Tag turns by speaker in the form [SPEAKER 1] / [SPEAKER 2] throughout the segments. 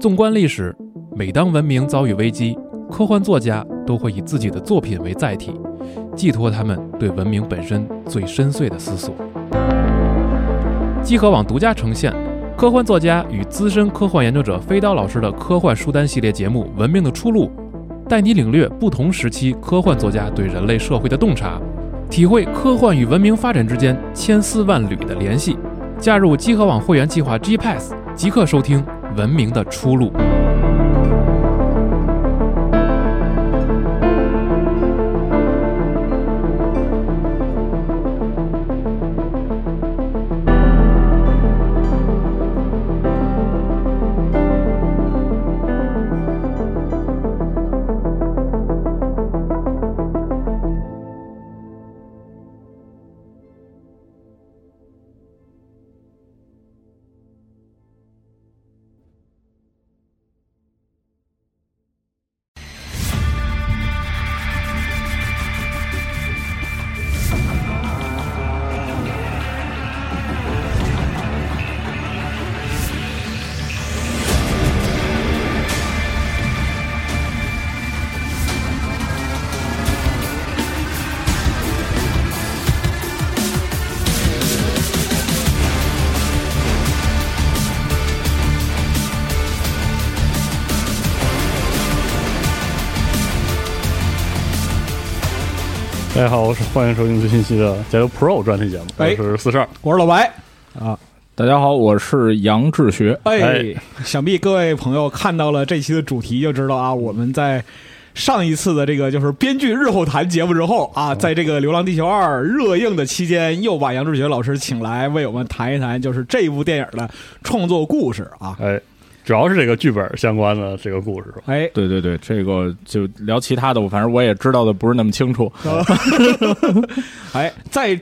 [SPEAKER 1] 纵观历史，每当文明遭遇危机，科幻作家都会以自己的作品为载体，寄托他们对文明本身最深邃的思索。集合网独家呈现科幻作家与资深科幻研究者飞刀老师的科幻书单系列节目《文明的出路》，带你领略不同时期科幻作家对人类社会的洞察，体会科幻与文明发展之间千丝万缕的联系。加入集合网会员计划 G Pass，即刻收听《文明的出路》。
[SPEAKER 2] 大家好，我是欢迎收听最新期的《加油 Pro》专题节目，我
[SPEAKER 3] 哎
[SPEAKER 2] 是四十二。
[SPEAKER 3] 我是老白。
[SPEAKER 4] 大家好，我是杨志学。
[SPEAKER 3] 哎
[SPEAKER 2] 哎，
[SPEAKER 3] 想必各位朋友看到了这期的主题就知道啊，我们在上一次的这个就是编剧日后谈节目之后啊，在这个《流浪地球二》热映的期间，又把杨志学老师请来为我们谈一谈，就是这部电影的创作故事啊。
[SPEAKER 2] 哎，主要是这个剧本相关的这个故事，是吧
[SPEAKER 3] 哎，
[SPEAKER 4] 对对对，这个就聊其他的，我反正我也知道的不是那么清楚。
[SPEAKER 3] 哎，在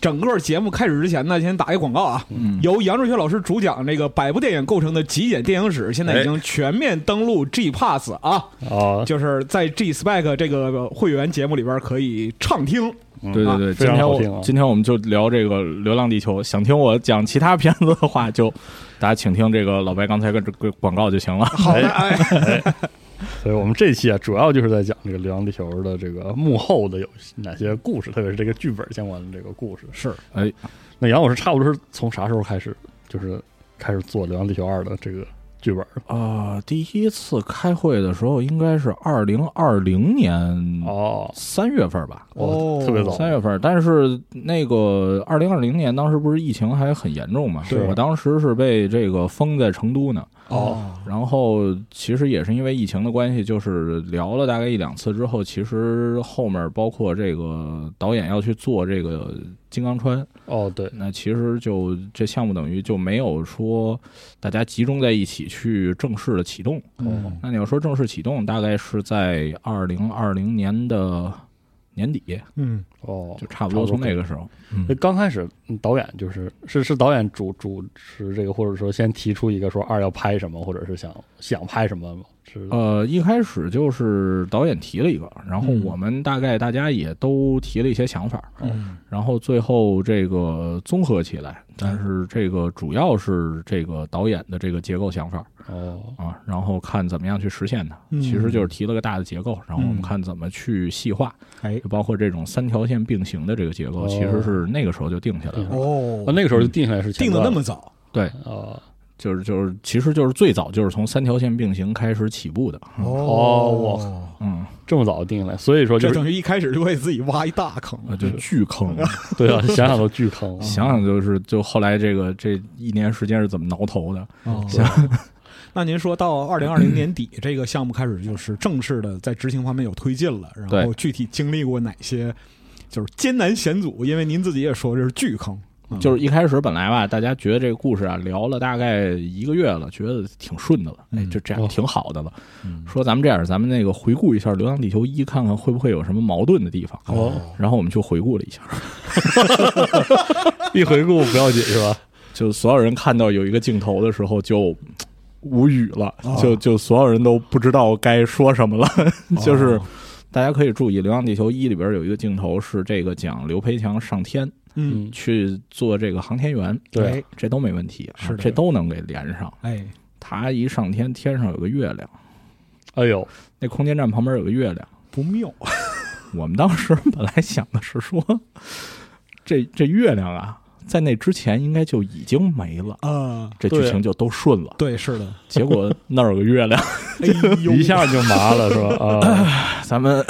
[SPEAKER 3] 整个节目开始之前呢，先打一广告啊。
[SPEAKER 4] 嗯
[SPEAKER 3] 由杨志学老师主讲这个百部电影构成的极简电影史，现在已经全面登陆 G Pass 啊，
[SPEAKER 2] 啊，
[SPEAKER 3] 就是在 G Spec 这个会员节目里边可以畅听。
[SPEAKER 4] 对对对，
[SPEAKER 2] 非
[SPEAKER 4] 今
[SPEAKER 2] 常
[SPEAKER 4] 天
[SPEAKER 2] 好
[SPEAKER 4] 我、
[SPEAKER 2] 听啊
[SPEAKER 4] 今天我们就聊这个《流浪地球》，想听我讲其他片子的话，就大家请听这个老白刚才跟这个广告就行了。
[SPEAKER 3] 好的，哎，
[SPEAKER 2] 所以我们这期啊，主要就是在讲这个《流浪地球》的这个幕后的有哪些故事，特别是这个剧本相关的这个故事。
[SPEAKER 3] 是
[SPEAKER 4] 哎，
[SPEAKER 2] 那杨老师差不多是从啥时候开始，就是开始做《流浪地球二》的这个剧本？
[SPEAKER 4] 啊、第一次开会的时候应该是二零二零年
[SPEAKER 2] 哦，
[SPEAKER 4] 三月份吧。
[SPEAKER 2] 哦特别早
[SPEAKER 4] 三月份，但是那个二零二零年当时不是疫情还很严重嘛？
[SPEAKER 2] 是
[SPEAKER 4] 我当时是被这个封在成都呢。
[SPEAKER 3] 哦，
[SPEAKER 4] 然后其实也是因为疫情的关系，就是聊了大概一两次之后，其实后面包括这个导演要去做这个金刚川，
[SPEAKER 2] 哦，对，
[SPEAKER 4] 那其实就这项目等于就没有说大家集中在一起去正式的启动。
[SPEAKER 3] 嗯
[SPEAKER 4] 那你要说正式启动，大概是在二零二零年的年底，
[SPEAKER 3] 嗯，
[SPEAKER 2] 哦，
[SPEAKER 4] 就差不多从那个时候。嗯
[SPEAKER 2] 那刚开始嗯导演就是是是导演主主持这个，或者说先提出一个说二要拍什么，或者是想想拍什么吗？是
[SPEAKER 4] 呃，一开始就是导演提了一个，然后
[SPEAKER 3] 嗯
[SPEAKER 4] 我们大概大家也都提了一些想法，
[SPEAKER 3] 嗯
[SPEAKER 4] 然后最后这个综合起来，但是这个主要是这个导演的这个结构想法
[SPEAKER 2] 哦
[SPEAKER 4] 啊，然后看怎么样去实现它。
[SPEAKER 3] 嗯
[SPEAKER 4] 其实就是提了个大的结构，然后我们
[SPEAKER 3] 嗯
[SPEAKER 4] 看怎么去细化，
[SPEAKER 3] 哎
[SPEAKER 4] 就，包括这种三条线并行的这个结构，
[SPEAKER 2] 哦
[SPEAKER 4] 其实是那个时候就定下来了。
[SPEAKER 3] 哦
[SPEAKER 2] 啊，那个时候就定下来是前
[SPEAKER 3] 定的
[SPEAKER 2] 段
[SPEAKER 3] 那么早，
[SPEAKER 4] 对，
[SPEAKER 2] 啊
[SPEAKER 4] 就是就是，其实就是最早就是从三条线并行开始起步的。
[SPEAKER 2] 哦我
[SPEAKER 3] 靠，
[SPEAKER 4] 嗯，
[SPEAKER 2] 这么早就定下来，所以说就
[SPEAKER 3] 这
[SPEAKER 2] 是
[SPEAKER 3] 等于一开始就为自己挖一大坑。
[SPEAKER 4] 呃就巨坑。
[SPEAKER 2] 对啊，想想都巨坑啊。
[SPEAKER 4] 想想就是，就后来这个这一年时间是怎么挠头的？
[SPEAKER 3] 哦
[SPEAKER 4] 行，
[SPEAKER 3] 那您说到二零二零年底，这个项目开始就是正式的在执行方面有推进了，然后
[SPEAKER 4] 对
[SPEAKER 3] 具体经历过哪些就是艰难险阻？因为您自己也说这是巨坑，嗯
[SPEAKER 4] 就是一开始本来吧，大家觉得这个故事啊聊了大概一个月了，觉得挺顺的了，哎，
[SPEAKER 3] 嗯
[SPEAKER 4] 就这
[SPEAKER 2] 哦
[SPEAKER 4] 样挺好的了。说咱们这样，咱们那个回顾一下《流浪地球一》，看看会不会有什么矛盾的地方。
[SPEAKER 2] 哦，
[SPEAKER 4] 然后我们就回顾了一下，
[SPEAKER 2] 一回顾不要紧是吧？
[SPEAKER 4] 就所有人看到有一个镜头的时候就嘖无语了，
[SPEAKER 3] 哦
[SPEAKER 4] 就就所有人都不知道该说什么了。
[SPEAKER 3] 哦
[SPEAKER 4] 就是大家可以注意，《流浪地球一》里边有一个镜头是这个讲刘培强上天，
[SPEAKER 3] 嗯，
[SPEAKER 4] 去做这个航天员，哎
[SPEAKER 2] 对，
[SPEAKER 4] 这都没问题啊，
[SPEAKER 3] 是的
[SPEAKER 4] 这都能给连上。
[SPEAKER 3] 哎，
[SPEAKER 4] 他一上天，天上有个月亮，
[SPEAKER 2] 哎呦，
[SPEAKER 4] 那空间站旁边有个月亮。
[SPEAKER 3] 不妙，
[SPEAKER 4] 我们当时本来想的是说，这这月亮啊，在那之前应该就已经没了，
[SPEAKER 3] 啊，
[SPEAKER 4] 这剧情就都顺了。
[SPEAKER 3] 对，是的，
[SPEAKER 4] 结果那儿有个月亮，
[SPEAKER 3] 哎呦，
[SPEAKER 2] 一下就麻了是吧？ 啊，
[SPEAKER 4] 咱们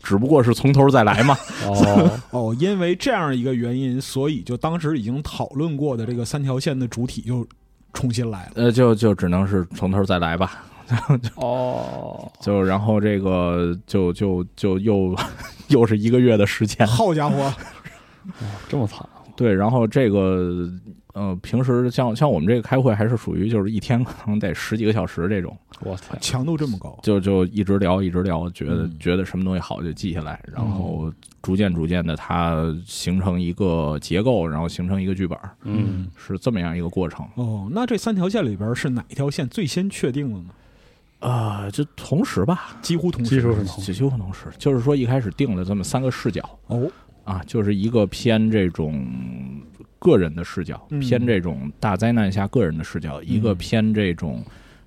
[SPEAKER 4] 只不过是从头再来嘛。
[SPEAKER 2] 哦，
[SPEAKER 3] 哦，因为这样一个原因，所以就当时已经讨论过的这个三条线的主体又重新来了。
[SPEAKER 4] 呃，就就只能是从头再来吧。
[SPEAKER 2] 哦，
[SPEAKER 4] 就然后这个就就就又 又是一个月的时间，
[SPEAKER 3] 好家伙，
[SPEAKER 2] 这么惨，啊
[SPEAKER 4] 对，然后这个呃，平时像像我们这个开会还是属于就是一天可能得十几个小时这种，
[SPEAKER 2] 我操，
[SPEAKER 3] 强度这么高，
[SPEAKER 4] 就就一直聊一直聊，觉得、
[SPEAKER 3] 嗯
[SPEAKER 4] 觉得什么东西好就记下来，然后逐渐逐渐的它形成一个结构，然后形成一个剧本，
[SPEAKER 2] 嗯，
[SPEAKER 4] 是这么样一个过程
[SPEAKER 3] 哦，那这三条线里边是哪一条线最先确定的呢？
[SPEAKER 4] 啊、就同时吧，
[SPEAKER 3] 几乎同时，
[SPEAKER 2] 技术是同
[SPEAKER 4] 几乎同时，就是说一开始定了这么三个视角，
[SPEAKER 3] 哦，
[SPEAKER 4] 啊，就是一个偏这种个人的视角，
[SPEAKER 3] 嗯
[SPEAKER 4] 偏这种大灾难下个人的视角，一个偏这种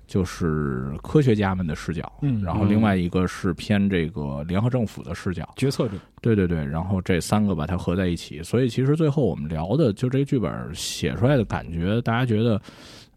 [SPEAKER 4] 就是科学家们的视角，
[SPEAKER 3] 嗯
[SPEAKER 4] 然后另外一个是偏这个联合政府的视角，
[SPEAKER 3] 决策者，
[SPEAKER 4] 对对对，然后这三个把它合在一起，所以其实最后我们聊的就这个剧本写出来的感觉，大家觉得。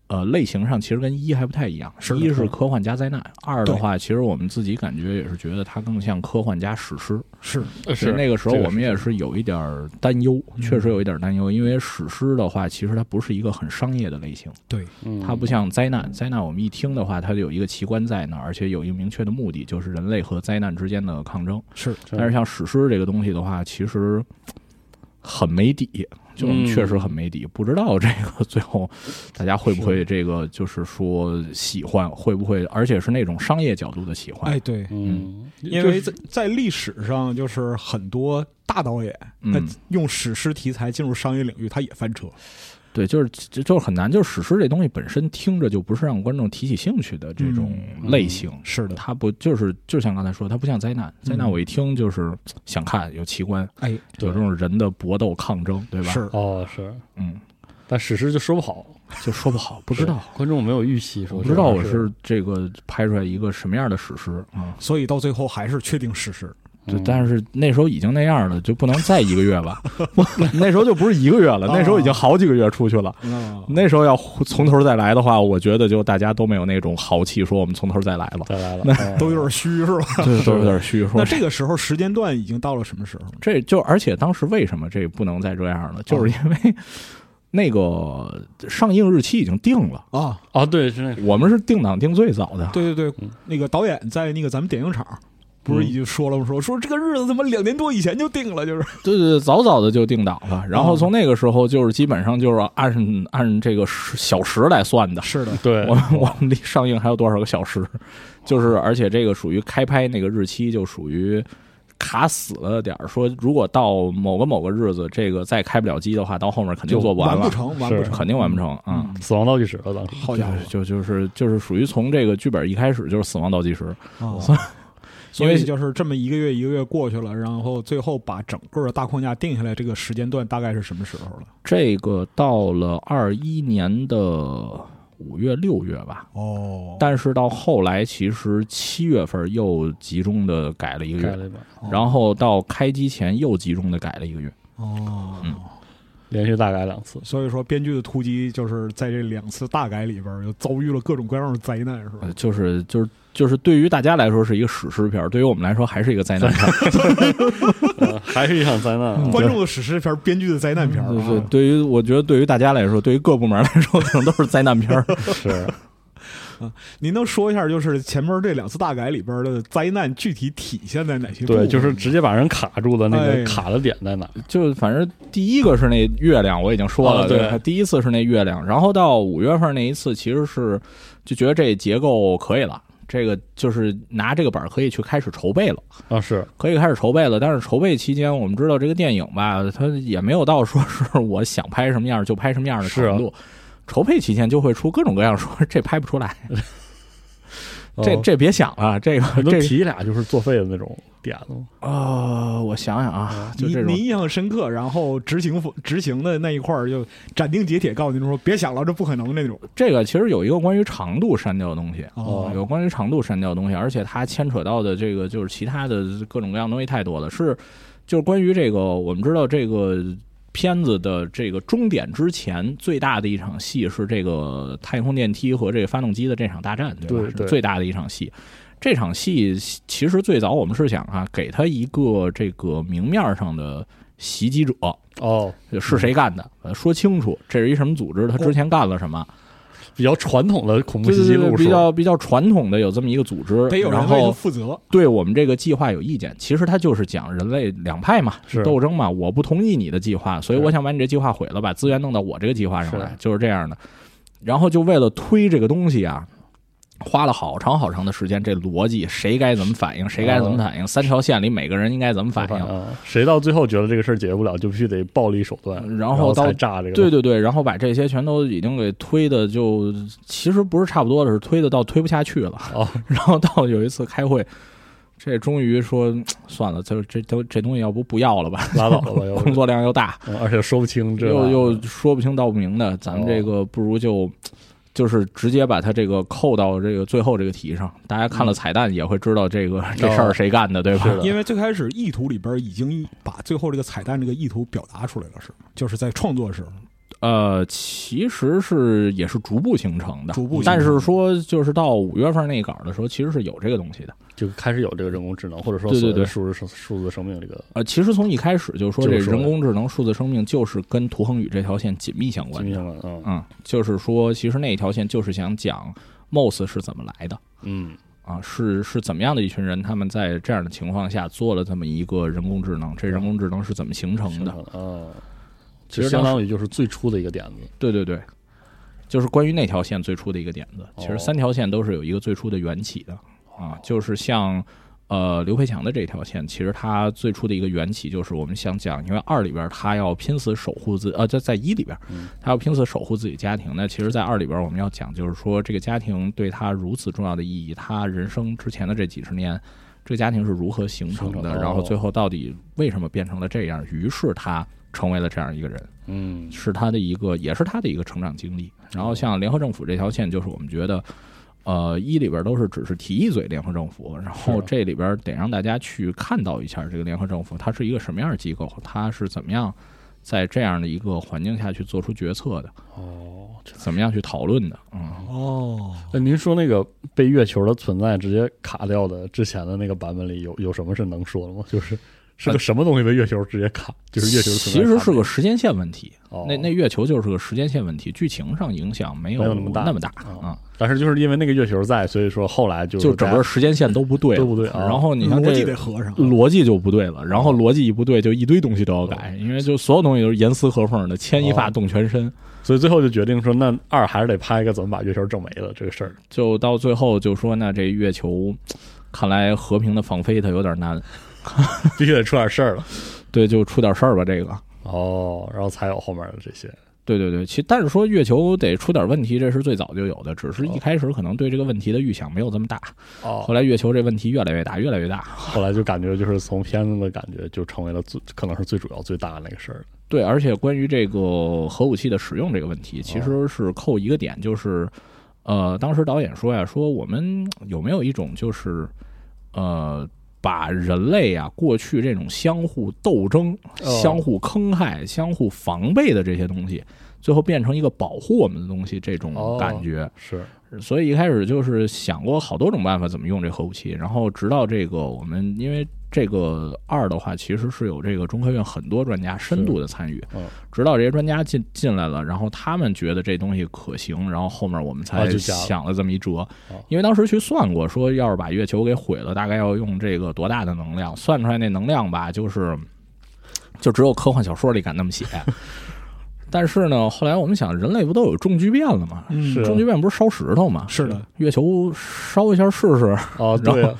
[SPEAKER 4] 呃，类型上其实跟一还不太一样，
[SPEAKER 3] 是的
[SPEAKER 4] 一是科幻加灾难，二的
[SPEAKER 3] 对
[SPEAKER 4] 话，其实我们自己感觉也是觉得它更像科幻加史诗，
[SPEAKER 3] 是
[SPEAKER 2] 嗯
[SPEAKER 4] 所以那个时候
[SPEAKER 2] 这个
[SPEAKER 4] 我们也是有一点儿担忧，
[SPEAKER 3] 嗯
[SPEAKER 4] 确实有一点儿担忧，因为史诗的话，其实它不是一个很商业的类型，
[SPEAKER 3] 对，
[SPEAKER 2] 嗯
[SPEAKER 4] 它不像灾难，灾难我们一听的话，它就有一个奇观在那儿，而且有一个明确的目的，就是人类和灾难之间的抗争。
[SPEAKER 3] 是
[SPEAKER 2] 真
[SPEAKER 4] 但是像史诗这个东西的话，其实很没底，就
[SPEAKER 2] 嗯
[SPEAKER 4] 确实很没底，不知道这个最后大家会不会这个就是说喜欢，会不会，而且是那种商业角度的喜欢，
[SPEAKER 3] 哎，对，
[SPEAKER 2] 嗯，
[SPEAKER 3] 因为在在历史上，就是很多大导演他
[SPEAKER 4] 嗯。
[SPEAKER 3] 用史诗题材进入商业领域，他也翻车。
[SPEAKER 4] 对，就是就就是很难，就是史诗这东西本身听着就不是让观众提起兴趣的这种类型。
[SPEAKER 3] 是的，
[SPEAKER 4] 它不就是就像刚才说，它不像灾难，灾难我一听就是想看有奇观，
[SPEAKER 3] 哎，
[SPEAKER 4] 有这种人的搏斗抗争，对吧？，
[SPEAKER 3] 是
[SPEAKER 2] 哦是，
[SPEAKER 4] 嗯，
[SPEAKER 2] 但史诗就说不好，
[SPEAKER 4] 就说不好，不知道，
[SPEAKER 2] 观众没有预期，说
[SPEAKER 4] 不知道我
[SPEAKER 2] 这
[SPEAKER 4] 是这个拍出来一个什么样的史诗啊？
[SPEAKER 3] 所以到最后还是确定史诗。
[SPEAKER 4] 对，但是那时候已经那样了，就不能再一个月吧？那时候就不是一个月 了，那时候已经好几个月出去了。
[SPEAKER 3] 那
[SPEAKER 4] 那时候要从头再来的话，我觉得就大家都没有那种豪气，说我们从头再来了。
[SPEAKER 2] 再来了，嗯
[SPEAKER 3] 都有点虚是吧？
[SPEAKER 4] 对，都有点虚。说
[SPEAKER 3] 那这个时候时间段已经到了什么时候呢？
[SPEAKER 4] 这就而且当时为什么这不能再这样了，就是因为那个上映日期已经定了，
[SPEAKER 3] 啊，
[SPEAKER 2] 啊，对，是那个，
[SPEAKER 4] 我们是定档定最早的。
[SPEAKER 3] 对对对
[SPEAKER 2] 嗯，
[SPEAKER 3] 那个导演在那个咱们点映
[SPEAKER 4] 嗯
[SPEAKER 3] 场。不是已经说了吗？说说这个日子他妈两年多以前就定了，就是
[SPEAKER 4] 对对对，早早的就定档了。
[SPEAKER 3] 嗯
[SPEAKER 4] 然后从那个时候就是基本上就是按按这个时小时来算的。
[SPEAKER 3] 是的，
[SPEAKER 2] 对，
[SPEAKER 4] 我们我们离上映还有多少个小时？就是而且这个属于开拍那个日期就属于卡死了点儿，说如果到某个某个日子这个再开不了机的话，到后面肯定
[SPEAKER 2] 就
[SPEAKER 4] 做不完
[SPEAKER 3] 完不
[SPEAKER 4] 了，
[SPEAKER 3] 成，完不
[SPEAKER 2] 是
[SPEAKER 3] 成，
[SPEAKER 4] 肯定完不成啊。
[SPEAKER 3] 嗯，
[SPEAKER 2] 死亡倒计时了，当时
[SPEAKER 3] 好家伙
[SPEAKER 4] 就就是就是属于从这个剧本一开始就是死亡倒计时，
[SPEAKER 3] 啊！
[SPEAKER 4] 因
[SPEAKER 3] 所以
[SPEAKER 4] 为
[SPEAKER 3] 就是这么一个月一个月过去了，然后最后把整个的大框架定下来，这个时间段大概是什么时候了？
[SPEAKER 4] 这个到了二一年的五月六月吧，
[SPEAKER 3] 哦，
[SPEAKER 4] 但是到后来其实七月份又集中的改了一个
[SPEAKER 2] 开
[SPEAKER 4] 月，
[SPEAKER 2] 了一把，
[SPEAKER 4] 然后到开机前又集中的改了一个月，
[SPEAKER 3] 哦，
[SPEAKER 4] 嗯
[SPEAKER 2] 连续大改两 次，
[SPEAKER 3] 所以说编剧的突击就是在这两次大改里边儿又遭遇了各种各样的灾难，是吧
[SPEAKER 4] 呃？就是就是就是对于大家来说是一个史诗片儿，对于我们来说还是一个灾难片儿。
[SPEAKER 2] 嗯还是一场灾难啊，
[SPEAKER 3] 观众的史诗片儿，编剧的灾难片儿
[SPEAKER 4] 嗯对对，
[SPEAKER 3] 啊，
[SPEAKER 4] 对于我觉得对于大家来说，对于各部门来说可能都是灾难片儿。
[SPEAKER 2] 是
[SPEAKER 3] 您能说一下就是前面这两次大改里边儿的灾难具体体现在哪些部分？
[SPEAKER 2] 对，就是直接把人卡住的那
[SPEAKER 3] 哎
[SPEAKER 2] 个卡的点在哪？
[SPEAKER 4] 就反正第一个是那月亮，我已经说了，
[SPEAKER 2] 啊对
[SPEAKER 4] 吧第一次是那月亮，然后到五月份那一次，其实是就觉得这结构可以了，这个就是拿这个本儿可以去开始筹备了，
[SPEAKER 2] 啊，是
[SPEAKER 4] 可以开始筹备了。但是筹备期间，我们知道这个电影吧，它也没有到说是我想拍什么样就拍什么 样的程度，筹备期间就会出各种各样说这拍不出来。这
[SPEAKER 2] 哦
[SPEAKER 4] 这别想了，这个
[SPEAKER 2] 能
[SPEAKER 4] 这
[SPEAKER 2] 提俩就是作废的那种点子吗？
[SPEAKER 4] 呃，我想想啊，就
[SPEAKER 3] 你
[SPEAKER 4] 这种
[SPEAKER 3] 你印象深刻，然后执行执行的那一块儿就斩钉截铁告诉您说，别想了，这不可能那种。
[SPEAKER 4] 这个其实有一个关于长度删掉的东西，啊
[SPEAKER 2] 哦
[SPEAKER 4] 有关于长度删掉的东西，而且它牵扯到的这个就是其他的各种各样的东西太多了，是就是关于这个我们知道这个。片子的这个终点之前最大的一场戏是这个太空电梯和这个发动机的这场大战，对吧？
[SPEAKER 2] 对对
[SPEAKER 4] 是最大的一场戏。这场戏其实最早我们是想啊，给他一个这个明面上的袭击者，
[SPEAKER 2] 哦，
[SPEAKER 4] 是谁干的，呃说清楚，这是一什么组织，他之前干了什么。
[SPEAKER 2] 比较传统的恐怖
[SPEAKER 4] 对
[SPEAKER 2] 袭
[SPEAKER 4] 对
[SPEAKER 2] 击
[SPEAKER 4] 对，
[SPEAKER 2] 路
[SPEAKER 4] 比
[SPEAKER 2] 数，
[SPEAKER 4] 较比较传统的有这么一个组织，
[SPEAKER 3] 得有人为
[SPEAKER 4] 然
[SPEAKER 3] 他
[SPEAKER 4] 后
[SPEAKER 3] 负责。
[SPEAKER 4] 对我们这个计划有意见。其实它就是讲人类两派嘛，
[SPEAKER 2] 是
[SPEAKER 4] 斗争嘛。我不同意你的计划，所以
[SPEAKER 2] 是
[SPEAKER 4] 我想把你这计划毁了，把资源弄到我这个计划上来
[SPEAKER 2] 是，
[SPEAKER 4] 就是这样的。然后就为了推这个东西啊。花了好长好长的时间，这逻辑谁该怎么反应，谁该怎么反应，三条线里每个人应该怎么反应，
[SPEAKER 2] 啊，谁到最后觉得这个事儿解决不了，就必须得暴力手段，
[SPEAKER 4] 然
[SPEAKER 2] 然
[SPEAKER 4] 后到
[SPEAKER 2] 才炸这个。
[SPEAKER 4] 对，对对，然后把这些全都已经给推的就，其实不是差不多的是推的到推不下去了。
[SPEAKER 2] 哦
[SPEAKER 4] 然后到有一次开会，这终于说嗯算了，就这都这东西要不不要了吧，
[SPEAKER 2] 拉倒了吧，要不
[SPEAKER 4] 工作量又大，
[SPEAKER 2] 嗯而且说不清这
[SPEAKER 4] 又又说不清道不明的，咱们
[SPEAKER 2] 哦
[SPEAKER 4] 这个不如就。就是直接把它这个扣到这个最后这个题上，大家看了彩蛋也会知道这个、这事儿谁干的，对吧？
[SPEAKER 2] 嗯哦是的
[SPEAKER 3] 因为最开始意图里边已经把最后这个彩蛋这个意图表达出来了，是吗？就是在创作时，
[SPEAKER 4] 呃，其实是也是逐步形成的，
[SPEAKER 3] 逐步形成
[SPEAKER 4] 但是说就是到五月份那一稿的时候，其实是有这个东西的。
[SPEAKER 2] 就开始有这个人工智能，或者说
[SPEAKER 4] 对对
[SPEAKER 2] 所谓的
[SPEAKER 4] 对
[SPEAKER 2] 数字生数字生命这个
[SPEAKER 4] 呃，其实从一开始就说这
[SPEAKER 2] 就是说
[SPEAKER 4] 人工智能、数字生命就是跟图恒宇这条线紧密相关
[SPEAKER 2] 新
[SPEAKER 4] 的。
[SPEAKER 2] 相关啊，
[SPEAKER 4] 嗯，就是说，其实那一条线就是想讲 MOS 是怎么来的
[SPEAKER 2] 嗯，
[SPEAKER 4] 啊，是是怎么样的一群人，他们在这样的情况下做了这么一个人工智能，这人工智能是怎么形成
[SPEAKER 2] 形
[SPEAKER 4] 的？
[SPEAKER 2] 成啊，
[SPEAKER 4] 其
[SPEAKER 2] 其
[SPEAKER 4] 实
[SPEAKER 2] 实
[SPEAKER 4] 当
[SPEAKER 2] 相
[SPEAKER 4] 时
[SPEAKER 2] 当于就是最初的一个点子，
[SPEAKER 4] 对对对，就是关于那条线最初的一个点子。其实
[SPEAKER 2] 哦
[SPEAKER 4] 三条线都是有一个最初的缘起的啊，就是像呃刘培强的这条线，其实它最初的一个缘起就是我们想讲，因为二里边他要拼死守护自呃在在一里边
[SPEAKER 2] 嗯
[SPEAKER 4] 他要拼死守护自己家庭，那其实，在二里边我们要讲就是说这个家庭对他如此重要的意义，他人生之前的这几十年。这个家庭是如何形成
[SPEAKER 2] 形
[SPEAKER 4] 的？
[SPEAKER 2] 成的
[SPEAKER 4] 然后
[SPEAKER 2] 哦
[SPEAKER 4] 最后到底为什么变成了这样？于是他成为了这样一个人。
[SPEAKER 2] 嗯，
[SPEAKER 4] 是他的一个，也是他的一个成长经历。然后像联合政府这条线，就是我们觉得，呃，一里边都是只是提一嘴联合政府，然后
[SPEAKER 2] 是
[SPEAKER 4] 这里边得让大家去看到一下这个联合政府，它是一个什么样的机构，它是怎么样在这样的一个环境下去做出决策的，
[SPEAKER 2] 哦，
[SPEAKER 4] 怎么样去讨论的，嗯。
[SPEAKER 3] 哦，
[SPEAKER 2] 那您说那个被月球的存在直接卡掉的之前的那个版本里有有什么是能说的吗？就是是个什么东西被月球直接卡？就是月球存在
[SPEAKER 4] 其实
[SPEAKER 2] 卡
[SPEAKER 4] 是
[SPEAKER 2] 掉
[SPEAKER 4] 个时间线问题，
[SPEAKER 2] 哦
[SPEAKER 4] 那那月球就是个时间线问题，剧情上影响没有
[SPEAKER 2] 没有那么大
[SPEAKER 4] 那么大
[SPEAKER 2] 哦
[SPEAKER 4] 啊，
[SPEAKER 2] 但是就是因为那个月球在，所以说后来就是
[SPEAKER 4] 就整个时间线都不对了，
[SPEAKER 2] 都不对啊
[SPEAKER 4] 然后你像这
[SPEAKER 3] 嗯
[SPEAKER 4] 嗯
[SPEAKER 3] 逻辑得合上。啊
[SPEAKER 4] 逻辑就不对了，然后逻辑一不对，就一堆东西都要改，因为就所有东西都是严丝合缝的，牵一发
[SPEAKER 2] 哦
[SPEAKER 4] 动全身。
[SPEAKER 2] 所以最后就决定说，那二还是得拍一个怎么把月球整没了这个事儿。
[SPEAKER 4] 就到最后就说，那这月球看来和平的放飞它有点难，
[SPEAKER 2] 必须得出点事儿了。
[SPEAKER 4] 对，就出点事儿吧。这个，
[SPEAKER 2] 哦，然后才有后面的这些。
[SPEAKER 4] 对对对，其但是说月球得出点问题，这是最早就有的，只是一
[SPEAKER 2] 哦
[SPEAKER 4] 开始可能对这个问题的预想没有这么大，
[SPEAKER 2] 哦
[SPEAKER 4] 后，来月球这问题越来越大，越来越大。
[SPEAKER 2] 后来就感觉就是从片子的感觉就成为了最可能是最主要最大的那个事儿了。
[SPEAKER 4] 对，而且关于这个核武器的使用这个问题，
[SPEAKER 2] 哦
[SPEAKER 4] 其实是扣一个点，就是，呃，当时导演说呀，说我们有没有一种就是，呃，把人类啊过去这种相互斗争、
[SPEAKER 2] 哦
[SPEAKER 4] 相互坑害、相互防备的这些东西，最后变成一个保护我们的东西，这种
[SPEAKER 2] 哦
[SPEAKER 4] 感觉。
[SPEAKER 2] 是，
[SPEAKER 4] 所以一开始就是想过好多种办法怎么用这核武器，然后直到这个我们因为这个二的话，其实是有这个中科院很多专家深度的参与，
[SPEAKER 2] 嗯
[SPEAKER 4] 直到这些专家进进来了，然后他们觉得这东西可行，然后后面我们
[SPEAKER 2] 啊
[SPEAKER 4] 才
[SPEAKER 2] 就加啊了
[SPEAKER 4] 想了这么一折，因为当时去算过，说要是把月球给毁了，大概要用这个多大的能量，算出来那能量吧，就是就只有科幻小说里敢那 么写。但是呢，后来我们想，人类不都有重聚变了吗？
[SPEAKER 3] 嗯
[SPEAKER 2] 是
[SPEAKER 4] 中极变不是烧嗯石头吗？
[SPEAKER 3] 是的，
[SPEAKER 4] 月球烧一下试试，
[SPEAKER 2] 哦，
[SPEAKER 4] 然后
[SPEAKER 2] 对啊，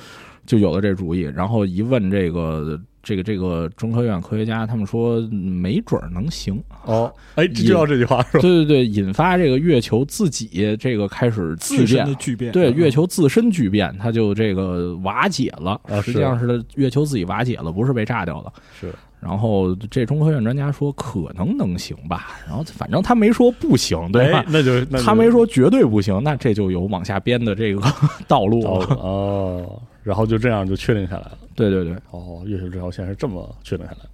[SPEAKER 4] 就有了这主意。然后一问这个这个这个中科院科学家他们说没准儿能行。
[SPEAKER 2] 哦，哎，这就要这句话是吧？
[SPEAKER 4] 对对对，引发这个月球自己这个开始巨
[SPEAKER 3] 自身
[SPEAKER 4] 变
[SPEAKER 3] 的，巨变，
[SPEAKER 4] 对
[SPEAKER 3] 嗯
[SPEAKER 4] 月球自身巨变，它就这个瓦解了。
[SPEAKER 2] 啊是
[SPEAKER 4] 实际上是月球自己瓦解了，不是被炸掉的。
[SPEAKER 2] 是，
[SPEAKER 4] 然后这中科院专家说可能能行吧，然后反正他没说不行，对吧
[SPEAKER 2] 哎？，那就那就
[SPEAKER 4] 他没说绝对不行，那这就有往下编的这个 道路
[SPEAKER 2] 哦
[SPEAKER 4] 了。
[SPEAKER 2] 哦，然后就这样就确定下来了。
[SPEAKER 4] 对对对，
[SPEAKER 2] 哦，月球这条线是这么确定下来的。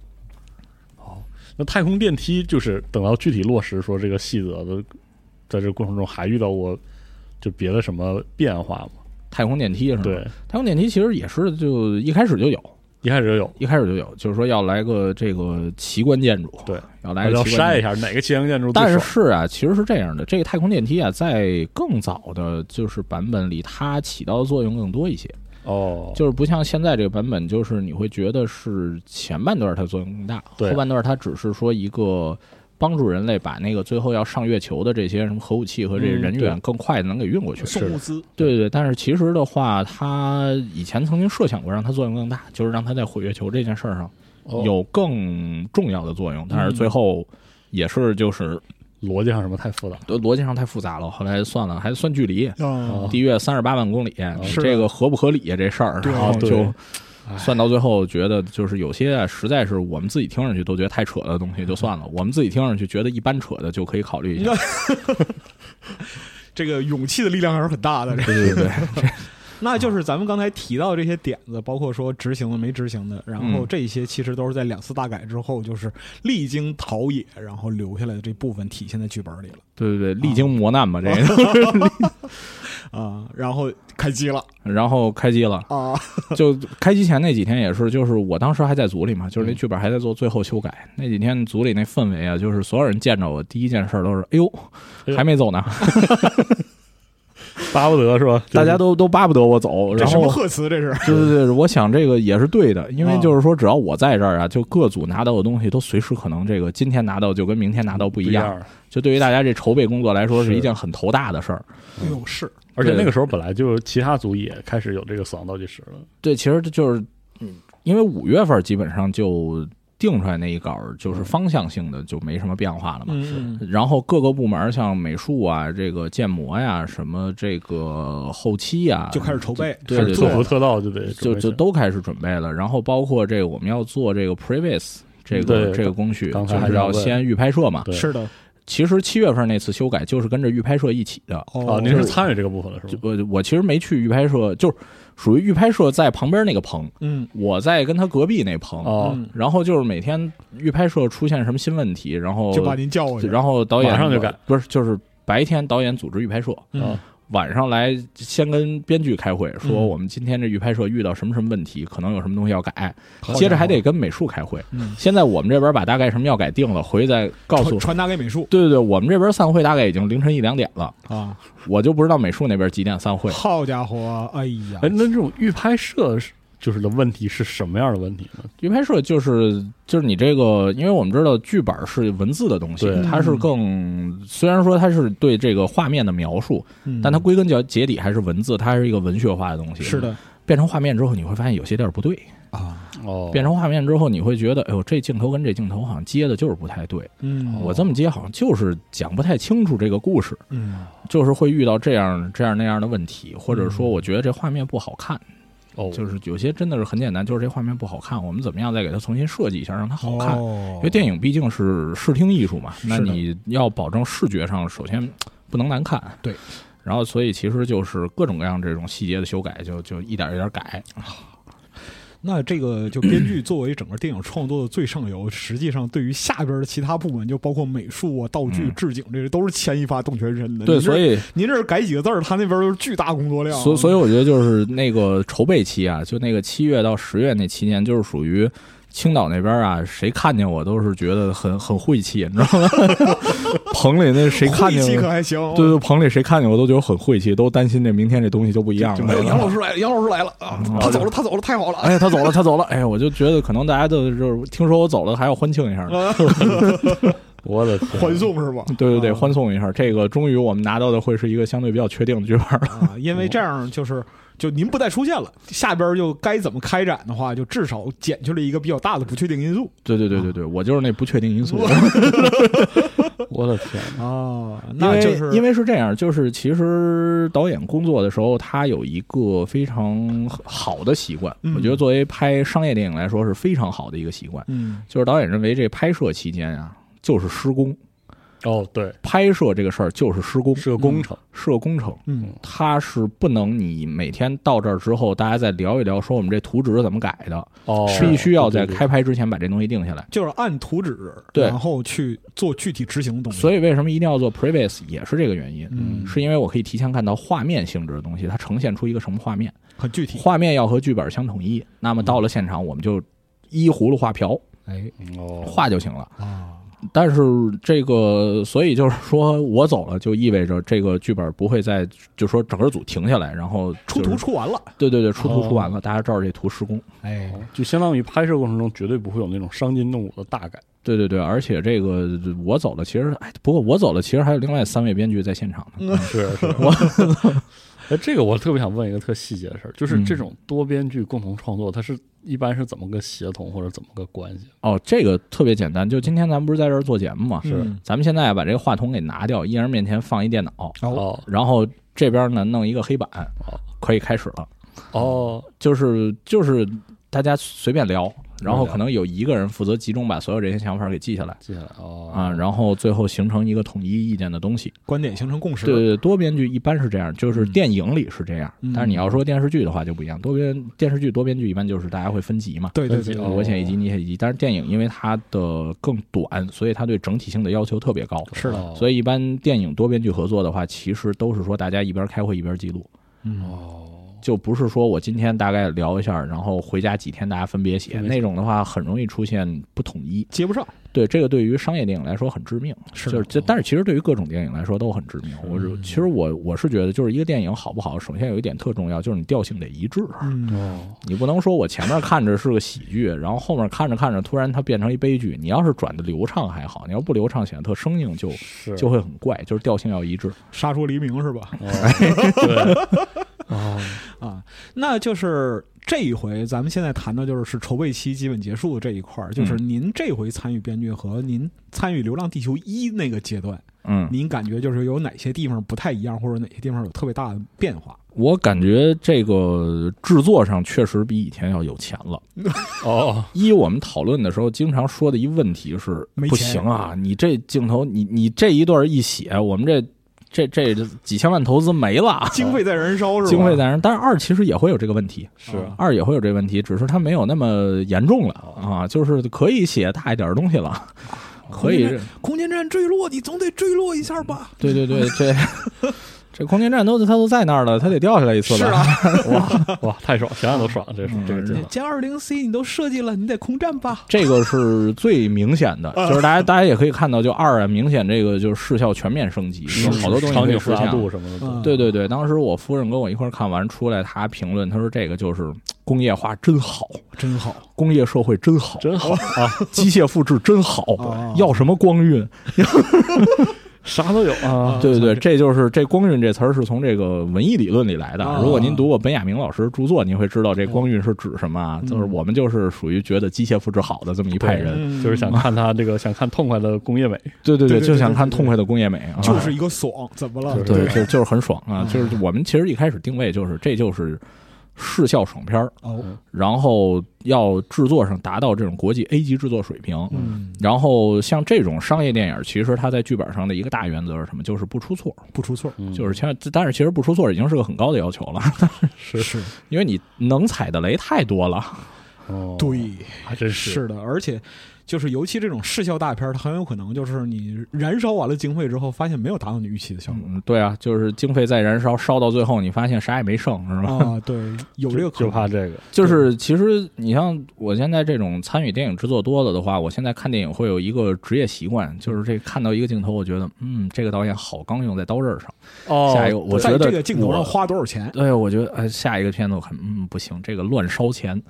[SPEAKER 2] 哦，那太空电梯就是等到具体落实说这个细则的，在这过程中还遇到过就别的什么变化吗？
[SPEAKER 4] 太空电梯是吧？，
[SPEAKER 2] 对，
[SPEAKER 4] 太空电梯其实也是就一开始就有，
[SPEAKER 2] 一开始就有，
[SPEAKER 4] 一开始就有，就是说要来个这个奇观建筑，
[SPEAKER 2] 对，
[SPEAKER 4] 要来个
[SPEAKER 2] 要
[SPEAKER 4] 奇观
[SPEAKER 2] 筛
[SPEAKER 4] 建
[SPEAKER 2] 一
[SPEAKER 4] 筑。
[SPEAKER 2] 下哪个奇行建筑最
[SPEAKER 4] 但是
[SPEAKER 2] 爽。
[SPEAKER 4] 是啊，其实是这样的，这个太空电梯啊，在更早的就是版本里，它起到的作用更多一些，
[SPEAKER 2] 哦，
[SPEAKER 4] 就是不像现在这个版本，就是你会觉得是前半段它作用更大，
[SPEAKER 2] 对
[SPEAKER 4] 后半段它只是说一个帮助人类把那个最后要上月球的这些什么核武器和这
[SPEAKER 2] 嗯
[SPEAKER 4] 人员更快地能给运过去。
[SPEAKER 3] 送物资，
[SPEAKER 4] 对对对，但是其实的话，他以前曾经设想过让它作用更大，就是让它在毁月球这件事儿上
[SPEAKER 2] 哦嗯
[SPEAKER 4] 有更重要的作用，但是最后也是就是
[SPEAKER 2] 逻辑上什么太复杂。
[SPEAKER 4] 呃逻辑上太复杂了，后来算了还算距离，
[SPEAKER 3] 嗯
[SPEAKER 2] 哦
[SPEAKER 4] 地月三十八万公里，
[SPEAKER 3] 是
[SPEAKER 4] 这个合不合理啊这事儿，
[SPEAKER 3] 对
[SPEAKER 4] 然后就
[SPEAKER 2] 对
[SPEAKER 4] 算到最后觉得就是有些啊，实在是我们自己听上去都觉得太扯的东西就算 了，我们自己听上去觉得一般扯的就可以考虑一下，
[SPEAKER 3] 这个勇气的力量还是很 大的。这
[SPEAKER 4] 对对对，啊
[SPEAKER 3] 那就是咱们刚才提到这些点子，包括说执行的、没执行的，然后
[SPEAKER 4] 嗯
[SPEAKER 3] 这些其实都是在两次大改之后，就是历经陶冶，然后留下来的这部分体现在剧本里了
[SPEAKER 4] 对对对，历经磨难吧，这 个，
[SPEAKER 3] 啊、然后开机了
[SPEAKER 4] 然后开机了。
[SPEAKER 3] 啊，
[SPEAKER 4] 就开机前那几天也是，就是我当时还在组里嘛，就是那剧本还在做最后修改。那几天组里那氛围啊，就是所有人见着我第一件事都是，哎呦，还没走呢，
[SPEAKER 2] 巴不得是吧？
[SPEAKER 4] 大家都都巴不得我走。
[SPEAKER 3] 这
[SPEAKER 4] 然
[SPEAKER 3] 什么
[SPEAKER 4] 后，
[SPEAKER 3] 贺词？这是
[SPEAKER 4] 对对对，我想这个也是对的，因为
[SPEAKER 3] 啊
[SPEAKER 4] 就是说，只要我在这儿啊，就各组拿到的东西都随时可能这个今天拿到就跟明天拿到不
[SPEAKER 2] 不
[SPEAKER 4] 一样。，就对于大家这筹备工作来说，是
[SPEAKER 2] 是
[SPEAKER 4] 一件很头大的事儿。
[SPEAKER 3] 哟是
[SPEAKER 2] 而且
[SPEAKER 4] 对
[SPEAKER 2] 那个时候本来就其他组也开始有这个死亡倒计时了。
[SPEAKER 4] 对，其实这就是，嗯因为五月份基本上就定出来那一稿儿，就是方向性的就没什么变化了嘛。
[SPEAKER 3] 嗯嗯
[SPEAKER 4] 然后各个部门儿像美术啊、这个建模呀、什么这个后期啊呀、
[SPEAKER 3] 就开始筹备，
[SPEAKER 4] 对
[SPEAKER 2] 开
[SPEAKER 4] 对
[SPEAKER 2] 始做
[SPEAKER 4] 对
[SPEAKER 2] 服特道就得
[SPEAKER 4] 就
[SPEAKER 2] 准备
[SPEAKER 4] 就
[SPEAKER 2] 去
[SPEAKER 4] 都开始准备了。然后包括这个我们要做这个 previs 这个
[SPEAKER 2] 对
[SPEAKER 4] 这个工序，
[SPEAKER 2] 刚才
[SPEAKER 4] 就
[SPEAKER 2] 还
[SPEAKER 4] 是
[SPEAKER 2] 是要
[SPEAKER 4] 要
[SPEAKER 2] 问
[SPEAKER 4] 先预拍摄嘛。
[SPEAKER 2] 对
[SPEAKER 3] 是的
[SPEAKER 4] 其实七月份那次修改就是跟着预拍摄一起的。
[SPEAKER 2] 啊
[SPEAKER 3] 哦，，
[SPEAKER 2] 您是参与这个部分了是
[SPEAKER 4] 就
[SPEAKER 2] 吗？
[SPEAKER 4] 我我其实没去预拍摄，就是属于预拍摄在旁边那个棚，
[SPEAKER 3] 嗯
[SPEAKER 4] 我在跟他隔壁那棚。
[SPEAKER 2] 哦，
[SPEAKER 3] 嗯，
[SPEAKER 4] 然后就是每天预拍摄出现什么新问题，然后
[SPEAKER 3] 就把您叫过去，
[SPEAKER 4] 哦然后导演
[SPEAKER 2] 马上就改，
[SPEAKER 4] 不是就是白天导演组织预拍摄，
[SPEAKER 3] 嗯
[SPEAKER 4] 晚上来先跟编剧开会，说
[SPEAKER 3] 嗯
[SPEAKER 4] 我们今天这预拍摄遇到什么什么问题，可能有什么东西要改，
[SPEAKER 3] 好
[SPEAKER 4] 接着还
[SPEAKER 3] 家
[SPEAKER 4] 得跟美术开会。
[SPEAKER 3] 嗯
[SPEAKER 4] 现在我们这边把大概什么要改定了，回去再告诉
[SPEAKER 3] 传。传达给美术
[SPEAKER 4] 对对对，我们这边散会大概已经凌晨一两点了，
[SPEAKER 3] 啊，
[SPEAKER 4] 我就不知道美术那边几点散会。
[SPEAKER 3] 好家伙，哎呀
[SPEAKER 2] 哎，，那这种预拍摄是就是的问题是什么样的问题呢？
[SPEAKER 4] 预拍摄就是就是你这个，因为我们知道剧本是文字的东西
[SPEAKER 2] 对，
[SPEAKER 4] 它是更虽然说它是对这个画面的描述，
[SPEAKER 3] 嗯
[SPEAKER 4] 但它归根结结底还是文字，它还是一个文学化的东西。
[SPEAKER 3] 是，的
[SPEAKER 4] 变成画面之后，你会发现有些地儿不对。
[SPEAKER 3] 啊，
[SPEAKER 2] 哦，
[SPEAKER 4] 变成画面之后，你会觉得，哎呦，这镜头跟这镜头好像接的就是不太对。
[SPEAKER 3] 嗯
[SPEAKER 4] 我这么接好像就是讲不太清楚这个故事，
[SPEAKER 3] 嗯
[SPEAKER 4] 就是会遇到这样这样那样的问题，或者说我觉得这画面不好看，
[SPEAKER 2] 哦，
[SPEAKER 4] 就是有些真的是很简单，就是这画面不好看，我们怎么样再给它重新设计一下，让它好看。
[SPEAKER 3] 哦
[SPEAKER 4] 因为电影毕竟是视听艺术嘛，那
[SPEAKER 3] 是的
[SPEAKER 4] 你要保证视觉上首先不能难看，
[SPEAKER 3] 对。
[SPEAKER 4] 然后，所以其实就是各种各样这种细节的修改，就就一点一点改。
[SPEAKER 3] 那这个 就编剧作为整个电影创作的最上游，实际上对于下边的其他部门，就包括美术啊、道具、
[SPEAKER 4] 嗯
[SPEAKER 3] 置景，这些都是牵一发动全身的。
[SPEAKER 4] 对，
[SPEAKER 3] 您这
[SPEAKER 4] 所以
[SPEAKER 3] 您这儿改几个字儿，他那边就是巨大工作量啊。
[SPEAKER 4] 所所以我觉得就是那个筹备期啊，就那个七月到十月那期间，就是属于青岛那边啊，谁看见我都是觉得很很晦气，你知道吗？ 棚里那谁看
[SPEAKER 3] 看
[SPEAKER 4] 见
[SPEAKER 3] 气可啊
[SPEAKER 4] 我，
[SPEAKER 3] 还行，
[SPEAKER 4] 对对，棚里谁看见我都觉得很晦气，都担心这明天这东西就不一样
[SPEAKER 3] 就没有杨
[SPEAKER 4] 了。
[SPEAKER 3] 老师来了，杨老师来了啊
[SPEAKER 4] 嗯，
[SPEAKER 3] 他走了，他走了，太好了。
[SPEAKER 4] 哎呀，他走 了，他走了！哎呀，我就觉得可能大家都就是听说我走了，还要欢庆一下呢。
[SPEAKER 2] 我的天
[SPEAKER 5] 欢送是吧？
[SPEAKER 4] 对对对，
[SPEAKER 3] 啊
[SPEAKER 4] 欢送一下，这个终于我们拿到的会是一个相对比较确定的剧本了。
[SPEAKER 3] 啊，因为这样就是就您不再出现了，下边儿就该怎么开展的话，就至少减去了一个比较大的不确定因素
[SPEAKER 4] 对对对对对，我就是那不确定因素。
[SPEAKER 2] 我的天，
[SPEAKER 3] 啊。
[SPEAKER 4] 因为
[SPEAKER 3] 那就是
[SPEAKER 4] 因
[SPEAKER 3] 为
[SPEAKER 4] 为是这样，就是其实导演工作的时候，他有一个非常好的习惯，
[SPEAKER 3] 嗯
[SPEAKER 4] 我觉得作为拍商业电影来说是非常好的一个习惯，
[SPEAKER 3] 嗯
[SPEAKER 4] 就是导演认为这拍摄期间啊就是施工，
[SPEAKER 2] 哦，对，
[SPEAKER 4] 拍摄这个事儿就是施工，
[SPEAKER 2] 是个工程，
[SPEAKER 4] 是个工程，
[SPEAKER 3] 嗯
[SPEAKER 4] 它是不能你每天到这儿之后，大家再聊一聊，说我们这图纸是怎么改的，
[SPEAKER 2] 哦，
[SPEAKER 4] 嗯必须要在
[SPEAKER 2] 对对对
[SPEAKER 4] 开拍之前把这东西定下来。
[SPEAKER 3] 就是按图纸，
[SPEAKER 4] 对
[SPEAKER 3] 然后去做具体执
[SPEAKER 2] 嗯
[SPEAKER 3] 行的东西。
[SPEAKER 4] 所以为什么一定要做 previous，也是这个原因，
[SPEAKER 3] 嗯，
[SPEAKER 4] 是因为我可以提前看到画面性质的东西，它呈现出一个什么画面。
[SPEAKER 3] 很具体。
[SPEAKER 4] 画面要和剧本相统一。那么到了现场，我们就依葫芦画瓢，
[SPEAKER 3] 哎
[SPEAKER 2] 嗯哦，
[SPEAKER 4] 画就行了。
[SPEAKER 3] 啊，
[SPEAKER 4] 但是这个，所以就是说我走了，就意味着这个剧本不会再，就说整个组停下来，然后
[SPEAKER 3] 出
[SPEAKER 4] 就
[SPEAKER 3] 图
[SPEAKER 4] 是，
[SPEAKER 3] 出完了，
[SPEAKER 4] 对对对，出图
[SPEAKER 2] 哦
[SPEAKER 4] 出完了，大家照着这图施工。
[SPEAKER 3] 哎，
[SPEAKER 2] 就相当于拍摄过程中绝对不会有那种伤筋动骨的大改，
[SPEAKER 4] 对对对，而且这个我走了，其实哎，不过我走了，其实还有另外三位编剧在现场呢。
[SPEAKER 2] 是 是，我。 哎，这个我特别想问一个特细节的事儿，就是
[SPEAKER 4] 嗯
[SPEAKER 2] 这种多编剧共同创作，它是一般是怎么个协同或者怎么个关系？
[SPEAKER 4] 哦，这个特别简单，就今天咱们不是在这儿做节目嘛，
[SPEAKER 2] 是
[SPEAKER 3] 嗯
[SPEAKER 4] 咱们现在把这个话筒给拿掉，一人面前放一电脑，
[SPEAKER 3] 哦，
[SPEAKER 2] 哦
[SPEAKER 4] 然后这边呢弄一个黑板
[SPEAKER 2] 哦，
[SPEAKER 4] 可以开始了。
[SPEAKER 2] 哦，
[SPEAKER 4] 就是就是大家随便聊，然后
[SPEAKER 2] 聊
[SPEAKER 4] 可能有一个人负责集中把所有这些想法给记下来
[SPEAKER 2] 记下来哦
[SPEAKER 4] 啊，然后最后形成一个统一意见的东西。
[SPEAKER 3] 观点形成共识。
[SPEAKER 4] 对对，对多编剧一般是这样，就是
[SPEAKER 3] 嗯
[SPEAKER 4] 电影里是这样，
[SPEAKER 3] 嗯
[SPEAKER 4] 但是你要说电视剧的话就不一样，多编电视剧多编剧一般就是大家会分级嘛。
[SPEAKER 3] 对对
[SPEAKER 2] 分
[SPEAKER 3] 对
[SPEAKER 2] 析
[SPEAKER 3] 对
[SPEAKER 2] 哦
[SPEAKER 4] 我写一集，你写一集，但是电影因为它的更短，所以它对整体性的要求特别高。
[SPEAKER 3] 是的，
[SPEAKER 2] 哦
[SPEAKER 4] 所以一般电影多编剧合作的话，其实都是说大家一边开会一边记录。
[SPEAKER 3] 嗯，
[SPEAKER 2] 哦，
[SPEAKER 4] 就不是说我今天大概聊一下，然后回家几天大家分别写
[SPEAKER 2] 分别写
[SPEAKER 4] 那种的话，很容易出现不统一。
[SPEAKER 3] 接不上，
[SPEAKER 4] 对这个对于商业电影来说很致命，
[SPEAKER 3] 是
[SPEAKER 4] 就是嗯这，但是其实对于各种电影来说都很致命。我是其实我我是觉得，就是一个电影好不好，首先有一点特重要，就是你调性得一致。
[SPEAKER 3] 嗯，
[SPEAKER 2] 哦，
[SPEAKER 4] 你不能说我前面看着是个喜剧，然后后面看着看着突然它变成一悲剧。你要是转的流畅还好，你要不流畅显得特生硬就是就会很怪，就是调性要一致。
[SPEAKER 3] 杀出黎明是吧？
[SPEAKER 2] 哦对， 哦，
[SPEAKER 3] 啊，那就是这一回咱们现在谈的就是是筹备期基本结束的这一块儿，就是您这回参与编剧和您参与《流浪地球一》那个阶段，
[SPEAKER 4] 嗯，
[SPEAKER 3] 您感觉就是有哪些地方不太一样，或者哪些地方有特别大的变化？
[SPEAKER 4] 我感觉这个制作上确实比以前要有钱了。
[SPEAKER 2] 哦，
[SPEAKER 4] 一我们讨论的时候经常说的一问题是
[SPEAKER 3] 没，钱
[SPEAKER 4] 不行啊，你这镜头，你你这一段一写，我们这这这几千万投资没了，
[SPEAKER 3] 经费在燃烧是啊吧？
[SPEAKER 4] 经费在那儿。但是二其实也会有这个问题，
[SPEAKER 2] 是
[SPEAKER 3] 啊
[SPEAKER 4] 二也会有这个问题，只是它没有那么严重了啊，就是可以写大一点的东西 了，可以
[SPEAKER 3] 空间空间站坠落，你总得坠落一下吧？
[SPEAKER 4] 对对对，这这空间站都它都在那儿了，它嗯得掉下来一次
[SPEAKER 3] 是
[SPEAKER 4] 吧？
[SPEAKER 3] 啊，
[SPEAKER 2] 哇，太爽，想想都爽，这是这个
[SPEAKER 4] 嗯
[SPEAKER 2] 真的。
[SPEAKER 3] 歼二零 C 你都设计了，你得空战吧？
[SPEAKER 4] 这个是最明显的，
[SPEAKER 3] 啊
[SPEAKER 4] 就是大家大家也可以看到，就二啊，明显这个就是视效全面升级，有嗯好多东西
[SPEAKER 2] 场
[SPEAKER 4] 可以
[SPEAKER 2] 景
[SPEAKER 4] 实
[SPEAKER 2] 复
[SPEAKER 4] 现
[SPEAKER 2] 杂
[SPEAKER 4] 啊了
[SPEAKER 2] 度什么的
[SPEAKER 3] 嗯
[SPEAKER 2] 都，
[SPEAKER 4] 对对对，当时我夫人跟我一块儿看完出来，她评论，她说这个就是嘖工业化真好，
[SPEAKER 3] 真好，
[SPEAKER 4] 工业社会真好，
[SPEAKER 2] 真好啊，
[SPEAKER 4] 机械复制真好
[SPEAKER 3] 哦，
[SPEAKER 4] 要什么光晕？
[SPEAKER 2] 啥都有
[SPEAKER 3] 哦
[SPEAKER 2] 啊。
[SPEAKER 4] 对对对，这就是这“光晕”这词儿是从这个文艺理论里来的
[SPEAKER 3] 哦。
[SPEAKER 4] 如果您读过本雅明老师著作，您会知道这光晕是指什么啊。
[SPEAKER 3] 嗯
[SPEAKER 4] 就是我们就是属于觉得机械复制好的这么一派人，
[SPEAKER 3] 嗯
[SPEAKER 2] 就是想看他这个，想看痛快的工业美，
[SPEAKER 4] 对对
[SPEAKER 3] 对
[SPEAKER 4] 对，
[SPEAKER 3] 对
[SPEAKER 4] 就想
[SPEAKER 3] 对
[SPEAKER 4] 看
[SPEAKER 3] 对
[SPEAKER 4] 痛快的工业美啊。
[SPEAKER 3] 就是一个爽，怎么了？
[SPEAKER 2] 就是
[SPEAKER 4] 对，就就是很爽啊！
[SPEAKER 3] 嗯
[SPEAKER 4] 就是我们其实一开始定位就是这就是视效爽片儿，
[SPEAKER 3] 哦，
[SPEAKER 4] 然后要制作上达到这种国际 A 级制作水平。
[SPEAKER 3] 嗯，
[SPEAKER 4] 然后像这种商业电影，其实它在剧本上的一个大原则是什么？就是不出错，
[SPEAKER 3] 不出错，
[SPEAKER 4] 嗯就是千万。但是其实不出错已经是个很高的要求 了，
[SPEAKER 2] 是
[SPEAKER 3] 是
[SPEAKER 4] 因为你能踩的雷太多了。
[SPEAKER 2] 哦，
[SPEAKER 3] 对，
[SPEAKER 2] 还真是
[SPEAKER 3] 是的，而且就是尤其这种视效大片儿，它很有可能就是你燃烧完了经费之后，发现没有达到你预期的效果
[SPEAKER 4] 嗯，对啊，就是经费在燃烧，烧到最后你发现啥也没剩，是吧？
[SPEAKER 3] 啊。对，有这个可
[SPEAKER 2] 就
[SPEAKER 3] 能
[SPEAKER 2] 怕这个
[SPEAKER 4] 就是其实你像我现在这种参与电影制作多了的话，我现在看电影会有一个职业习惯，就是这看到一个镜头，我觉得嗯，这个导演好刚用在刀刃上。
[SPEAKER 2] 哦
[SPEAKER 4] 下一个我觉
[SPEAKER 3] 在
[SPEAKER 4] 得
[SPEAKER 3] 这个镜头上
[SPEAKER 4] 我
[SPEAKER 3] 花多少钱？
[SPEAKER 4] 对，我觉得呃，下一个片子我 看嗯不行，这个乱烧钱，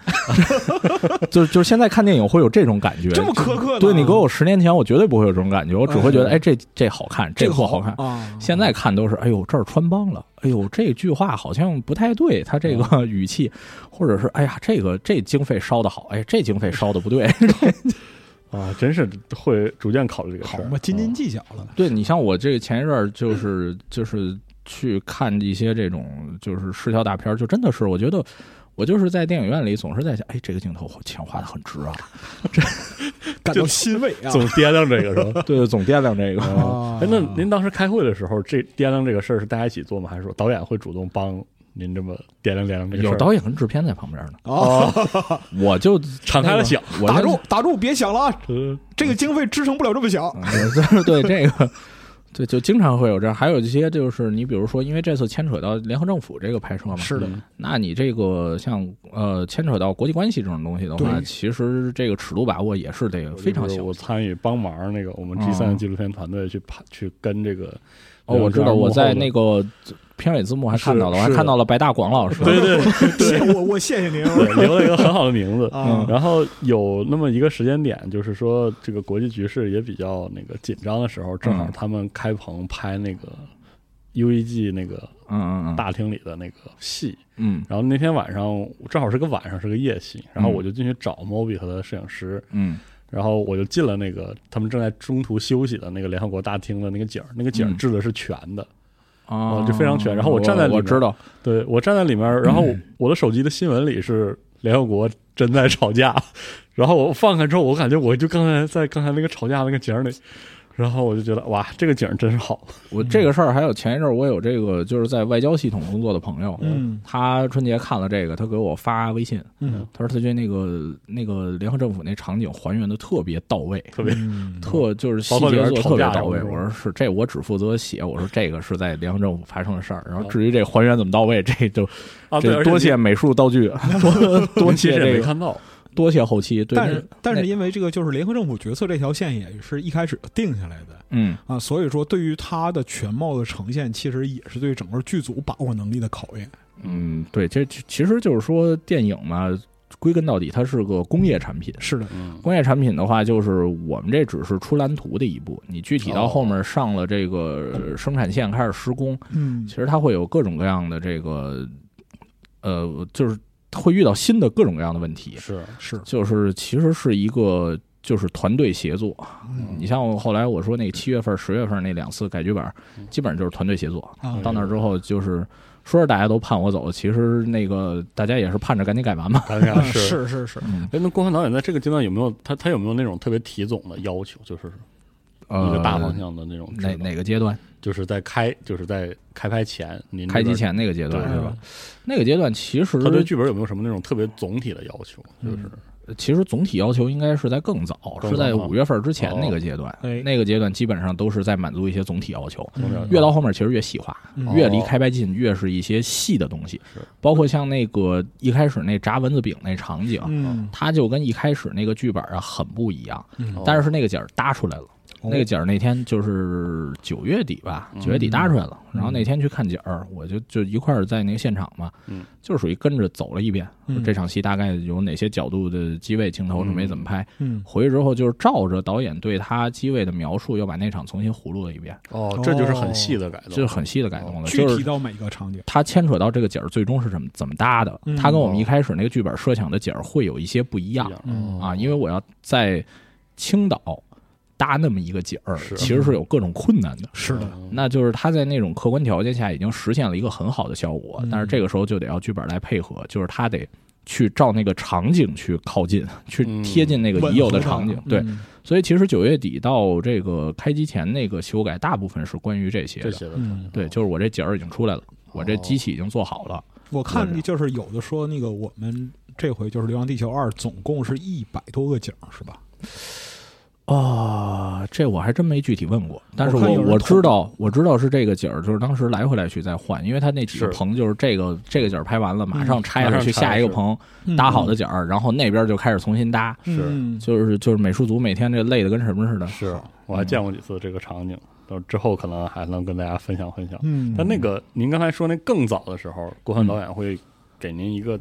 [SPEAKER 4] 就是就是现在看电影会有这种感觉，
[SPEAKER 3] 这么苛刻呢？
[SPEAKER 4] 对你给我十年前，我绝对不会有这种感觉，我只会觉得，
[SPEAKER 3] 哎
[SPEAKER 4] 哎，这这好看，
[SPEAKER 3] 这
[SPEAKER 4] 这
[SPEAKER 3] 个
[SPEAKER 4] 货好看。哦
[SPEAKER 3] 啊，
[SPEAKER 4] 现在看都是，哎呦，这儿穿帮了，哎呦，这句话好像不太对，他这个 语气，或者是，哎呀，这个这经费烧的好，哎，这经费烧的不对。
[SPEAKER 2] 啊，真是会逐渐考虑这个事
[SPEAKER 3] 好
[SPEAKER 2] 儿。
[SPEAKER 3] 嘛，斤斤计较了。
[SPEAKER 4] 对你像我这个前一阵儿就是就是去看一些这种就是视效大片儿，就真的是我觉得。我就是在电影院里总是在想，哎，这个镜头钱花的很值啊！
[SPEAKER 3] 感到欣慰啊！
[SPEAKER 2] 总掂量这 个是吧？
[SPEAKER 4] 对，总掂量 这个
[SPEAKER 3] 啊
[SPEAKER 2] 哎，那您当时开会的时候，这掂量这个事儿是大家一起做吗？还是说导演会主动帮您这么掂量掂量这个事儿？
[SPEAKER 4] 有导演跟制片在旁边呢，
[SPEAKER 2] 哦
[SPEAKER 3] 啊，
[SPEAKER 4] 我就
[SPEAKER 2] 敞开了想，
[SPEAKER 4] 哦我
[SPEAKER 3] 打
[SPEAKER 4] 就
[SPEAKER 3] 住，打住，别想了啊！
[SPEAKER 2] 呃
[SPEAKER 3] 这个经费支撑不了这么小
[SPEAKER 4] 嗯就是 对这个，对，就经常会有这样。还有一些就是你比如说，因为这次牵扯到联合政府这个拍摄嘛，
[SPEAKER 3] 是的
[SPEAKER 2] 嗯
[SPEAKER 4] 那你这个像呃牵扯到国际关系这种东西的话，
[SPEAKER 3] 对
[SPEAKER 4] 其实这个尺度把握也是得非常
[SPEAKER 2] 就是
[SPEAKER 4] 小
[SPEAKER 2] 我。参与帮忙那个我们 G 三纪录片团队去拍去跟这个
[SPEAKER 4] 哦，我知道，我在那
[SPEAKER 2] 个
[SPEAKER 4] 个片尾字幕还看到了，
[SPEAKER 2] 是
[SPEAKER 4] 我还
[SPEAKER 2] 是
[SPEAKER 4] 看到了白大广老师。
[SPEAKER 2] 对对
[SPEAKER 3] 谢我我谢谢您
[SPEAKER 2] 对 留了一个很好的名字。
[SPEAKER 3] 啊
[SPEAKER 4] 嗯
[SPEAKER 2] 然后有那么一个时间点，就是说这个国际局势也比较那个紧张的时候，正好
[SPEAKER 4] 嗯
[SPEAKER 2] 他们开棚拍那个 UEG 那个
[SPEAKER 4] 嗯嗯嗯，
[SPEAKER 2] 大厅里的那个戏。
[SPEAKER 4] 嗯
[SPEAKER 2] 然后那天晚上正好是个晚上，是个夜戏，然后
[SPEAKER 4] 嗯
[SPEAKER 2] 我就进去找 Moby 和他的摄影师，
[SPEAKER 4] 嗯
[SPEAKER 2] 然后我就进了那个他们正在中途休息的那个联合国大厅的那个景儿，那个景儿
[SPEAKER 4] 嗯
[SPEAKER 2] 制的是全的，
[SPEAKER 4] 啊
[SPEAKER 2] 哦就非常全然后我站在里面
[SPEAKER 4] 我知道，
[SPEAKER 2] 对我站在里面，然后我
[SPEAKER 4] 嗯
[SPEAKER 2] 我的手机的新闻里是联合国真在吵架， 然后我放开之后，我感觉我就刚才在刚才那个吵架那个景儿里，然后我就觉得哇，这个景儿真是好，
[SPEAKER 4] 我这个事儿还有前一阵儿我有这个就是在外交系统工作的朋友，
[SPEAKER 3] 嗯
[SPEAKER 4] 他春节看了这个，他给我发微信，
[SPEAKER 3] 嗯
[SPEAKER 4] 他说他觉得那个那个联合政府那场景还原的特别到位，
[SPEAKER 2] 特别
[SPEAKER 3] 嗯
[SPEAKER 4] 特就是细
[SPEAKER 2] 包括里
[SPEAKER 4] 节
[SPEAKER 2] 边
[SPEAKER 4] 做得特
[SPEAKER 2] 吵
[SPEAKER 4] 别
[SPEAKER 2] 架
[SPEAKER 4] 到位。
[SPEAKER 2] 什么的
[SPEAKER 4] 我说是这，我只负责写。我说这个是在联合政府发生的事儿。然后至于这还原怎么到位，这就
[SPEAKER 2] 啊，对，
[SPEAKER 4] 这
[SPEAKER 2] 而且
[SPEAKER 4] 多谢
[SPEAKER 2] 你
[SPEAKER 4] 美术道 具，多多
[SPEAKER 2] 其实也
[SPEAKER 4] 谢这
[SPEAKER 2] 没
[SPEAKER 4] 个，
[SPEAKER 2] 看到，
[SPEAKER 4] 多谢后期。对，
[SPEAKER 3] 但
[SPEAKER 4] 那
[SPEAKER 3] 是但是因为这个就是联合政府决策这条线也是一开始定下来的
[SPEAKER 4] 嗯，
[SPEAKER 3] 啊，所以说对于它的全貌的呈现，其实也是对整个剧组把握能力的考验。
[SPEAKER 4] 嗯，对，这其其实就是说电影嘛，归根到底它是个工业产品。
[SPEAKER 3] 是的，
[SPEAKER 2] 嗯，
[SPEAKER 4] 工业产品的话，就是我们这只是出蓝图的一步，你具体到
[SPEAKER 2] 哦
[SPEAKER 4] 后面上了这个呃生产线开始施工，
[SPEAKER 3] 嗯
[SPEAKER 4] 其实它会有各种各样的这个，呃，就是会遇到新的各种各样的问题，
[SPEAKER 2] 是
[SPEAKER 3] 是
[SPEAKER 4] 就是其实是一个就是团队协作。
[SPEAKER 3] 嗯
[SPEAKER 4] 你像后来我说那七月份、十月份那两次改剧本，基本上就是团队协作。
[SPEAKER 3] 啊，
[SPEAKER 4] 到那儿之后，就是说是大家都盼我走，其实那个大家也是盼着赶紧改完嘛。
[SPEAKER 2] 尴尬
[SPEAKER 3] 啊是是是，
[SPEAKER 4] 嗯，
[SPEAKER 2] 哎，那郭帆导演在这个阶段有没有他他有没有那种特别体总的要求，就是一个大方
[SPEAKER 4] 呃。
[SPEAKER 2] 向的那种指导？
[SPEAKER 4] 哪哪个阶段？
[SPEAKER 2] 就是在开就是在开拍前，您这
[SPEAKER 4] 开机
[SPEAKER 2] 边
[SPEAKER 4] 前那个阶段
[SPEAKER 2] 对啊
[SPEAKER 4] 是吧？？那个阶段其实
[SPEAKER 2] 他对剧本有没有什么那种特别总体的要求？就是
[SPEAKER 3] 嗯
[SPEAKER 4] 其实总体要求应该是在更早，
[SPEAKER 2] 更早
[SPEAKER 4] 是在
[SPEAKER 2] 啊
[SPEAKER 4] 五月份之前那个阶段。
[SPEAKER 3] 哎
[SPEAKER 4] 那个阶段基本上都是在满足一些总体要求。
[SPEAKER 2] 总体要
[SPEAKER 4] 越到后面其实越细化，
[SPEAKER 3] 嗯
[SPEAKER 4] 越离开拍近越是一些细的东西
[SPEAKER 2] 哦是，
[SPEAKER 4] 包括像那个一开始那炸蚊子饼那场景，
[SPEAKER 3] 嗯，
[SPEAKER 4] 它就跟一开始那个剧本啊很不一样。
[SPEAKER 2] 哦
[SPEAKER 4] 但是那个景儿搭出来了，
[SPEAKER 3] 哦
[SPEAKER 4] 那个景儿那天就是九月底吧，
[SPEAKER 2] 嗯
[SPEAKER 4] 九月底搭出来了。然后那天去看景儿，我就就一块儿在那个现场嘛，
[SPEAKER 2] 嗯
[SPEAKER 4] 就是属于跟着走了一遍，
[SPEAKER 3] 嗯
[SPEAKER 4] 这场戏大概有哪些角度的机位镜头准备怎么拍。
[SPEAKER 3] 嗯
[SPEAKER 4] 回去之后就是照着导演对他机位的描述，又把那场重新葫芦了一遍，
[SPEAKER 2] 哦，这就是很细的改动，
[SPEAKER 4] 这很细的改动了，
[SPEAKER 3] 哦嗯具
[SPEAKER 4] 就
[SPEAKER 3] 体
[SPEAKER 4] 是。
[SPEAKER 3] 到每个场景，
[SPEAKER 4] 它牵扯到这个景儿最终是怎么怎么搭的
[SPEAKER 3] 嗯，
[SPEAKER 4] 它跟我们一开始那个剧本设想的景儿会有一些不一样。
[SPEAKER 3] 嗯
[SPEAKER 4] 啊，因为我要在青岛搭那么一个景儿
[SPEAKER 2] 是，
[SPEAKER 4] 其实是有各种困难的。
[SPEAKER 3] 是的，
[SPEAKER 2] 嗯
[SPEAKER 4] 那就是他在那种客观条件下已经实现了一个很好的效果，
[SPEAKER 3] 嗯
[SPEAKER 4] 但是这个时候就得要剧本来配合，就是他得去照那个场景去靠近，去
[SPEAKER 2] 嗯
[SPEAKER 4] 贴近那个已有的场景。对，
[SPEAKER 3] 嗯
[SPEAKER 4] 所以其实九月底到这个开机前那个修改，大部分是关于这些
[SPEAKER 2] 这
[SPEAKER 4] 的。
[SPEAKER 2] 些的
[SPEAKER 3] 嗯
[SPEAKER 4] 对，就是我这景儿已经出来了，我这
[SPEAKER 2] 哦
[SPEAKER 4] 机器已经做好了。
[SPEAKER 3] 我看就是有的说那个我们这回就是《流浪地球二》，总共是一百多个景儿是吧？
[SPEAKER 2] 哦
[SPEAKER 4] 啊、这我还真没具体问过，但是
[SPEAKER 3] 我看
[SPEAKER 4] 我
[SPEAKER 3] 有人
[SPEAKER 4] 我
[SPEAKER 3] 投
[SPEAKER 4] 知道我知道是这个景儿，就是当时来回来去在换，因为他那几
[SPEAKER 2] 是
[SPEAKER 4] 个
[SPEAKER 2] 嗯
[SPEAKER 4] 棚就是这个这个景儿拍完了，马上拆
[SPEAKER 2] 马
[SPEAKER 4] 了
[SPEAKER 2] 上
[SPEAKER 4] 去
[SPEAKER 2] 拆
[SPEAKER 4] 下一个
[SPEAKER 2] 是
[SPEAKER 4] 棚搭好的景儿，然后那边就开始重新搭，
[SPEAKER 2] 是
[SPEAKER 3] 嗯
[SPEAKER 4] 就是就是美术组每天这累的跟什么似的。
[SPEAKER 2] 是我还见过几次这个场景，到之后可能还能跟大家分享分享。
[SPEAKER 3] 嗯，
[SPEAKER 2] 但那个您刚才说那更早的时候，郭帆导演会给您一个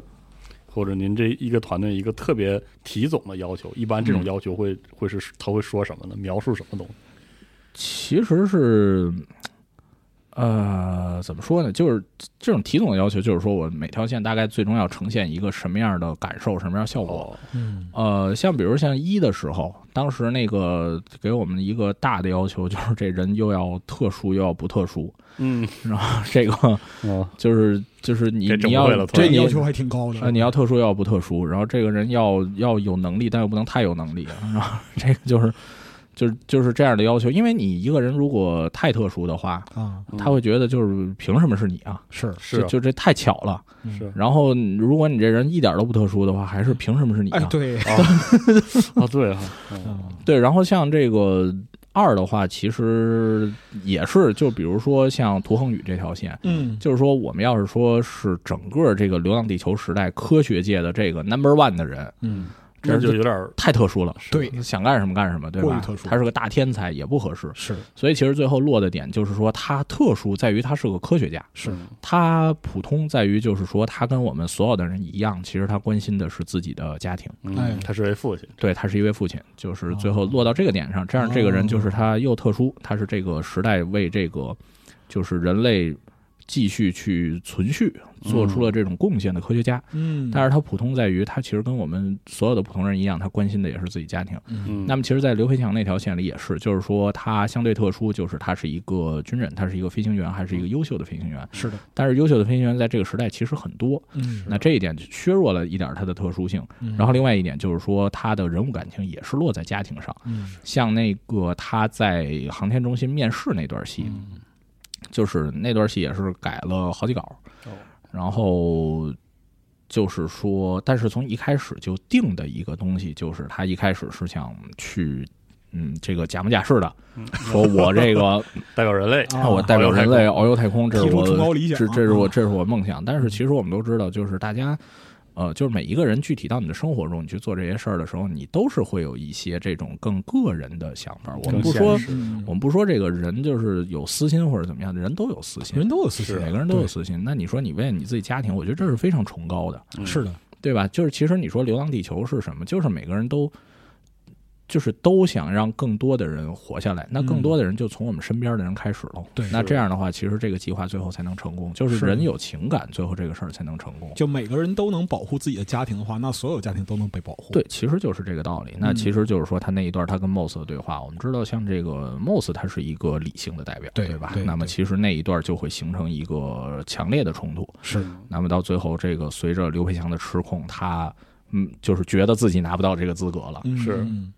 [SPEAKER 2] 或者您这一个团队一个特别题总的要求，一般这种要求会、会是他会说什么呢？描述什么东西？
[SPEAKER 4] 其实是，呃，怎么说呢？就是这种体总的要求，就是说我每条线大概最终要呈现一个什么样的感受，什么样的效果。
[SPEAKER 2] 哦，
[SPEAKER 3] 嗯
[SPEAKER 4] 呃，像比如像一的时候，当时那个给我们一个大的要求，就是这人又要特殊又要不特殊，
[SPEAKER 2] 嗯，
[SPEAKER 4] 然后这个
[SPEAKER 2] 哦，
[SPEAKER 4] 就是就是你
[SPEAKER 2] 给整
[SPEAKER 4] 你要
[SPEAKER 2] 会了突
[SPEAKER 3] 这
[SPEAKER 2] 然
[SPEAKER 4] 你
[SPEAKER 3] 要求还挺高的
[SPEAKER 4] 呃，你要特殊，要不特殊，然后这个人要要有能力，但又不能太有能力，啊 然后这个就是就是就是这样的要求，因为你一个人如果太特殊的话，
[SPEAKER 3] 啊，
[SPEAKER 4] 他会觉得就是凭什么是你啊？
[SPEAKER 3] 是
[SPEAKER 2] 嗯
[SPEAKER 3] 哎
[SPEAKER 2] 是
[SPEAKER 4] 就就这太巧了。
[SPEAKER 3] 嗯
[SPEAKER 2] 是啊
[SPEAKER 4] 然后如果你这人一点都不特殊的话，还是凭什么是你啊？
[SPEAKER 3] 哎，对，
[SPEAKER 2] 啊啊，对哈、嗯
[SPEAKER 3] 嗯
[SPEAKER 4] 对然后像这个二的话，其实也是，就比如说像涂恒宇这条线，
[SPEAKER 3] 嗯，
[SPEAKER 4] 就是说，我们要是说是整个这个《流浪地球》时代科学界的这个 number one 的人，
[SPEAKER 3] 嗯，
[SPEAKER 2] 这
[SPEAKER 4] 这
[SPEAKER 2] 就有点儿
[SPEAKER 4] 太特殊了，
[SPEAKER 3] 对，
[SPEAKER 4] 想干什么干什么，对
[SPEAKER 3] 过于
[SPEAKER 4] 吧
[SPEAKER 3] 特殊？
[SPEAKER 4] 他是个大天才，也不合适。
[SPEAKER 3] 是
[SPEAKER 4] 所以其实最后落的点就是说，他特殊在于他是个科学家，
[SPEAKER 3] 是
[SPEAKER 2] 嗯
[SPEAKER 4] 他普通在于就是说，他跟我们所有的人一样，其实他关心的是自己的家庭。
[SPEAKER 2] 嗯
[SPEAKER 3] 哎
[SPEAKER 2] 他是为父亲，
[SPEAKER 4] 对他是一位父亲，就是最后落到这个点
[SPEAKER 3] 哦
[SPEAKER 4] 上，这样这个人就是他又特殊，他是这个时代为这个就是人类继续去存续做出了这种贡献的科学家。
[SPEAKER 3] 嗯，
[SPEAKER 4] 但是他普通在于，他其实跟我们所有的普通人一样，他关心的也是自己家庭。
[SPEAKER 2] 嗯，
[SPEAKER 4] 那么，其实，在刘培强那条线里也是，就是说他相对特殊，就是他是一个军人，他是一个飞行员，还是一个优秀的飞行员。
[SPEAKER 3] 是的，
[SPEAKER 4] 嗯但是，优秀的飞行员在这个时代其实很多，
[SPEAKER 3] 嗯，
[SPEAKER 4] 那这一点削弱了一点他的特殊性。
[SPEAKER 3] 嗯
[SPEAKER 4] 然后，另外一点就是说，他的人物感情也是落在家庭上。
[SPEAKER 3] 嗯
[SPEAKER 4] 像那个他在航天中心面试那段戏，就是那段戏也是改了好几稿
[SPEAKER 2] 哦，
[SPEAKER 4] 然后就是说，但是从一开始就定的一个东西，就是他一开始是想去。嗯，这个假模假式的
[SPEAKER 2] 嗯
[SPEAKER 4] 说，我这 个
[SPEAKER 2] 代表人类，
[SPEAKER 3] 啊
[SPEAKER 4] 我代表人类遨游太空，这
[SPEAKER 3] 提
[SPEAKER 4] 是
[SPEAKER 3] 出
[SPEAKER 4] 我
[SPEAKER 3] 崇高理想
[SPEAKER 4] 这
[SPEAKER 3] 啊
[SPEAKER 4] 这是我这是我梦想。但是其实我们都知道，就是大家，呃，就是每一个人具体到你的生活中，你去做这些事儿的时候，你都是会有一些这种更个人的想法。我
[SPEAKER 2] 更
[SPEAKER 4] 们嗯不
[SPEAKER 2] 现
[SPEAKER 4] 说
[SPEAKER 2] 实
[SPEAKER 4] 我们不说这个人就是有私心或者怎么样的，人都有私心，
[SPEAKER 3] 人都有私
[SPEAKER 4] 是
[SPEAKER 3] 心，
[SPEAKER 4] 每个人都有私心。那你说你为你自己家庭，我觉得这是非常崇高的，
[SPEAKER 2] 嗯
[SPEAKER 3] 是的，
[SPEAKER 4] 对吧？就是其实你说《流浪地球》是什么？就是每个人都。就是都想让更多的人活下来，那更多的人就从我们身边的人开始喽。
[SPEAKER 3] 对
[SPEAKER 4] 那
[SPEAKER 2] 是
[SPEAKER 4] 这样的话，其实这个计划最后才能成功，就是
[SPEAKER 3] 是
[SPEAKER 4] 人有情感，最后这个事儿才能成功。
[SPEAKER 3] 就每个人都能保护自己的家庭的话，那所有家庭都能被保护。
[SPEAKER 4] 对，其实就是这个道理。那其
[SPEAKER 3] 嗯
[SPEAKER 4] 实就是说，他那一段他跟 Moss 的对话，我们知道，像这个 Moss 他是一个理性的代表，
[SPEAKER 3] 对
[SPEAKER 4] 吧
[SPEAKER 3] 对
[SPEAKER 4] 那么
[SPEAKER 3] 对
[SPEAKER 4] 其实那一段就会形成一个强烈的冲突。
[SPEAKER 3] 是
[SPEAKER 4] 那么到最后，这个随着刘培强的失控，他嗯，就是觉得自己拿不到这个资格了。
[SPEAKER 3] 嗯，
[SPEAKER 2] 是
[SPEAKER 3] 嗯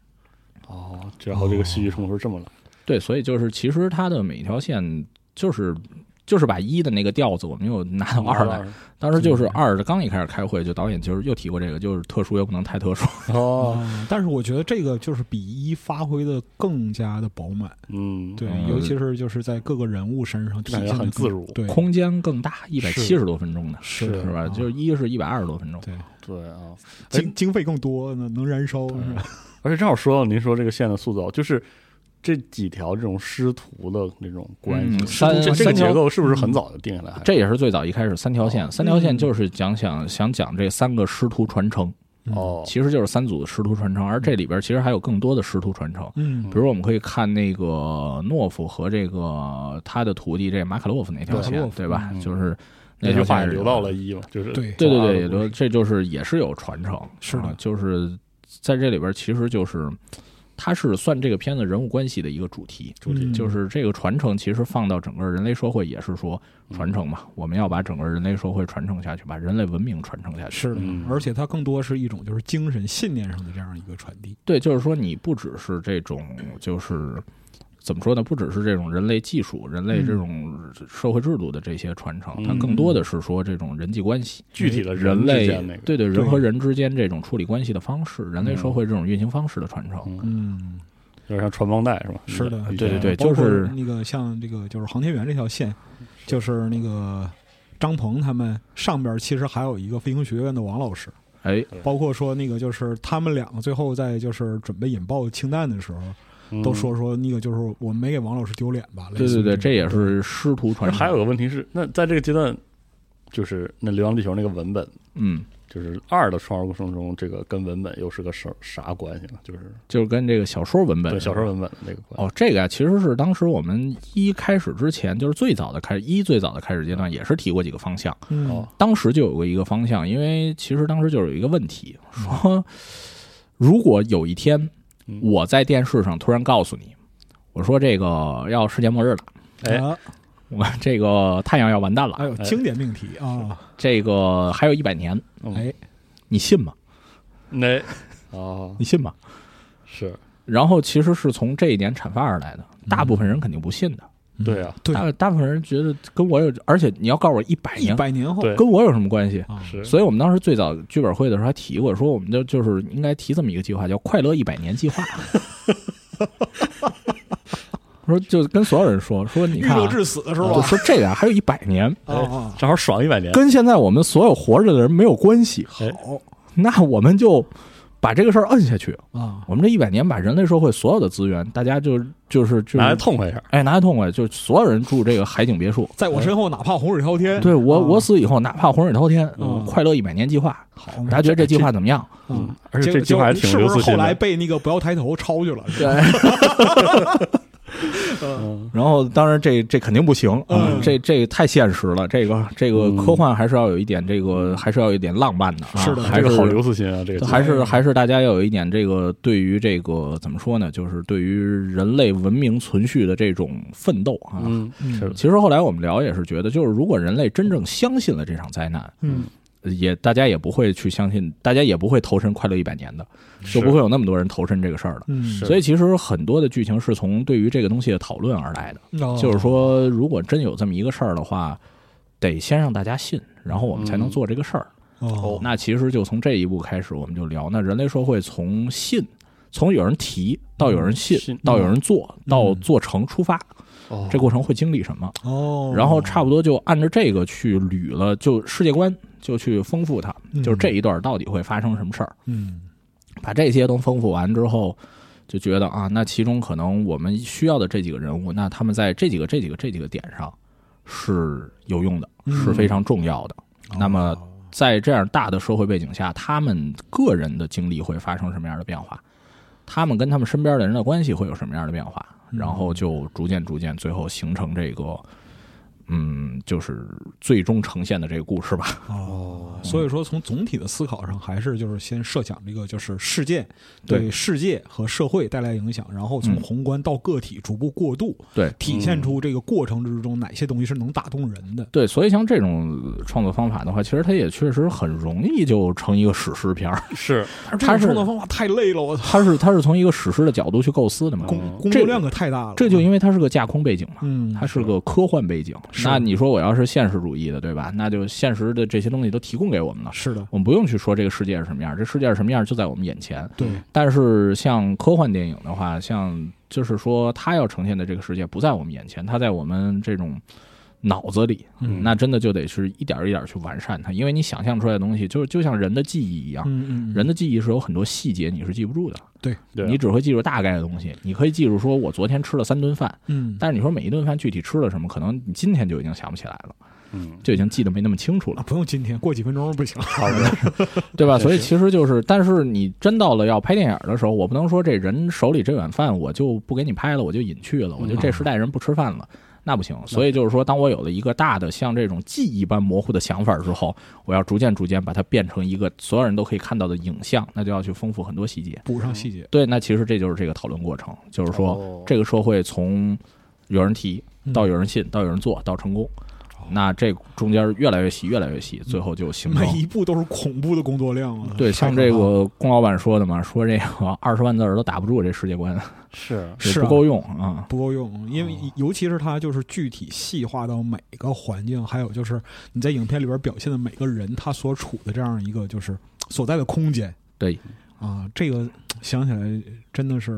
[SPEAKER 2] 哦，然后这个戏剧冲突是这么来，
[SPEAKER 4] 对，所以就是其实他的每一条线就是。就是把一的那个调子，我们又拿
[SPEAKER 2] 哦
[SPEAKER 4] 到哦二来。，当时就是二的刚一开始开会，就导演就是又提过这个，就是特殊又不能太特殊。
[SPEAKER 2] 哦，
[SPEAKER 3] 啊，但是我觉得这个就是比一发挥的更加的饱满，
[SPEAKER 2] 嗯，
[SPEAKER 3] 对，
[SPEAKER 4] 嗯
[SPEAKER 3] 尤其是就是在各个人物身上体
[SPEAKER 2] 感
[SPEAKER 3] 现
[SPEAKER 2] 觉
[SPEAKER 3] 的
[SPEAKER 2] 很自如
[SPEAKER 3] 对，
[SPEAKER 4] 空间更大，一百七十多分钟呢，
[SPEAKER 2] 是
[SPEAKER 4] 是吧？
[SPEAKER 3] 啊
[SPEAKER 4] 就是一是一百二十多分钟，
[SPEAKER 3] 对，
[SPEAKER 2] 对啊，哎
[SPEAKER 3] 经经费更多，能能燃烧是
[SPEAKER 4] 哦
[SPEAKER 3] 吧？
[SPEAKER 2] 而且正好说到您说这个线的塑造，就是这几条这种师徒的那种关系，
[SPEAKER 4] 嗯
[SPEAKER 2] 这
[SPEAKER 4] 三
[SPEAKER 2] 这这个
[SPEAKER 4] 三条嗯
[SPEAKER 2] 结构是不是很早就定下来？还
[SPEAKER 4] 这也是最早一开始三条线，三条线
[SPEAKER 3] 嗯
[SPEAKER 4] 就是讲想想讲这三个师徒传承，
[SPEAKER 3] 嗯
[SPEAKER 2] 哦，
[SPEAKER 4] 嗯其实就是三组的师徒传承，而这里边其实还有更多的师徒传承。
[SPEAKER 3] 嗯，
[SPEAKER 4] 比如我们可以看那个诺夫和这个他的徒弟这马卡洛夫那条
[SPEAKER 3] 马卡
[SPEAKER 4] 线
[SPEAKER 3] 洛，夫
[SPEAKER 4] 对吧？
[SPEAKER 2] 嗯
[SPEAKER 4] 就是
[SPEAKER 2] 那
[SPEAKER 4] 那
[SPEAKER 2] 句
[SPEAKER 4] 条
[SPEAKER 2] 话
[SPEAKER 4] 线
[SPEAKER 2] 也
[SPEAKER 4] 是
[SPEAKER 2] 留到了一嘛，就是
[SPEAKER 3] 对
[SPEAKER 4] 对对对，
[SPEAKER 2] 也
[SPEAKER 4] 也都这就是也是有传承，
[SPEAKER 3] 是的
[SPEAKER 4] 啊就是在这里边其实就是它是算这个片子人物关系的一个主题，
[SPEAKER 2] 主题
[SPEAKER 3] 嗯
[SPEAKER 4] 就是这个传承，其实放到整个人类社会也是说
[SPEAKER 2] 嗯
[SPEAKER 4] 传承嘛，我们要把整个人类社会传承下去，把人类文明传承下去。
[SPEAKER 3] 是的
[SPEAKER 2] 嗯，
[SPEAKER 3] 而且它更多是一种就是精神信念上的这样一个传递。
[SPEAKER 4] 对，就是说你不只是这种，就是怎么说呢？不只是这种人类技术、人类这种社会制度的这些传承，它
[SPEAKER 2] 嗯
[SPEAKER 4] 更多的是说这种人际关系。
[SPEAKER 2] 具体的
[SPEAKER 4] 嗯人
[SPEAKER 2] 之
[SPEAKER 4] 类
[SPEAKER 2] 间那个，
[SPEAKER 4] 对对，人
[SPEAKER 3] 对
[SPEAKER 4] 和人之间这种处理关系的方式，人类社会这种运行方式的传承，
[SPEAKER 2] 嗯，
[SPEAKER 3] 嗯，
[SPEAKER 2] 有点像传帮带是吧？
[SPEAKER 3] 是的
[SPEAKER 2] 以前
[SPEAKER 4] 对对对
[SPEAKER 3] 包括
[SPEAKER 4] 就是
[SPEAKER 3] 那个像这个就是航天员这条线，就是那个张鹏他们上边其实还有一个飞行学院的王老师，
[SPEAKER 4] 哎，
[SPEAKER 3] 包括说那个就是他们两个最后在就是准备引爆氢弹的时候，
[SPEAKER 2] 嗯
[SPEAKER 3] 都说说那个就是我没给王老师丢脸吧？类
[SPEAKER 4] 对
[SPEAKER 3] 似
[SPEAKER 4] 对
[SPEAKER 3] 于这
[SPEAKER 4] 对，这
[SPEAKER 3] 种
[SPEAKER 4] 也是师徒传
[SPEAKER 2] 那
[SPEAKER 4] 承。
[SPEAKER 2] 还有个问题是，那在这个阶段，就是那《流浪地球》那个文本，
[SPEAKER 4] 嗯，
[SPEAKER 2] 就是二的创作过程中，这个跟文本又是个啥啥关系呢？就是
[SPEAKER 4] 就是跟这个小说文本
[SPEAKER 2] 对小说文本的那个关系。
[SPEAKER 4] 哦，这个呀，其实是当时我们一开始之前，就是最早的开始一最早的开始阶段，也是提过几个方向。
[SPEAKER 3] 嗯
[SPEAKER 2] 哦
[SPEAKER 4] 当时就有过一个方向，因为其实当时就有一个问题，说如果有一天
[SPEAKER 2] 嗯
[SPEAKER 4] 我在电视上突然告诉你，我说这个要世界末日了，
[SPEAKER 2] 哎
[SPEAKER 3] 啊
[SPEAKER 4] 我这个太阳要完蛋
[SPEAKER 3] 哎
[SPEAKER 4] 了，
[SPEAKER 3] 呦，
[SPEAKER 2] 哎
[SPEAKER 3] 经典命题啊！
[SPEAKER 4] 这个还有一百年，
[SPEAKER 2] 嗯
[SPEAKER 3] 哎，
[SPEAKER 4] 你信吗？
[SPEAKER 2] 那哦
[SPEAKER 4] 你信吗？
[SPEAKER 2] 是
[SPEAKER 4] 然后其实是从这一点阐发而来的，大部分人肯定不信的。
[SPEAKER 3] 嗯
[SPEAKER 2] 对啊，
[SPEAKER 3] 对
[SPEAKER 4] 大大部分人觉得跟我有，而且你要告诉我一百
[SPEAKER 3] 一
[SPEAKER 4] 年，
[SPEAKER 3] 百年后
[SPEAKER 2] 对
[SPEAKER 4] 跟我有什么关系？
[SPEAKER 3] 啊，
[SPEAKER 2] 是
[SPEAKER 4] 所以我们当时最早剧本会的时候还提过，说我们就就是应该提这么一个计划，叫“快乐一百年计划”。说就跟所有人说说，你
[SPEAKER 3] 预
[SPEAKER 4] 看、
[SPEAKER 3] 热
[SPEAKER 4] 啊，
[SPEAKER 3] 至死是
[SPEAKER 4] 就
[SPEAKER 3] 吧？
[SPEAKER 4] 说这个啊还有一百年，
[SPEAKER 3] 啊啊，
[SPEAKER 2] 正好爽一百年。
[SPEAKER 4] 跟现在我们所有活着的人没有关系。
[SPEAKER 2] 哎
[SPEAKER 3] 好
[SPEAKER 4] 那我们就把这个事儿摁下去。
[SPEAKER 3] 啊，
[SPEAKER 4] 我们这一百年把人类社会所有的资源，大家就就是就是
[SPEAKER 2] 拿来痛快一下，
[SPEAKER 4] 哎拿来痛快，就所有人住这个海景别墅。
[SPEAKER 3] 在我身后哪怕洪水滔天，
[SPEAKER 4] 对我，
[SPEAKER 3] 啊
[SPEAKER 4] 我死以后，哪怕洪水滔天，
[SPEAKER 3] 嗯
[SPEAKER 4] 快乐一百年计划，
[SPEAKER 3] 好，
[SPEAKER 4] 大家觉得这计划怎么样？
[SPEAKER 3] 嗯，
[SPEAKER 2] 而且
[SPEAKER 3] 结
[SPEAKER 2] 这计划还
[SPEAKER 3] 结
[SPEAKER 2] 挺
[SPEAKER 3] 是
[SPEAKER 2] 有
[SPEAKER 3] 不
[SPEAKER 2] 自
[SPEAKER 3] 是
[SPEAKER 2] 信
[SPEAKER 3] 后来
[SPEAKER 2] 的。
[SPEAKER 3] 被那个不要抬头抄去了？
[SPEAKER 4] 对。 然后，当然这这肯定不行，啊
[SPEAKER 3] 嗯
[SPEAKER 4] 这这太现实了。这个这个
[SPEAKER 2] 嗯
[SPEAKER 4] 科幻还是要有一点这个，还是要有一点浪漫的啊，
[SPEAKER 3] 是的
[SPEAKER 4] 还
[SPEAKER 2] 这
[SPEAKER 4] 是
[SPEAKER 2] 个好刘慈欣啊，这个计划
[SPEAKER 4] 还是还是大家要有一点这个对于这个怎么说呢，就是对于人类文明存续的这种奋斗啊。
[SPEAKER 2] 嗯是的
[SPEAKER 4] 其实后来我们聊也是觉得，就是如果人类真正相信了这场灾难，
[SPEAKER 3] 嗯，
[SPEAKER 4] 也大家也不会去相信，大家也不会投身快乐一百年的，
[SPEAKER 2] 是
[SPEAKER 4] 就不会有那么多人投身这个事儿了。
[SPEAKER 3] 嗯
[SPEAKER 2] 是
[SPEAKER 4] 所以其实很多的剧情是从对于这个东西的讨论而来的，
[SPEAKER 3] 哦
[SPEAKER 4] 就是说，如果真有这么一个事儿的话，得先让大家信，然后我们才能
[SPEAKER 2] 嗯
[SPEAKER 4] 做这个事儿。
[SPEAKER 3] 哦，
[SPEAKER 4] 那其实就从这一步开始，我们就聊那人类社会从信，从有人提到有人信，
[SPEAKER 3] 哦
[SPEAKER 2] 嗯信
[SPEAKER 4] 到有人做，到做成出发，
[SPEAKER 2] 哦
[SPEAKER 4] 这过程会经历什么？
[SPEAKER 3] 哦，
[SPEAKER 4] 然后差不多就按照这个去捋了，就世界观就去丰富它，
[SPEAKER 3] 嗯
[SPEAKER 4] 就是这一段到底会发生什么事儿，
[SPEAKER 3] 嗯
[SPEAKER 4] 把这些都丰富完之后。就觉得啊，那其中可能我们需要的这几个人物，那他们在这几个、这几个、这几个点上是有用的，
[SPEAKER 3] 嗯哦
[SPEAKER 4] 是非常重要的。那么在这样大的社会背景下，他们个人的经历会发生什么样的变化？他们跟他们身边的人的关系会有什么样的变化？
[SPEAKER 3] 嗯
[SPEAKER 4] 然后就逐渐逐渐，最后形成这个，嗯，就是最终呈现的这个故事吧。
[SPEAKER 3] 哦，所以说从总体的思考上，还是就是先设想这个就是事件对
[SPEAKER 4] 对
[SPEAKER 3] 世界和社会带来影响，然后从
[SPEAKER 4] 嗯
[SPEAKER 3] 宏观到个体逐步过渡，
[SPEAKER 4] 对
[SPEAKER 3] 体现出这个过程之中哪些东西是能打动人的。
[SPEAKER 4] 对，所以像这种创作方法的话，其实它也确实很容易就成一个史诗片儿。
[SPEAKER 2] 是
[SPEAKER 3] 而这
[SPEAKER 4] 它
[SPEAKER 3] 种
[SPEAKER 4] 是
[SPEAKER 3] 创作方法太累了，我操，
[SPEAKER 4] 它是它是从一个史诗的角度去构思的嘛。
[SPEAKER 3] 工
[SPEAKER 2] 嗯
[SPEAKER 3] 工作量可太大了。啊
[SPEAKER 4] 这就因为它是个架空背景嘛，
[SPEAKER 3] 嗯，
[SPEAKER 4] 它是个科幻背景。
[SPEAKER 3] 是
[SPEAKER 4] 那你说我要是现实主义的，对吧？那就现实的这些东西都提供给我们了。
[SPEAKER 3] 是的，
[SPEAKER 4] 我们不用去说这个世界是什么样，这世界是什么样就在我们眼前。
[SPEAKER 3] 对，
[SPEAKER 2] 嗯
[SPEAKER 4] 但是像科幻电影的话，像就是说它要呈现的这个世界不在我们眼前，它在我们这种脑子里，
[SPEAKER 2] 嗯
[SPEAKER 4] 那真的就得是一点儿一点儿去完善它，因为你想象出来的东西，就是就像人的记忆一样。
[SPEAKER 3] 嗯嗯，
[SPEAKER 4] 人的记忆是有很多细节你是记不住的，
[SPEAKER 2] 对啊
[SPEAKER 4] 你只会记住大概的东西。你可以记住说，我昨天吃了三顿饭，
[SPEAKER 3] 嗯，
[SPEAKER 4] 但是你说每一顿饭具体吃了什么，可能你今天就已经想不起来了，
[SPEAKER 2] 嗯
[SPEAKER 4] 就已经记得没那么清楚了
[SPEAKER 3] 啊。不用今天，过几分钟不行。
[SPEAKER 2] 差不多
[SPEAKER 4] 对吧？
[SPEAKER 2] 确实
[SPEAKER 4] 所以其实就是，但是你真到了要拍电影的时候，我不能说这人手里这碗饭我就不给你拍了，我就隐去了，我就这时代人不吃饭了。那不行，所以就是说，当我有了一个大的像这种记忆般模糊的想法之后，我要逐渐逐渐把它变成一个所有人都可以看到的影像，那就要去丰富很多细节。 嗯
[SPEAKER 3] 补上细节，
[SPEAKER 4] 对，那其实这就是这个讨论过程，就是说
[SPEAKER 2] 哦
[SPEAKER 4] 这个社会从有人提
[SPEAKER 3] 嗯
[SPEAKER 4] 到嗯有人信，到有人做，到成功，那这中间越来越细，越来越细，最后就形成
[SPEAKER 3] 每一步都是恐怖的工作量啊。
[SPEAKER 4] 对，
[SPEAKER 3] 太
[SPEAKER 4] 像
[SPEAKER 3] 可
[SPEAKER 4] 这
[SPEAKER 3] 怕了
[SPEAKER 4] 个龚老板说的嘛，说这个 二十万字儿都打不住这世界观，
[SPEAKER 2] 是
[SPEAKER 4] 也
[SPEAKER 3] 是啊
[SPEAKER 4] 不够用啊。
[SPEAKER 3] 不够用，因为尤其是它就是具体细化到每个环境，还有就是你在影片里边表现的每个人他所处的这样一个就是所在的空间。
[SPEAKER 4] 对，
[SPEAKER 3] 啊，这个想起来真的是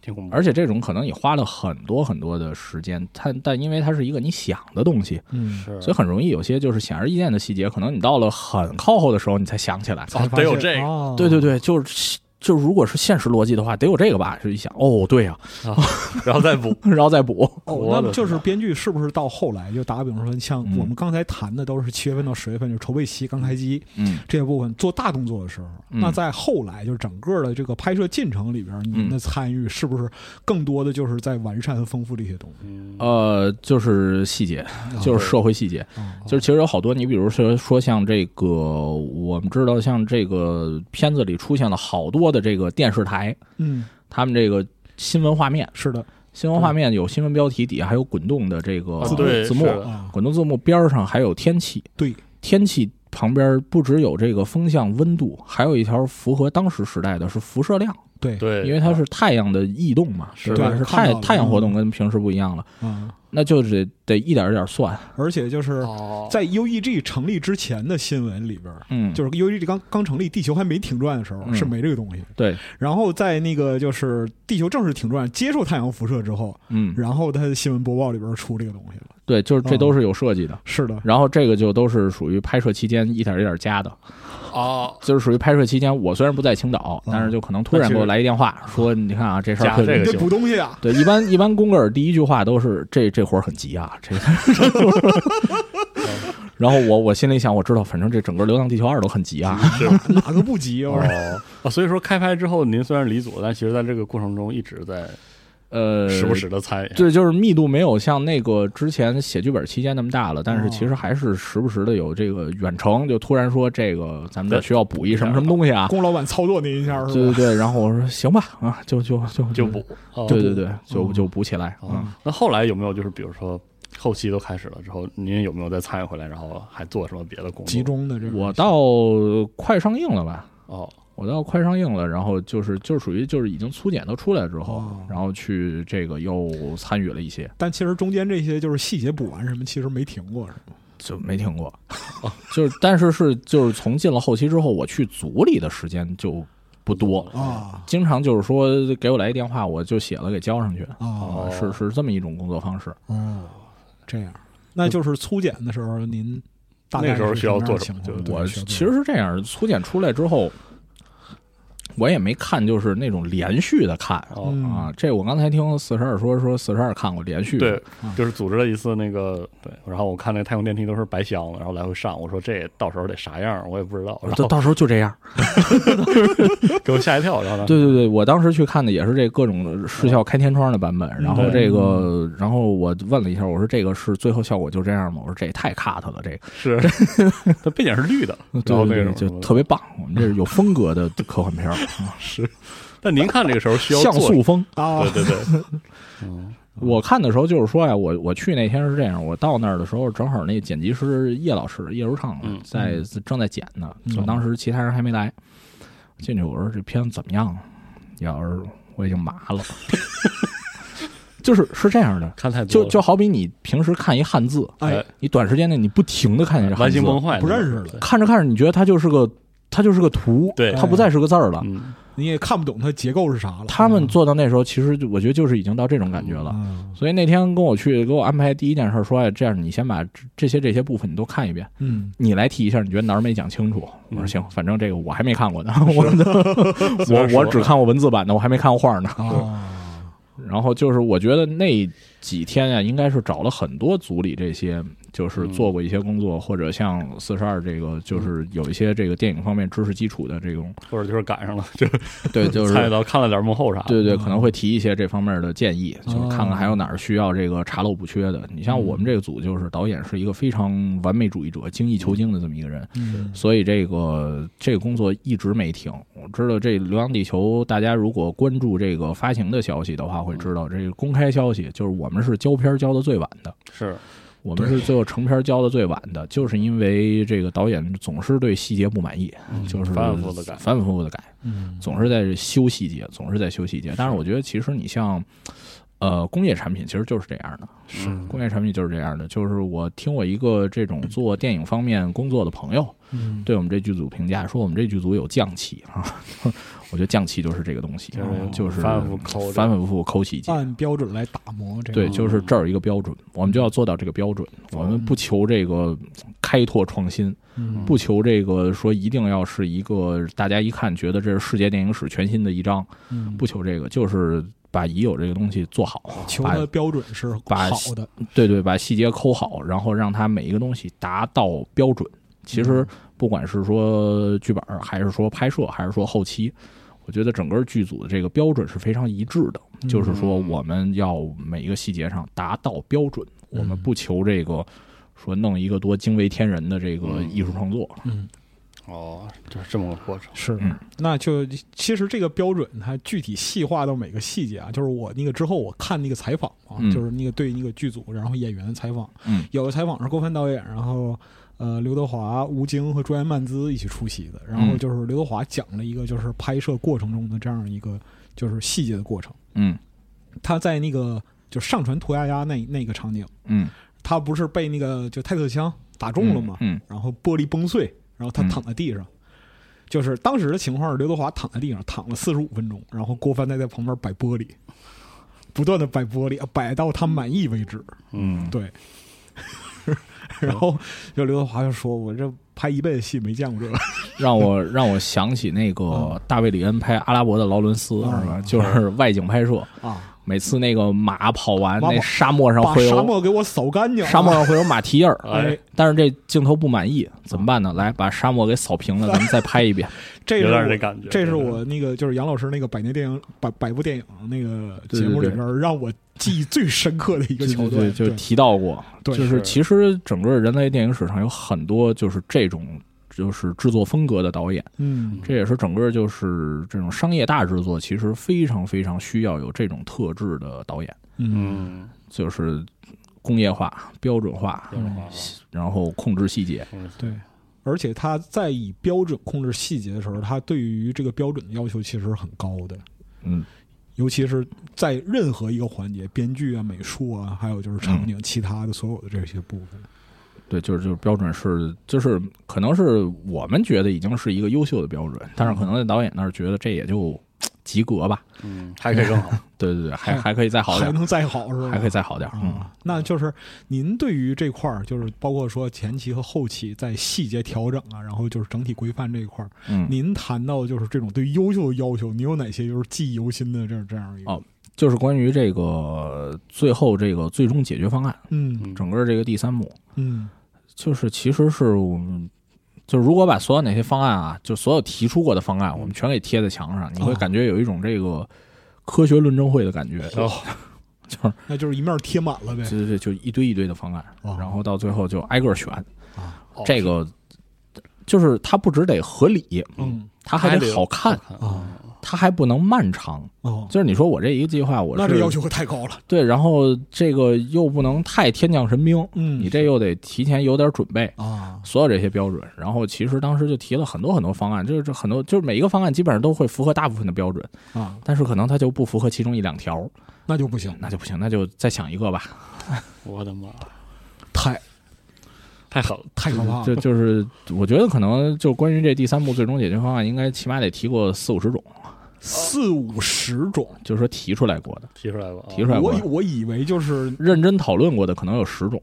[SPEAKER 2] 挺恐怖，
[SPEAKER 4] 而且这种可能也花了很多很多的时间，它但因为它是一个你想的东西，
[SPEAKER 3] 嗯，
[SPEAKER 2] 是
[SPEAKER 4] 所 以很容易有些就是显而易见的细节，可能你到了很靠后的时候你才想起来。
[SPEAKER 2] 啊得有这个
[SPEAKER 3] 个
[SPEAKER 4] 对对，对，就是就是如果是现实逻辑的话，得有这个吧？就一想，哦，对呀、
[SPEAKER 2] 然后再补。
[SPEAKER 4] 然后再补。
[SPEAKER 2] 我
[SPEAKER 3] 哦，
[SPEAKER 2] 的
[SPEAKER 3] 那么就是编剧是不是到后来就打个比方说，像
[SPEAKER 4] 嗯
[SPEAKER 3] 我们刚才谈的都是七月份到十月份，就是筹备期刚开机
[SPEAKER 4] 嗯
[SPEAKER 3] 这些部分做大动作的时候，
[SPEAKER 4] 嗯
[SPEAKER 3] 那在后来就是整个的这个拍摄进程里边，您的参与是不是更多的就是在完善和丰富这些东西？
[SPEAKER 4] 呃，就是细节，就是社会细节。
[SPEAKER 3] 啊
[SPEAKER 4] 就是其实有好多，你比如说说像这个，我们知道像这个片子里出现了好多的这个电视台，
[SPEAKER 3] 嗯，
[SPEAKER 4] 他们这个新闻画面，
[SPEAKER 3] 是的
[SPEAKER 4] 新闻画面有新闻标题，底下还有滚动的这个
[SPEAKER 2] 啊对
[SPEAKER 4] 字幕
[SPEAKER 2] 是，的
[SPEAKER 3] 啊，
[SPEAKER 4] 滚动字幕边儿上还有天气，
[SPEAKER 3] 对，
[SPEAKER 4] 天气旁边不只有这个风向、温度，还有一条符合当时时代的是辐射量，
[SPEAKER 3] 对
[SPEAKER 2] 对，
[SPEAKER 4] 因为它是太阳的异动嘛，
[SPEAKER 2] 是
[SPEAKER 4] 对吧？
[SPEAKER 3] 对
[SPEAKER 4] 是
[SPEAKER 3] 看
[SPEAKER 4] 太
[SPEAKER 3] 到了嗯
[SPEAKER 4] 太阳活动跟平时不一样了，
[SPEAKER 3] 啊，
[SPEAKER 4] 那就得得一点一点算，
[SPEAKER 3] 而且就是
[SPEAKER 2] 哦
[SPEAKER 3] 在 UEG 成立之前的新闻里边，
[SPEAKER 4] 嗯，
[SPEAKER 3] 就是 UEG 刚刚成立，地球还没停转的时候
[SPEAKER 4] 嗯
[SPEAKER 3] 是没这个东西。
[SPEAKER 4] 对，
[SPEAKER 3] 然后在那个就是地球正式停转，接受太阳辐射之后，
[SPEAKER 4] 嗯，
[SPEAKER 3] 然后它的新闻播报里边出这个东西了。
[SPEAKER 4] 对，就是
[SPEAKER 3] 嗯
[SPEAKER 4] 这都是有设计的。
[SPEAKER 3] 是的，
[SPEAKER 4] 然后这个就都是属于拍摄期间一点一点加的，
[SPEAKER 2] 哦，
[SPEAKER 4] 就是属于拍摄期间，我虽然不在青岛，
[SPEAKER 3] 嗯
[SPEAKER 4] 但是就可能突然给我来一电话，说你看啊，这事
[SPEAKER 2] 加
[SPEAKER 4] 儿 可
[SPEAKER 2] 这
[SPEAKER 3] 你
[SPEAKER 2] 个
[SPEAKER 3] 得补东西 啊。
[SPEAKER 4] 对，一般一般，宫格尔第一句话都是这这活儿很急啊，这。啊然后我我心里想，我知道，反正这整个《流浪地球二》都很急啊。
[SPEAKER 2] 是
[SPEAKER 3] 哪个不急啊？我说
[SPEAKER 2] 哦啊，所以说开拍之后，您虽然离组，但其实在这个过程中一直在
[SPEAKER 4] 呃，
[SPEAKER 2] 时不时的参与。
[SPEAKER 4] 对，就是密度没有像那个之前写剧本期间那么大了，但是
[SPEAKER 3] 哦
[SPEAKER 4] 其实还是时不时的有这个远程，就突然说这个咱们这
[SPEAKER 2] 对
[SPEAKER 4] 需要补一什么什么东西啊。
[SPEAKER 3] 龚老板操作那一下
[SPEAKER 4] 对
[SPEAKER 3] 是
[SPEAKER 4] 对
[SPEAKER 3] 吧？
[SPEAKER 4] 对，然后我说行吧，啊，就就就
[SPEAKER 2] 就补。，哦
[SPEAKER 4] 对对对，就
[SPEAKER 3] 嗯
[SPEAKER 4] 就补起来。
[SPEAKER 2] 哦
[SPEAKER 4] 嗯，
[SPEAKER 2] 那后来有没有就是比如说后期都开始了之后，您有没有再参与回来，然后还做什么别的工作？
[SPEAKER 3] 集中的这个
[SPEAKER 4] 我到快上映了吧，
[SPEAKER 2] 哦，
[SPEAKER 4] 我到快上映了，然后就是就属于就是已经粗剪都出来之后，
[SPEAKER 3] 哦
[SPEAKER 4] 然后去这个又参与了一些，
[SPEAKER 3] 但其实中间这些就是细节补完什么，其实没停过，是吗？
[SPEAKER 4] 就没听过，
[SPEAKER 3] 哦
[SPEAKER 4] 就是但是是就是从进了后期之后，我去组里的时间就不多，
[SPEAKER 2] 哦
[SPEAKER 3] 啊
[SPEAKER 4] 经常就是说给我来一电话，我就写了给交上去，
[SPEAKER 3] 啊
[SPEAKER 2] 哦
[SPEAKER 4] 是是这么一种工作方式。
[SPEAKER 3] 哦，这样，那就是粗剪的时候您大概
[SPEAKER 2] 那时候
[SPEAKER 3] 是
[SPEAKER 2] 需要
[SPEAKER 3] 什么样
[SPEAKER 2] 做
[SPEAKER 3] 的
[SPEAKER 2] 什么
[SPEAKER 3] 情况
[SPEAKER 2] 就
[SPEAKER 4] 我
[SPEAKER 3] 需要做
[SPEAKER 4] 其实是这样，粗剪出来之后，我也没看就是那种连续的看。
[SPEAKER 2] 哦
[SPEAKER 3] 嗯
[SPEAKER 4] 啊，这我刚才听四十二说说四十二看过连续的，啊
[SPEAKER 2] 对，就是组织了一次那个对，然后我看那太空电梯都是白箱子，然后来回上，我说这到时候得啥样，我也不知道，然
[SPEAKER 4] 到
[SPEAKER 2] 后
[SPEAKER 4] 到时候就哦这样，
[SPEAKER 2] 给我吓一跳，然后呢，
[SPEAKER 4] 对对对，我当时去看的也是这各种视效开天窗的版本，然
[SPEAKER 2] 嗯
[SPEAKER 4] 后这个，然后我问了一下，我说这个是最后效果就这样吗？我说这也太 cut 了，这个
[SPEAKER 2] 是它背景是绿的，然后
[SPEAKER 4] 对
[SPEAKER 2] 那
[SPEAKER 4] 对对，
[SPEAKER 2] 种什
[SPEAKER 4] 就
[SPEAKER 2] 么的
[SPEAKER 4] 特别棒，我们这是有风格的科幻片儿，
[SPEAKER 2] 但您看这个时候需要
[SPEAKER 4] 像
[SPEAKER 2] 做什
[SPEAKER 4] 素
[SPEAKER 2] 么，
[SPEAKER 4] 风。
[SPEAKER 3] 啊
[SPEAKER 2] 对，对对， 嗯
[SPEAKER 4] 我看的时候就是说呀，我我去那天是这样，我到那儿的时候正好那剪辑师叶老师叶如畅啊
[SPEAKER 2] 嗯
[SPEAKER 4] 在正在剪呢，
[SPEAKER 3] 嗯
[SPEAKER 4] 就当时其他人还没来，进去我说这片子怎么样啊？叶老师我已经麻了， 就是是这样的。
[SPEAKER 2] 看太多
[SPEAKER 4] 就
[SPEAKER 2] 了
[SPEAKER 4] 就好比你平时看一汉字，
[SPEAKER 3] 哎，
[SPEAKER 4] 你短时间内你不停的看见这汉
[SPEAKER 2] 完
[SPEAKER 4] 字
[SPEAKER 2] 形，崩坏，
[SPEAKER 3] 不认识了，
[SPEAKER 4] 看着看着，你觉得它就是个它就是个图，
[SPEAKER 2] 对
[SPEAKER 4] 它不再是个字儿了。
[SPEAKER 2] 嗯，
[SPEAKER 3] 你也看不懂它结构是啥了。
[SPEAKER 4] 他们做到那时候，其实就我觉得就是已经到这种感觉了。
[SPEAKER 3] 嗯
[SPEAKER 4] 所以那天跟我去给我安排第一件事，说哎，这样你先把这这些这些部分你都看一遍，
[SPEAKER 3] 嗯，
[SPEAKER 4] 你来提一下，你觉得哪儿没讲清楚？我说
[SPEAKER 2] 嗯
[SPEAKER 4] 行，反正这个我还没看过呢，我我我只看过文字版的，我还没看过画呢。
[SPEAKER 3] 啊，
[SPEAKER 4] 然后就是我觉得那几天啊，应该是找了很多组里这些，就是做过一些工作，或者像四十二这个，就是有一些这个电影方面知识基础的这种，
[SPEAKER 2] 或者就是赶上了，就
[SPEAKER 4] 对，就
[SPEAKER 2] 参与
[SPEAKER 4] 是。
[SPEAKER 2] 到看了点幕后啥的，
[SPEAKER 4] 对对，可能会提一些这方面的建议，就是看看还有哪儿需要这个查漏补缺的。你像我们这个组，就是导演是一个非常完美主义者、精益求精的这么一个人，
[SPEAKER 3] 嗯
[SPEAKER 4] 所以这个这个工作一直没停。我知道这《流浪地球》，大家如果关注这个发行的消息的话，会知道这个公开消息就是我们是交片交的最晚的，
[SPEAKER 2] 是
[SPEAKER 4] 我们是最后成片交的最晚的，就是因为这个导演总是对细节不满意，嗯就是
[SPEAKER 2] 嗯反反复复地改
[SPEAKER 4] 反反复复的改，
[SPEAKER 3] 嗯
[SPEAKER 4] 总是在修细节，总是在修细节。但是我觉得其实你像。呃，工业产品其实就是这样的，
[SPEAKER 2] 是
[SPEAKER 4] 工业产品就是这样的。就是我听我一个这种做电影方面工作的朋友，
[SPEAKER 3] 嗯，
[SPEAKER 4] 对我们这剧组评价说我们这剧组有匠气啊， 我觉得匠气就是这个东西啊
[SPEAKER 2] 就是，
[SPEAKER 4] 哦就是
[SPEAKER 2] 反反复复抠着啊嗯
[SPEAKER 4] 反反复复抠细节。
[SPEAKER 3] 按标准来打磨这个。
[SPEAKER 4] 对，就是这儿有一个标准，我们就要做到这个标准。我们不求这个开拓创新，
[SPEAKER 3] 嗯
[SPEAKER 4] 不求这个说一定要是一个大家一看觉得这是世界电影史全新的一章，
[SPEAKER 3] 嗯
[SPEAKER 4] 不求这个，就是把已有这个东西做好，
[SPEAKER 3] 求
[SPEAKER 4] 把
[SPEAKER 3] 它的标准是
[SPEAKER 4] 把
[SPEAKER 3] 好的，嗯
[SPEAKER 4] 对对，把细节抠好，然后让它每一个东西达到标准。其
[SPEAKER 3] 嗯
[SPEAKER 4] 实不管是说剧本儿，还是说拍摄，还是说后期，我觉得整个剧组的这个标准是非常一致的，
[SPEAKER 3] 嗯
[SPEAKER 4] 就是说我们要每一个细节上达到标准，
[SPEAKER 3] 嗯
[SPEAKER 4] 我们不求这个说弄一个多惊为天人的这个
[SPEAKER 2] 嗯
[SPEAKER 4] 艺术创作。
[SPEAKER 3] 嗯，
[SPEAKER 2] 哦，就是这么个过程。
[SPEAKER 3] 是
[SPEAKER 4] 嗯
[SPEAKER 3] 那就其实这个标准，它具体细化到每个细节啊，就是我那个之后我看那个采访啊，
[SPEAKER 4] 嗯
[SPEAKER 3] 就是那个对那个剧组，然后演员的采访，
[SPEAKER 4] 嗯
[SPEAKER 3] 有个采访是郭帆导演，然后呃刘德华、吴京和朱延曼孜一起出席的，然后
[SPEAKER 4] 嗯
[SPEAKER 3] 就是刘德华讲了一个就是拍摄过程中的这样一个就是细节的过程，
[SPEAKER 4] 嗯
[SPEAKER 3] 他在那个就上传涂鸦鸦那那个场景，
[SPEAKER 4] 嗯，
[SPEAKER 3] 他不是被那个就泰特枪打中了吗？
[SPEAKER 4] 嗯
[SPEAKER 3] 然后玻璃崩碎，然后他
[SPEAKER 4] 嗯
[SPEAKER 3] 躺在地上。就是当时的情况，刘德华躺在地上躺了四十五分钟，然后郭帆在在旁边摆玻璃，不断的摆玻璃，摆到他满意为止。
[SPEAKER 2] 嗯，
[SPEAKER 3] 对， 然后就刘德华就说：“我这拍一辈子戏没见过这个。
[SPEAKER 4] 让我让我想起那个大卫·里恩拍《阿拉伯的劳伦斯》
[SPEAKER 3] 嗯
[SPEAKER 4] 是吧？就是外景拍摄，”
[SPEAKER 3] 啊，
[SPEAKER 4] 每次那个马跑完
[SPEAKER 3] 马跑
[SPEAKER 4] 那沙漠上
[SPEAKER 3] 把
[SPEAKER 4] 会
[SPEAKER 3] 沙
[SPEAKER 4] 有
[SPEAKER 3] 漠给我扫干净啊。
[SPEAKER 4] 沙漠上会有马蹄印儿，
[SPEAKER 2] 哎
[SPEAKER 3] 哎，
[SPEAKER 4] 但是这镜头不满意怎么办呢？来把沙漠给扫平了，咱们再拍一遍。
[SPEAKER 3] 这是
[SPEAKER 2] 嗯有点
[SPEAKER 3] 我
[SPEAKER 2] 这感觉
[SPEAKER 3] 这是我那个就是杨老师那个百年电影百百部电影那个
[SPEAKER 4] 对对
[SPEAKER 3] 节目里
[SPEAKER 4] 对
[SPEAKER 3] 边让我记忆最深刻 的一个
[SPEAKER 4] 对
[SPEAKER 3] 桥
[SPEAKER 4] 对
[SPEAKER 3] 段
[SPEAKER 4] 对，，就提到过，
[SPEAKER 3] 对
[SPEAKER 4] 就是其实整个人类电影史上有很多就是这种就是制作风格的导演，
[SPEAKER 3] 嗯
[SPEAKER 4] 这也是整个就是这种商业大制作，其实非常非常需要有这种特质的导演，
[SPEAKER 3] 嗯
[SPEAKER 2] 嗯，
[SPEAKER 4] 就是工业化、标准化，
[SPEAKER 2] 有点话啊
[SPEAKER 4] 然后控制细节。
[SPEAKER 2] 嗯
[SPEAKER 3] 对，而且他在以标准控制细节的时候，他对于这个标准的要求其实很高的，
[SPEAKER 4] 嗯
[SPEAKER 3] 尤其是在任何一个环节，编剧啊、美术啊，还有就是场景、其他的所有的这些部分，
[SPEAKER 4] 对，就是就是标准是，就是可能是我们觉得已经是一个优秀的标准，但是可能在导演那儿觉得这也就及格吧。
[SPEAKER 2] 嗯，还可以更好。
[SPEAKER 4] 对对对，还
[SPEAKER 3] 还
[SPEAKER 4] 还可以再好
[SPEAKER 3] 嗯还
[SPEAKER 4] 点儿，
[SPEAKER 3] 能再好是吧？
[SPEAKER 4] 还可以再好点儿。嗯
[SPEAKER 3] 啊，那就是您对于这块儿，就是包括说前期和后期在细节调整啊，然后就是整体规范这一块儿，
[SPEAKER 4] 嗯，
[SPEAKER 3] 您谈到就是这种对优秀的要求，您有哪些就是记忆犹新的这这样一个？
[SPEAKER 4] 哦就是关于这个最后这个最终解决方案，
[SPEAKER 3] 嗯
[SPEAKER 2] 嗯
[SPEAKER 4] 整个这个第三幕，
[SPEAKER 3] 嗯
[SPEAKER 4] 就是其实是我们。就是如果把所有那些方案啊，就所有提出过的方案，我们全给贴在墙上，你会
[SPEAKER 3] 哦
[SPEAKER 4] 感觉有一种这个科学论证会的感觉，
[SPEAKER 2] 哦，
[SPEAKER 4] 就是
[SPEAKER 3] 那就是一面贴满了呗。
[SPEAKER 4] 对对对，就一堆一堆的方案，
[SPEAKER 3] 哦
[SPEAKER 4] 然后到最后就挨个选。
[SPEAKER 3] 啊
[SPEAKER 2] 哦
[SPEAKER 4] 这个就是它不只得合理，
[SPEAKER 3] 嗯
[SPEAKER 4] 它还得好看，
[SPEAKER 3] 啊
[SPEAKER 2] 哦
[SPEAKER 4] 它还不能漫长。
[SPEAKER 3] 哦，
[SPEAKER 4] 就是你说我这一个计划，我
[SPEAKER 3] 那这
[SPEAKER 4] 是
[SPEAKER 3] 要求可太高了。
[SPEAKER 4] 对，然后这个又不能太天降神兵，
[SPEAKER 3] 嗯
[SPEAKER 4] 你这又得提前有点准备。
[SPEAKER 3] 啊
[SPEAKER 4] 所有这些标准，然后其实当时就提了很多很多方案，就是这很多，就是每一个方案基本上都会符合大部分的标准，
[SPEAKER 3] 啊，
[SPEAKER 4] 但是可能它就不符合其中一两条，
[SPEAKER 3] 那就不行，
[SPEAKER 4] 那就不行，那就再想一个吧。
[SPEAKER 2] 我的妈，
[SPEAKER 3] 太
[SPEAKER 2] 太狠了！
[SPEAKER 3] 太可怕了。
[SPEAKER 4] 就就是我觉得可能就关于这第三幕最终解决方案，应该起码得提过四五十种，
[SPEAKER 3] 四五十种，
[SPEAKER 4] 就是说提出来过的，
[SPEAKER 2] 提出来吧，啊
[SPEAKER 4] 提出来过
[SPEAKER 3] 我
[SPEAKER 4] 的
[SPEAKER 3] 以我以为就是
[SPEAKER 4] 认真讨论过的可能有十种，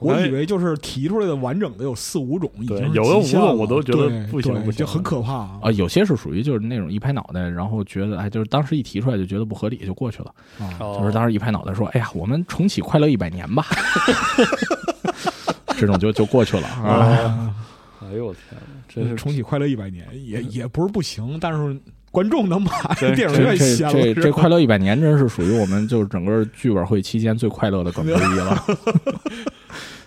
[SPEAKER 3] 我
[SPEAKER 2] 哎
[SPEAKER 3] 以为就是提出来的完整的有四五种，已
[SPEAKER 2] 对
[SPEAKER 3] 经是
[SPEAKER 2] 有个
[SPEAKER 3] 极限
[SPEAKER 2] 五种
[SPEAKER 3] 了
[SPEAKER 2] 我都觉得
[SPEAKER 3] 对
[SPEAKER 2] 不行
[SPEAKER 3] 对
[SPEAKER 2] 不行
[SPEAKER 3] 就很可怕啊
[SPEAKER 4] 啊，有些是属于就是那种一拍脑袋，然后觉得哎，就是当时一提出来就觉得不合理，就过去了。
[SPEAKER 3] 啊
[SPEAKER 2] 哦
[SPEAKER 4] 就是当时一拍脑袋说，哎呀，我们重启《快乐一百年》吧，这种就就过去了啊。
[SPEAKER 3] 啊！
[SPEAKER 2] 哎呦我天哪，真
[SPEAKER 3] 这
[SPEAKER 2] 是
[SPEAKER 3] 重启《快乐一百年》也也不是不行，但是观众能把
[SPEAKER 2] 真
[SPEAKER 3] 电影
[SPEAKER 4] 这
[SPEAKER 3] 院
[SPEAKER 4] 这
[SPEAKER 3] 掀了
[SPEAKER 4] 这这《快乐一百年》真是属于我们就是整个剧委会期间最快乐的梗之一了。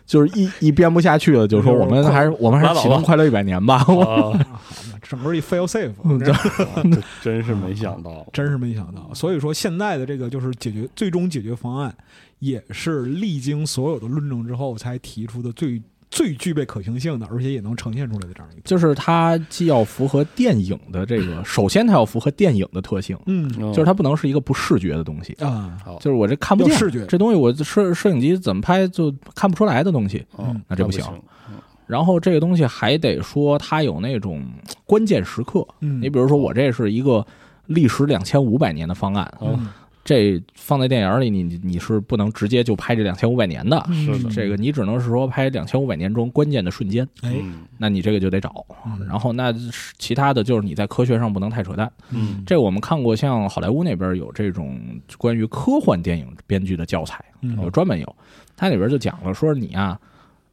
[SPEAKER 4] 就是一一编不下去了，就说我们还是我们还
[SPEAKER 2] 拉
[SPEAKER 4] 是
[SPEAKER 2] 倒吧
[SPEAKER 4] 启动《快乐一百年》吧。
[SPEAKER 2] 啊，
[SPEAKER 3] 整个一 fail safe，
[SPEAKER 2] 这真是没想到，
[SPEAKER 3] 真是没想到。所以说，现在的这个就是解决最终解决方案，也是历经所有的论证之后才提出的最最具备可行性的，而且也能呈现出来的这样一个。
[SPEAKER 4] 就是它既要符合电影的这个，首先它要符合电影的特性，
[SPEAKER 3] 嗯
[SPEAKER 4] 就是
[SPEAKER 2] 他
[SPEAKER 4] 它不能是一个不视觉的东西，
[SPEAKER 3] 啊，
[SPEAKER 2] 好，
[SPEAKER 4] 就是我这嗯看不见
[SPEAKER 3] 要视觉
[SPEAKER 4] 这东西，我摄摄影机怎么拍就看不出来的东西。
[SPEAKER 2] 嗯
[SPEAKER 4] 那这不
[SPEAKER 2] 行
[SPEAKER 4] 行，然后这个东西还得说它有那种关键时刻，
[SPEAKER 3] 嗯，
[SPEAKER 4] 你比如说我这是一个历时两千五百年的方案，
[SPEAKER 2] 嗯
[SPEAKER 3] 嗯
[SPEAKER 4] 这放在电影里你，你你是不能直接就拍这两千五百年的，
[SPEAKER 2] 是
[SPEAKER 3] 嗯
[SPEAKER 2] 的
[SPEAKER 4] 这个你只能哦是说拍两千五百年中关键的瞬间，
[SPEAKER 3] 哎，
[SPEAKER 2] 嗯
[SPEAKER 4] 那你这个就得找。
[SPEAKER 3] 嗯
[SPEAKER 4] 然后那是其他的就是你在科学上不能太扯淡。
[SPEAKER 2] 嗯
[SPEAKER 4] 这我们看过，像好莱坞那边有这种关于科幻电影编剧的教材，
[SPEAKER 3] 嗯
[SPEAKER 4] 有专门有，它里边就讲了说你啊，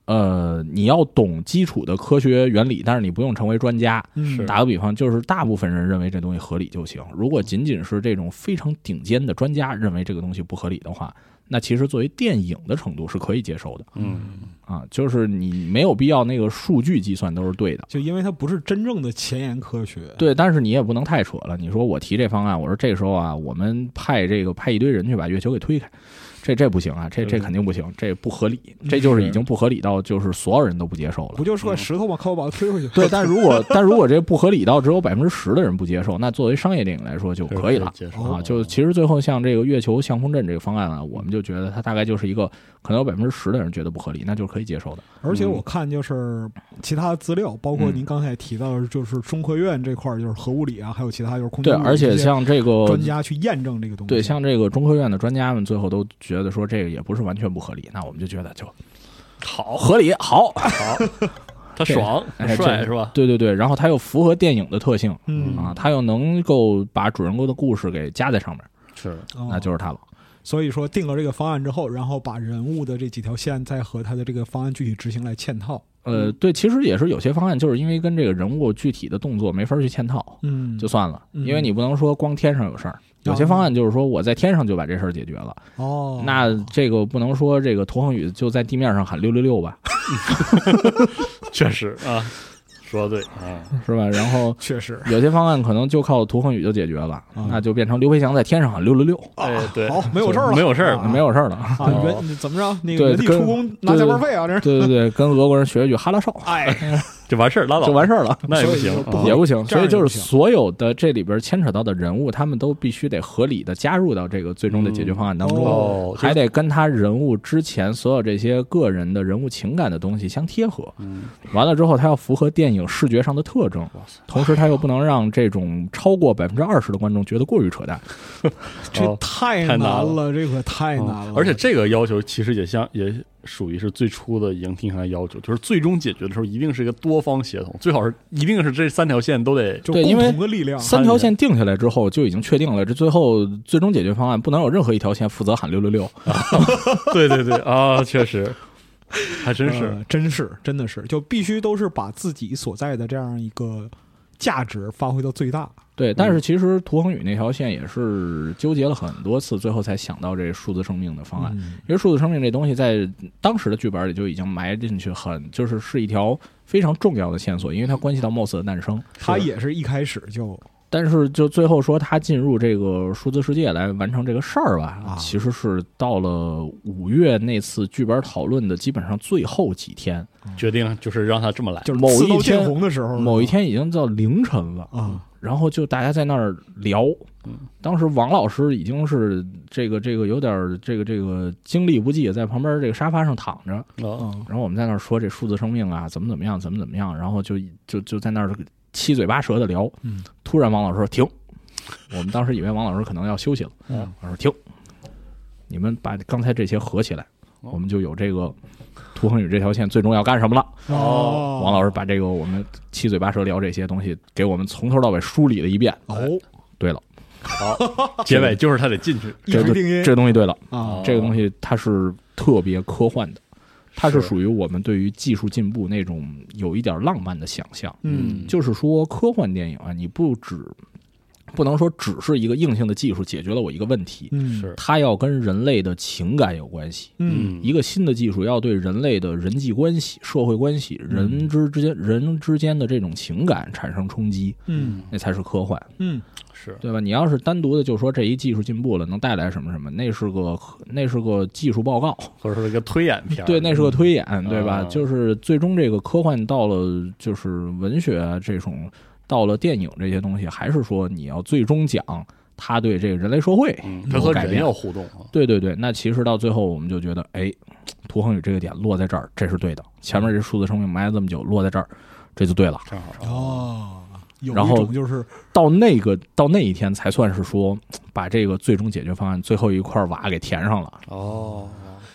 [SPEAKER 4] 呃，你要懂基础的科学原理，但是你不用成为专家。
[SPEAKER 3] 嗯
[SPEAKER 2] 是
[SPEAKER 4] 打个比方，就是大部分人认为这东西合理就行。如果仅仅是这种非常顶尖的专家认为这个东西不合理的话，那其实作为电影的程度是可以接受的
[SPEAKER 2] 嗯
[SPEAKER 4] 啊，就是你没有必要那个数据计算都是对的。
[SPEAKER 3] 就因为它不是真正的前沿科学，
[SPEAKER 4] 对，但是你也不能太扯了。你说我提这方案，我说这时候啊，我们派这个派一堆人去把月球给推开，这这不行啊，这这肯定不行，这不合理，这就是已经不合理到就是所有人都不接受了
[SPEAKER 3] 不。就是块石头吗？靠我把它推回去。
[SPEAKER 4] 嗯对，但如果但如果这不合理到只有百分之十的人不接受，那作为商业电影来说就可以了
[SPEAKER 2] 这个可以接受哦
[SPEAKER 3] 哦
[SPEAKER 4] 啊。就其实最后像这个月球向风阵这个方案啊，我们就觉得它大概就是一个可能有百分之十的人觉得不合理，那就是可以接受的。
[SPEAKER 3] 而且我看就是其他资料，包括
[SPEAKER 4] 嗯
[SPEAKER 3] 您刚才也提到的，就是中科院这块儿就是核物理啊，还有其他就是空
[SPEAKER 4] 对，
[SPEAKER 3] 间物理
[SPEAKER 4] 而且
[SPEAKER 3] 这些
[SPEAKER 4] 像这个
[SPEAKER 3] 专家去验证这个东西，
[SPEAKER 4] 对，像这个中科院的专家们最后都觉得说这个也不是完全不合理，那我们就觉得就
[SPEAKER 2] 好
[SPEAKER 4] 合理好，
[SPEAKER 2] 好，他爽
[SPEAKER 4] 哎
[SPEAKER 2] 帅
[SPEAKER 4] 这
[SPEAKER 2] 是吧？
[SPEAKER 4] 对对对，然后它又符合电影的特性
[SPEAKER 3] 嗯
[SPEAKER 4] 啊，它又能够把主人公的故事给加在上面，
[SPEAKER 2] 是
[SPEAKER 3] 哦
[SPEAKER 4] 那就是它了。
[SPEAKER 3] 所以说定了这个方案之后，然后把人物的这几条线再和他的这个方案具体执行来嵌套，
[SPEAKER 4] 呃，对，其实也是有些方案，就是因为跟这个人物具体的动作没法去嵌套，
[SPEAKER 3] 嗯，
[SPEAKER 4] 就算了，
[SPEAKER 3] 嗯
[SPEAKER 4] 因为你不能说光天上有事儿。有些方案就是说我在天上就把这事儿解决了，
[SPEAKER 3] 哦，
[SPEAKER 4] 那这个不能说这个涂恒宇就在地面上喊六六 六吧，
[SPEAKER 2] 确实啊，说的对啊，
[SPEAKER 4] 是吧？然后
[SPEAKER 3] 确实
[SPEAKER 4] 有些方案可能就靠涂恒宇就解决了，
[SPEAKER 3] 嗯
[SPEAKER 4] 那就变成刘培强在天上喊六六六，
[SPEAKER 2] 哎对，
[SPEAKER 3] 啊好，没有事儿了，
[SPEAKER 2] 没有事儿了
[SPEAKER 3] 啊
[SPEAKER 4] 没有事 儿了。
[SPEAKER 3] 啊，原怎么着？那个
[SPEAKER 4] 对
[SPEAKER 3] 原地
[SPEAKER 4] 跟
[SPEAKER 3] 出工拿加班费啊，这是
[SPEAKER 4] 对对对，跟俄国人学一句哈拉少
[SPEAKER 3] 哎，
[SPEAKER 2] 就完事儿拉倒，
[SPEAKER 4] 就完事儿了，
[SPEAKER 2] 那也不行
[SPEAKER 3] 所以就不
[SPEAKER 2] 啊
[SPEAKER 3] 合
[SPEAKER 4] 也不行。
[SPEAKER 3] 这
[SPEAKER 4] 所
[SPEAKER 3] 样
[SPEAKER 4] 以就
[SPEAKER 3] 也不
[SPEAKER 4] 是
[SPEAKER 3] 行
[SPEAKER 4] 所有的这里边牵扯到的人物，他们都必须得合理的加入到这个最终的解决方案当中，
[SPEAKER 3] 嗯
[SPEAKER 2] 哦，
[SPEAKER 4] 还得跟他人物之前所有这些个人的人物情感的东西相贴合。
[SPEAKER 2] 嗯
[SPEAKER 4] 完了之后，他要符合电影视觉上的特征，同时他又不能让这种超过百分之二十的观众觉得过于扯淡。哦
[SPEAKER 3] 这
[SPEAKER 2] 好
[SPEAKER 3] 太
[SPEAKER 2] 太难
[SPEAKER 3] 难
[SPEAKER 2] 了
[SPEAKER 3] 了，这可太难
[SPEAKER 2] 嗯
[SPEAKER 3] 了，
[SPEAKER 2] 而且这个要求其实也像也属于是最初的影厅上的要求，就是最终解决的时候一定是一个多方协同，最好是一定是这三条线都 得
[SPEAKER 3] 就
[SPEAKER 4] 对因
[SPEAKER 3] 共
[SPEAKER 4] 为
[SPEAKER 3] 同的力量，
[SPEAKER 4] 三条线定下来之后，就已经确定了，这最后最终解决方案不能有任何一条线负责喊六六六。
[SPEAKER 2] 对对对啊，确实，嗯还真是、
[SPEAKER 3] 呃真是真的是，就必须都是把自己所在的这样一个价值发挥到最大，
[SPEAKER 4] 对，但是其实涂恒宇那条线也是纠结了很多次，最后才想到这数字生命的方案。
[SPEAKER 3] 嗯
[SPEAKER 4] 因为数字生命这东西在当时的剧本里就已经埋进去很，就是是一条非常重要的线索，因为它关系到 MOS 的诞生。
[SPEAKER 3] 他也是一开始就
[SPEAKER 4] 但是就最后说他进入这个数字世界来完成这个事儿吧，
[SPEAKER 3] 啊
[SPEAKER 4] 其实是到了五月那次剧本讨论的基本上最后几天，
[SPEAKER 2] 决定就是让他这么来，
[SPEAKER 3] 就是
[SPEAKER 4] 某
[SPEAKER 3] 刺
[SPEAKER 4] 一
[SPEAKER 3] 刀见
[SPEAKER 4] 天
[SPEAKER 3] 红的时候，
[SPEAKER 4] 某一天已经到凌晨了，
[SPEAKER 3] 啊，
[SPEAKER 4] 然后就大家在那儿聊
[SPEAKER 2] 嗯。
[SPEAKER 4] 当时王老师已经是这个这个有点儿这个这个精力不济，在旁边这个沙发上躺着。
[SPEAKER 2] 啊，
[SPEAKER 3] 嗯
[SPEAKER 4] 然后我们在那儿说这数字生命啊，怎么怎么样，怎么怎么样，然后就就就在那儿七嘴八舌的聊。
[SPEAKER 3] 嗯
[SPEAKER 4] 突然王老师说停，我们当时以为王老师可能要休息了，
[SPEAKER 2] 嗯
[SPEAKER 4] 我说停，你们把刚才这些合起来，
[SPEAKER 2] 哦
[SPEAKER 4] 我们就有这个涂恒宇这条线最终要干什么了。
[SPEAKER 2] 哦
[SPEAKER 4] 王老师把这个我们七嘴八舌聊这些东西给我们从头到尾梳理了一遍。
[SPEAKER 3] 哦，
[SPEAKER 4] 对了，
[SPEAKER 2] 好，结尾就是他得进去，
[SPEAKER 3] 一
[SPEAKER 4] 这
[SPEAKER 3] 锤
[SPEAKER 4] 个
[SPEAKER 3] 定音
[SPEAKER 4] 这个东西对了，
[SPEAKER 3] 啊
[SPEAKER 2] 哎哦，
[SPEAKER 4] 这个东西它是特别科幻的，它是
[SPEAKER 2] 是
[SPEAKER 4] 属于我们对于技术进步那种有一点浪漫的想象。
[SPEAKER 3] 嗯
[SPEAKER 4] 就是说，科幻电影啊，你不只不能说只是一个硬性的技术解决了我一个问题，
[SPEAKER 3] 嗯
[SPEAKER 2] 是
[SPEAKER 4] 它要跟人类的情感有关系。
[SPEAKER 3] 嗯
[SPEAKER 4] 一个新的技术要对人类的人际关系、社会关系、人之之间、人之间的这种情感产生冲击，
[SPEAKER 3] 嗯
[SPEAKER 4] 那才是科幻，
[SPEAKER 3] 嗯
[SPEAKER 2] 是
[SPEAKER 4] 对吧？你要是单独的就说这一技术进步了能带来什么什么，那是个那是个技术报告，
[SPEAKER 2] 或者说一个推演片儿，
[SPEAKER 4] 对，那是个推演，对吧？
[SPEAKER 2] 啊
[SPEAKER 4] 就是最终这个科幻到了，就是文学啊这种，到了电影这些东西，还是说你要最终讲他对这个人类社会，
[SPEAKER 2] 嗯，他和
[SPEAKER 4] 改
[SPEAKER 2] 人
[SPEAKER 4] 变
[SPEAKER 2] 要互动啊，
[SPEAKER 4] 对对对。那其实到最后，我们就觉得，哎，涂恒宇这个点落在这儿，这是对的。前面这数字生命埋了这么久，落在这儿，这就对了。
[SPEAKER 2] 正好啊
[SPEAKER 3] 哦，有
[SPEAKER 4] 然
[SPEAKER 3] 一
[SPEAKER 4] 后
[SPEAKER 3] 种就是
[SPEAKER 4] 到那个到那一天才算是说把这个最终解决方案最后一块瓦给填上了。
[SPEAKER 2] 哦，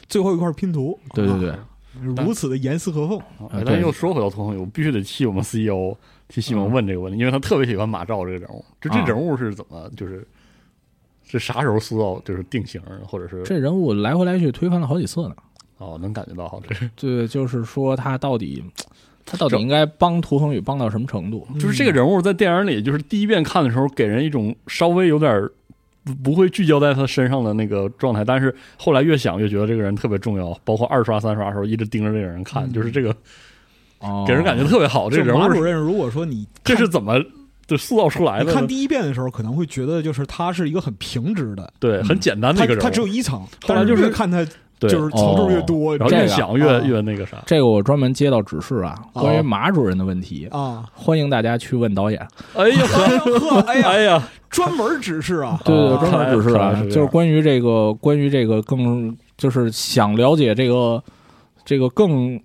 [SPEAKER 3] 最后一块拼图，啊
[SPEAKER 4] 对对对，
[SPEAKER 3] 如此的严丝合缝。
[SPEAKER 2] 哎
[SPEAKER 4] 啊
[SPEAKER 2] 但
[SPEAKER 4] 对
[SPEAKER 2] 是又说回到通红，我必须得替我
[SPEAKER 3] 嗯
[SPEAKER 2] 们 CEO 替西蒙问这个问题，因为他特别喜欢马照这个人物。就这
[SPEAKER 4] 啊
[SPEAKER 2] 人物是怎么，就是是啥时候塑造，就是定型，或者是
[SPEAKER 4] 这人物来回来去推翻了好几次呢。
[SPEAKER 2] 哦，能感觉到哈，这是
[SPEAKER 4] 对，就是说他到底他到底
[SPEAKER 2] 这
[SPEAKER 4] 应该帮涂恒宇帮到什么程
[SPEAKER 3] 嗯
[SPEAKER 4] 度？
[SPEAKER 2] 就是这个人物在电影里，就是第一遍看的时候，给人一种稍微有点儿不不会聚焦在他身上的那个状态，但是后来越想越觉得这个人特别重要，包括二刷三刷的时候一直盯着这个人看，
[SPEAKER 3] 嗯
[SPEAKER 2] 就是这个
[SPEAKER 4] 哦，
[SPEAKER 2] 给人感觉特别好。这
[SPEAKER 3] 就
[SPEAKER 2] 人
[SPEAKER 3] 马
[SPEAKER 2] 物
[SPEAKER 3] 主
[SPEAKER 2] 是
[SPEAKER 3] 任，如果说你
[SPEAKER 2] 这
[SPEAKER 3] 看
[SPEAKER 2] 是怎么就塑造出来
[SPEAKER 3] 你
[SPEAKER 2] 的
[SPEAKER 3] 看
[SPEAKER 2] 呢？
[SPEAKER 3] 第一遍的时候，可能会觉得就是他是一个很平直的，
[SPEAKER 2] 对，很简单的
[SPEAKER 3] 他
[SPEAKER 2] 啊一个人物，
[SPEAKER 3] 嗯他只有一层，
[SPEAKER 2] 但是
[SPEAKER 3] 后来
[SPEAKER 2] 就是
[SPEAKER 3] 越看他
[SPEAKER 2] 对哦
[SPEAKER 3] 就是层数越 多，
[SPEAKER 2] 然后
[SPEAKER 4] 这
[SPEAKER 2] 越
[SPEAKER 4] 个
[SPEAKER 2] 想越、
[SPEAKER 3] 啊
[SPEAKER 2] 越那个啥。
[SPEAKER 4] 这个我专门接到指示啊，
[SPEAKER 3] 哦
[SPEAKER 4] 关于马主任的问题，
[SPEAKER 3] 啊，
[SPEAKER 4] 欢迎大家去问导演。
[SPEAKER 2] 哎 呀，
[SPEAKER 3] 呵，哎呀，
[SPEAKER 2] 哎呀，
[SPEAKER 3] 专门指示啊，
[SPEAKER 4] 对对，
[SPEAKER 2] 哦
[SPEAKER 4] 对专门指示
[SPEAKER 2] 看来
[SPEAKER 4] 啊
[SPEAKER 2] 是这，样
[SPEAKER 4] 就是关于这个，关于这个更，就是想了解这个，这个更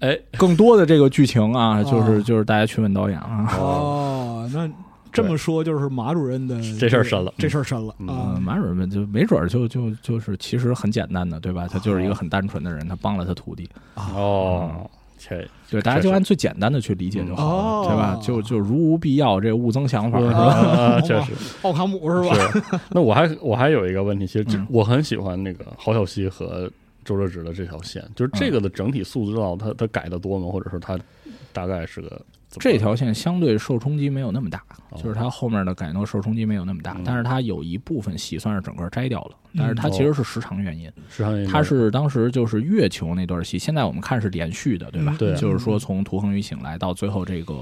[SPEAKER 2] 哎，
[SPEAKER 4] 更多的这个剧情啊，
[SPEAKER 3] 哦
[SPEAKER 4] 就是就是大家去问导演啊。
[SPEAKER 3] 哦，那这么说就是马主任的
[SPEAKER 2] 这事儿深了
[SPEAKER 3] 这事儿深了
[SPEAKER 2] 嗯
[SPEAKER 3] 啊
[SPEAKER 4] 嗯，。马主任就没准儿就就就是其实很简单的，对吧？他就是一个很单纯的人，他帮了他徒弟，
[SPEAKER 2] 哦，切，
[SPEAKER 4] 对，大家就按最简单的去理解
[SPEAKER 2] 嗯
[SPEAKER 4] 就好
[SPEAKER 3] 哦
[SPEAKER 4] 了，对吧？就就如无必要这勿增想法，是吧？
[SPEAKER 2] 啊，
[SPEAKER 3] 啊
[SPEAKER 2] 确实
[SPEAKER 3] 奥卡姆是吧？
[SPEAKER 2] 是。那我还我还有一个问题，其实这
[SPEAKER 4] 嗯
[SPEAKER 2] 我很喜欢那个郝小西和周乐直的这条线，就是这个的整体塑造，他他改的多吗？或者说他大概是个怎么
[SPEAKER 4] 这条线相对受冲击没有那么大，
[SPEAKER 2] 哦
[SPEAKER 4] 就是它后面的改动受冲击没有那么大
[SPEAKER 2] 嗯，
[SPEAKER 4] 但是它有一部分戏算是整个摘掉了，
[SPEAKER 3] 嗯
[SPEAKER 4] 但是它其实是时长原因，
[SPEAKER 2] 时长也没有？
[SPEAKER 4] 它是当时就是月球那段戏，现在我们看是连续的，对吧
[SPEAKER 3] 嗯？对
[SPEAKER 4] 就是说从涂恒宇醒来到最后这个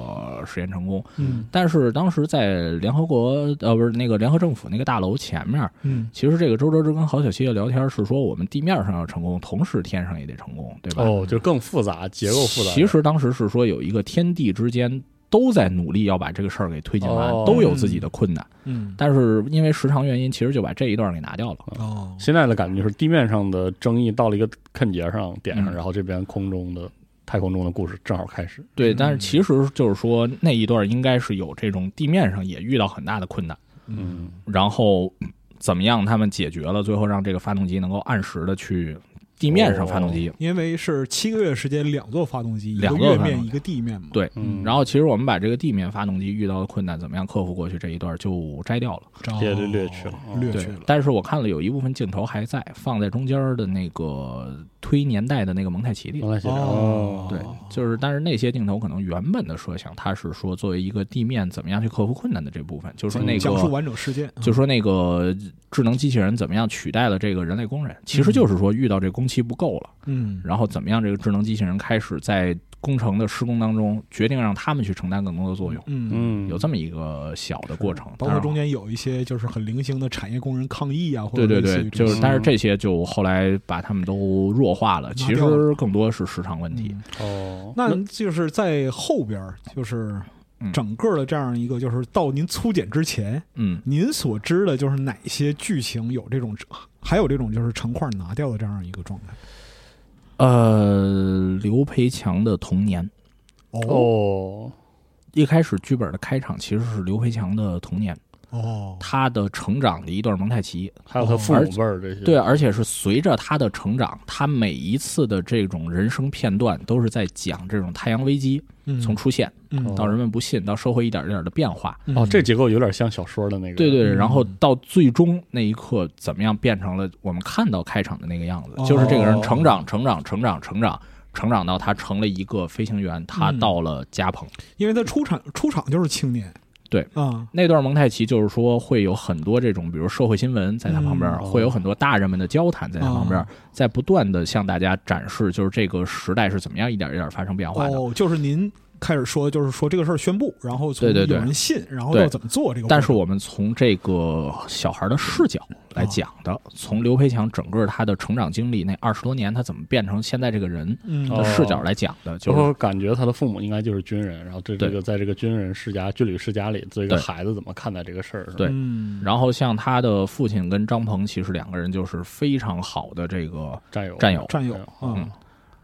[SPEAKER 4] 实验成功，
[SPEAKER 3] 嗯
[SPEAKER 4] 但是当时在联合国呃不是那个联合政府那个大楼前面，
[SPEAKER 3] 嗯
[SPEAKER 4] 其实这个周哲之跟郝小七的聊天是说我们地面上要成功，同时天上也得成功，对吧？
[SPEAKER 2] 哦，就更复杂，结构复杂。
[SPEAKER 4] 其实当时是说有一个天地之间都在努力要把这个事儿给推进完，
[SPEAKER 2] 哦
[SPEAKER 4] 都有自己的困难，
[SPEAKER 3] 嗯
[SPEAKER 4] 但是因为时长原因，其实就把这一段给拿掉了。
[SPEAKER 3] 哦，
[SPEAKER 2] 现在的感觉就是地面上的争议到了一个坎节上点上，
[SPEAKER 4] 嗯
[SPEAKER 2] 然后这边空中的太空中的故事正好开始。
[SPEAKER 4] 对，
[SPEAKER 3] 嗯
[SPEAKER 4] 但是其实就是说那一段应该是有这种地面上也遇到很大的困难，
[SPEAKER 2] 嗯，
[SPEAKER 4] 然后怎么样他们解决了，最后让这个发动机能够按时的去地面上发动
[SPEAKER 2] 哦
[SPEAKER 4] 机。
[SPEAKER 3] 因为是七个月时间，两座发动机，一
[SPEAKER 4] 两座
[SPEAKER 3] 月
[SPEAKER 4] 发动
[SPEAKER 3] 面
[SPEAKER 4] 机
[SPEAKER 3] 一个地面嘛。哦
[SPEAKER 4] 对，
[SPEAKER 2] 嗯
[SPEAKER 4] 然后其实我们把这个地面发动机遇到的困难怎么样克服过去这一段就摘掉了。
[SPEAKER 3] 哦
[SPEAKER 2] 也略略去了哦
[SPEAKER 3] 略
[SPEAKER 4] 嗯对
[SPEAKER 3] 去，了。
[SPEAKER 4] 但是我看了有一部分镜头还在放在中间的那个推年代的那个蒙太奇里。
[SPEAKER 2] 刚才写的
[SPEAKER 3] 哦
[SPEAKER 4] 对，就是但是那些镜头可能原本的设想，它是说作为一个地面怎么样去克服困难的这部分，就是说那
[SPEAKER 3] 讲述
[SPEAKER 4] 个。
[SPEAKER 3] 完整事件，
[SPEAKER 4] 就说那个智能机器人怎么样取代了这个人类工人，其实就是说遇到这工期不够了，
[SPEAKER 3] 嗯
[SPEAKER 4] 然后怎么样这个智能机器人开始在工程的施工当中决定让他们去承担更多的作用，
[SPEAKER 3] 嗯，
[SPEAKER 2] 嗯，
[SPEAKER 4] 有这么一个小的过程。
[SPEAKER 3] 包
[SPEAKER 4] 当
[SPEAKER 3] 括
[SPEAKER 4] 然
[SPEAKER 3] 中间有一些就是很零星的产业工人抗议啊，或者
[SPEAKER 4] 对对
[SPEAKER 3] 类似
[SPEAKER 4] 对
[SPEAKER 3] 于，这
[SPEAKER 4] 就
[SPEAKER 3] 种
[SPEAKER 4] 是，但是这些就后来把他们都弱化了，其
[SPEAKER 3] 拿掉
[SPEAKER 4] 实更多是时长问题
[SPEAKER 3] 嗯。
[SPEAKER 2] 哦，
[SPEAKER 3] 那就是在后边儿，就是
[SPEAKER 4] 嗯
[SPEAKER 3] 整个的这样一个，就是到您粗剪之前，
[SPEAKER 4] 嗯，
[SPEAKER 3] 您所知的就是哪些剧情有这种，还有这种就是成块拿掉的这样一个状态。
[SPEAKER 4] 呃，刘培强的童年，
[SPEAKER 2] 哦，
[SPEAKER 4] 一开始剧本的开场其实是刘培强的童年，
[SPEAKER 3] 哦，
[SPEAKER 4] 他的成长的一段蒙太奇。
[SPEAKER 2] 哦还有他父母辈儿这些，
[SPEAKER 4] 对，啊而且是随着他的成长，他每一次的这种人生片段都是在讲这种太阳危机
[SPEAKER 3] 嗯
[SPEAKER 4] 从出现
[SPEAKER 2] 哦
[SPEAKER 3] 嗯
[SPEAKER 4] 到人们不信，到社会一点儿一点儿的变化。
[SPEAKER 3] 嗯
[SPEAKER 2] 哦，这结构有点像小说的那个，
[SPEAKER 4] 对对，
[SPEAKER 3] 嗯
[SPEAKER 4] 然后到最终那一刻，怎么样变成了我们看到开场的那个样子
[SPEAKER 3] 哦？
[SPEAKER 4] 就是这个人成长、成长、成长、成长，成长到他成了一个飞行员，他
[SPEAKER 3] 嗯
[SPEAKER 4] 到了加蓬。
[SPEAKER 3] 因为他出场出场就是青年，
[SPEAKER 4] 对
[SPEAKER 3] 啊，
[SPEAKER 4] 那段蒙太奇就是说会有很多这种，比如社会新闻在他旁边，
[SPEAKER 2] 嗯哦
[SPEAKER 4] 会有很多大人们的交谈在他旁边，
[SPEAKER 3] 哦
[SPEAKER 4] 在不断的向大家展示，就是这个时代是怎么样一点一点发生变化的。
[SPEAKER 3] 哦，就是您开始说，就是说这个事儿宣布，然后从
[SPEAKER 4] 对对对
[SPEAKER 3] 有人信，然后
[SPEAKER 4] 对
[SPEAKER 3] 到怎么做这个过程，
[SPEAKER 4] 但是我们从这个小孩的视角
[SPEAKER 3] 哦
[SPEAKER 4] 来讲的，从刘培强整个他的成长经历那二十多年，他怎么变成现在这个人
[SPEAKER 3] 嗯
[SPEAKER 4] 的
[SPEAKER 2] 哦嗯
[SPEAKER 4] 视角来讲的，
[SPEAKER 2] 就
[SPEAKER 4] 就是是
[SPEAKER 2] 感觉他的父母应该就是军人，然后这这
[SPEAKER 4] 对
[SPEAKER 2] 个在这个军人世家、军旅世家里，这个
[SPEAKER 4] 对
[SPEAKER 2] 孩子怎么看待这个事儿？是吧
[SPEAKER 4] 对
[SPEAKER 3] 嗯，
[SPEAKER 4] 然后像他的父亲跟张鹏，其实两个人就是非常好的这个
[SPEAKER 2] 战友，
[SPEAKER 4] 战友。
[SPEAKER 3] 战友啊
[SPEAKER 4] 嗯，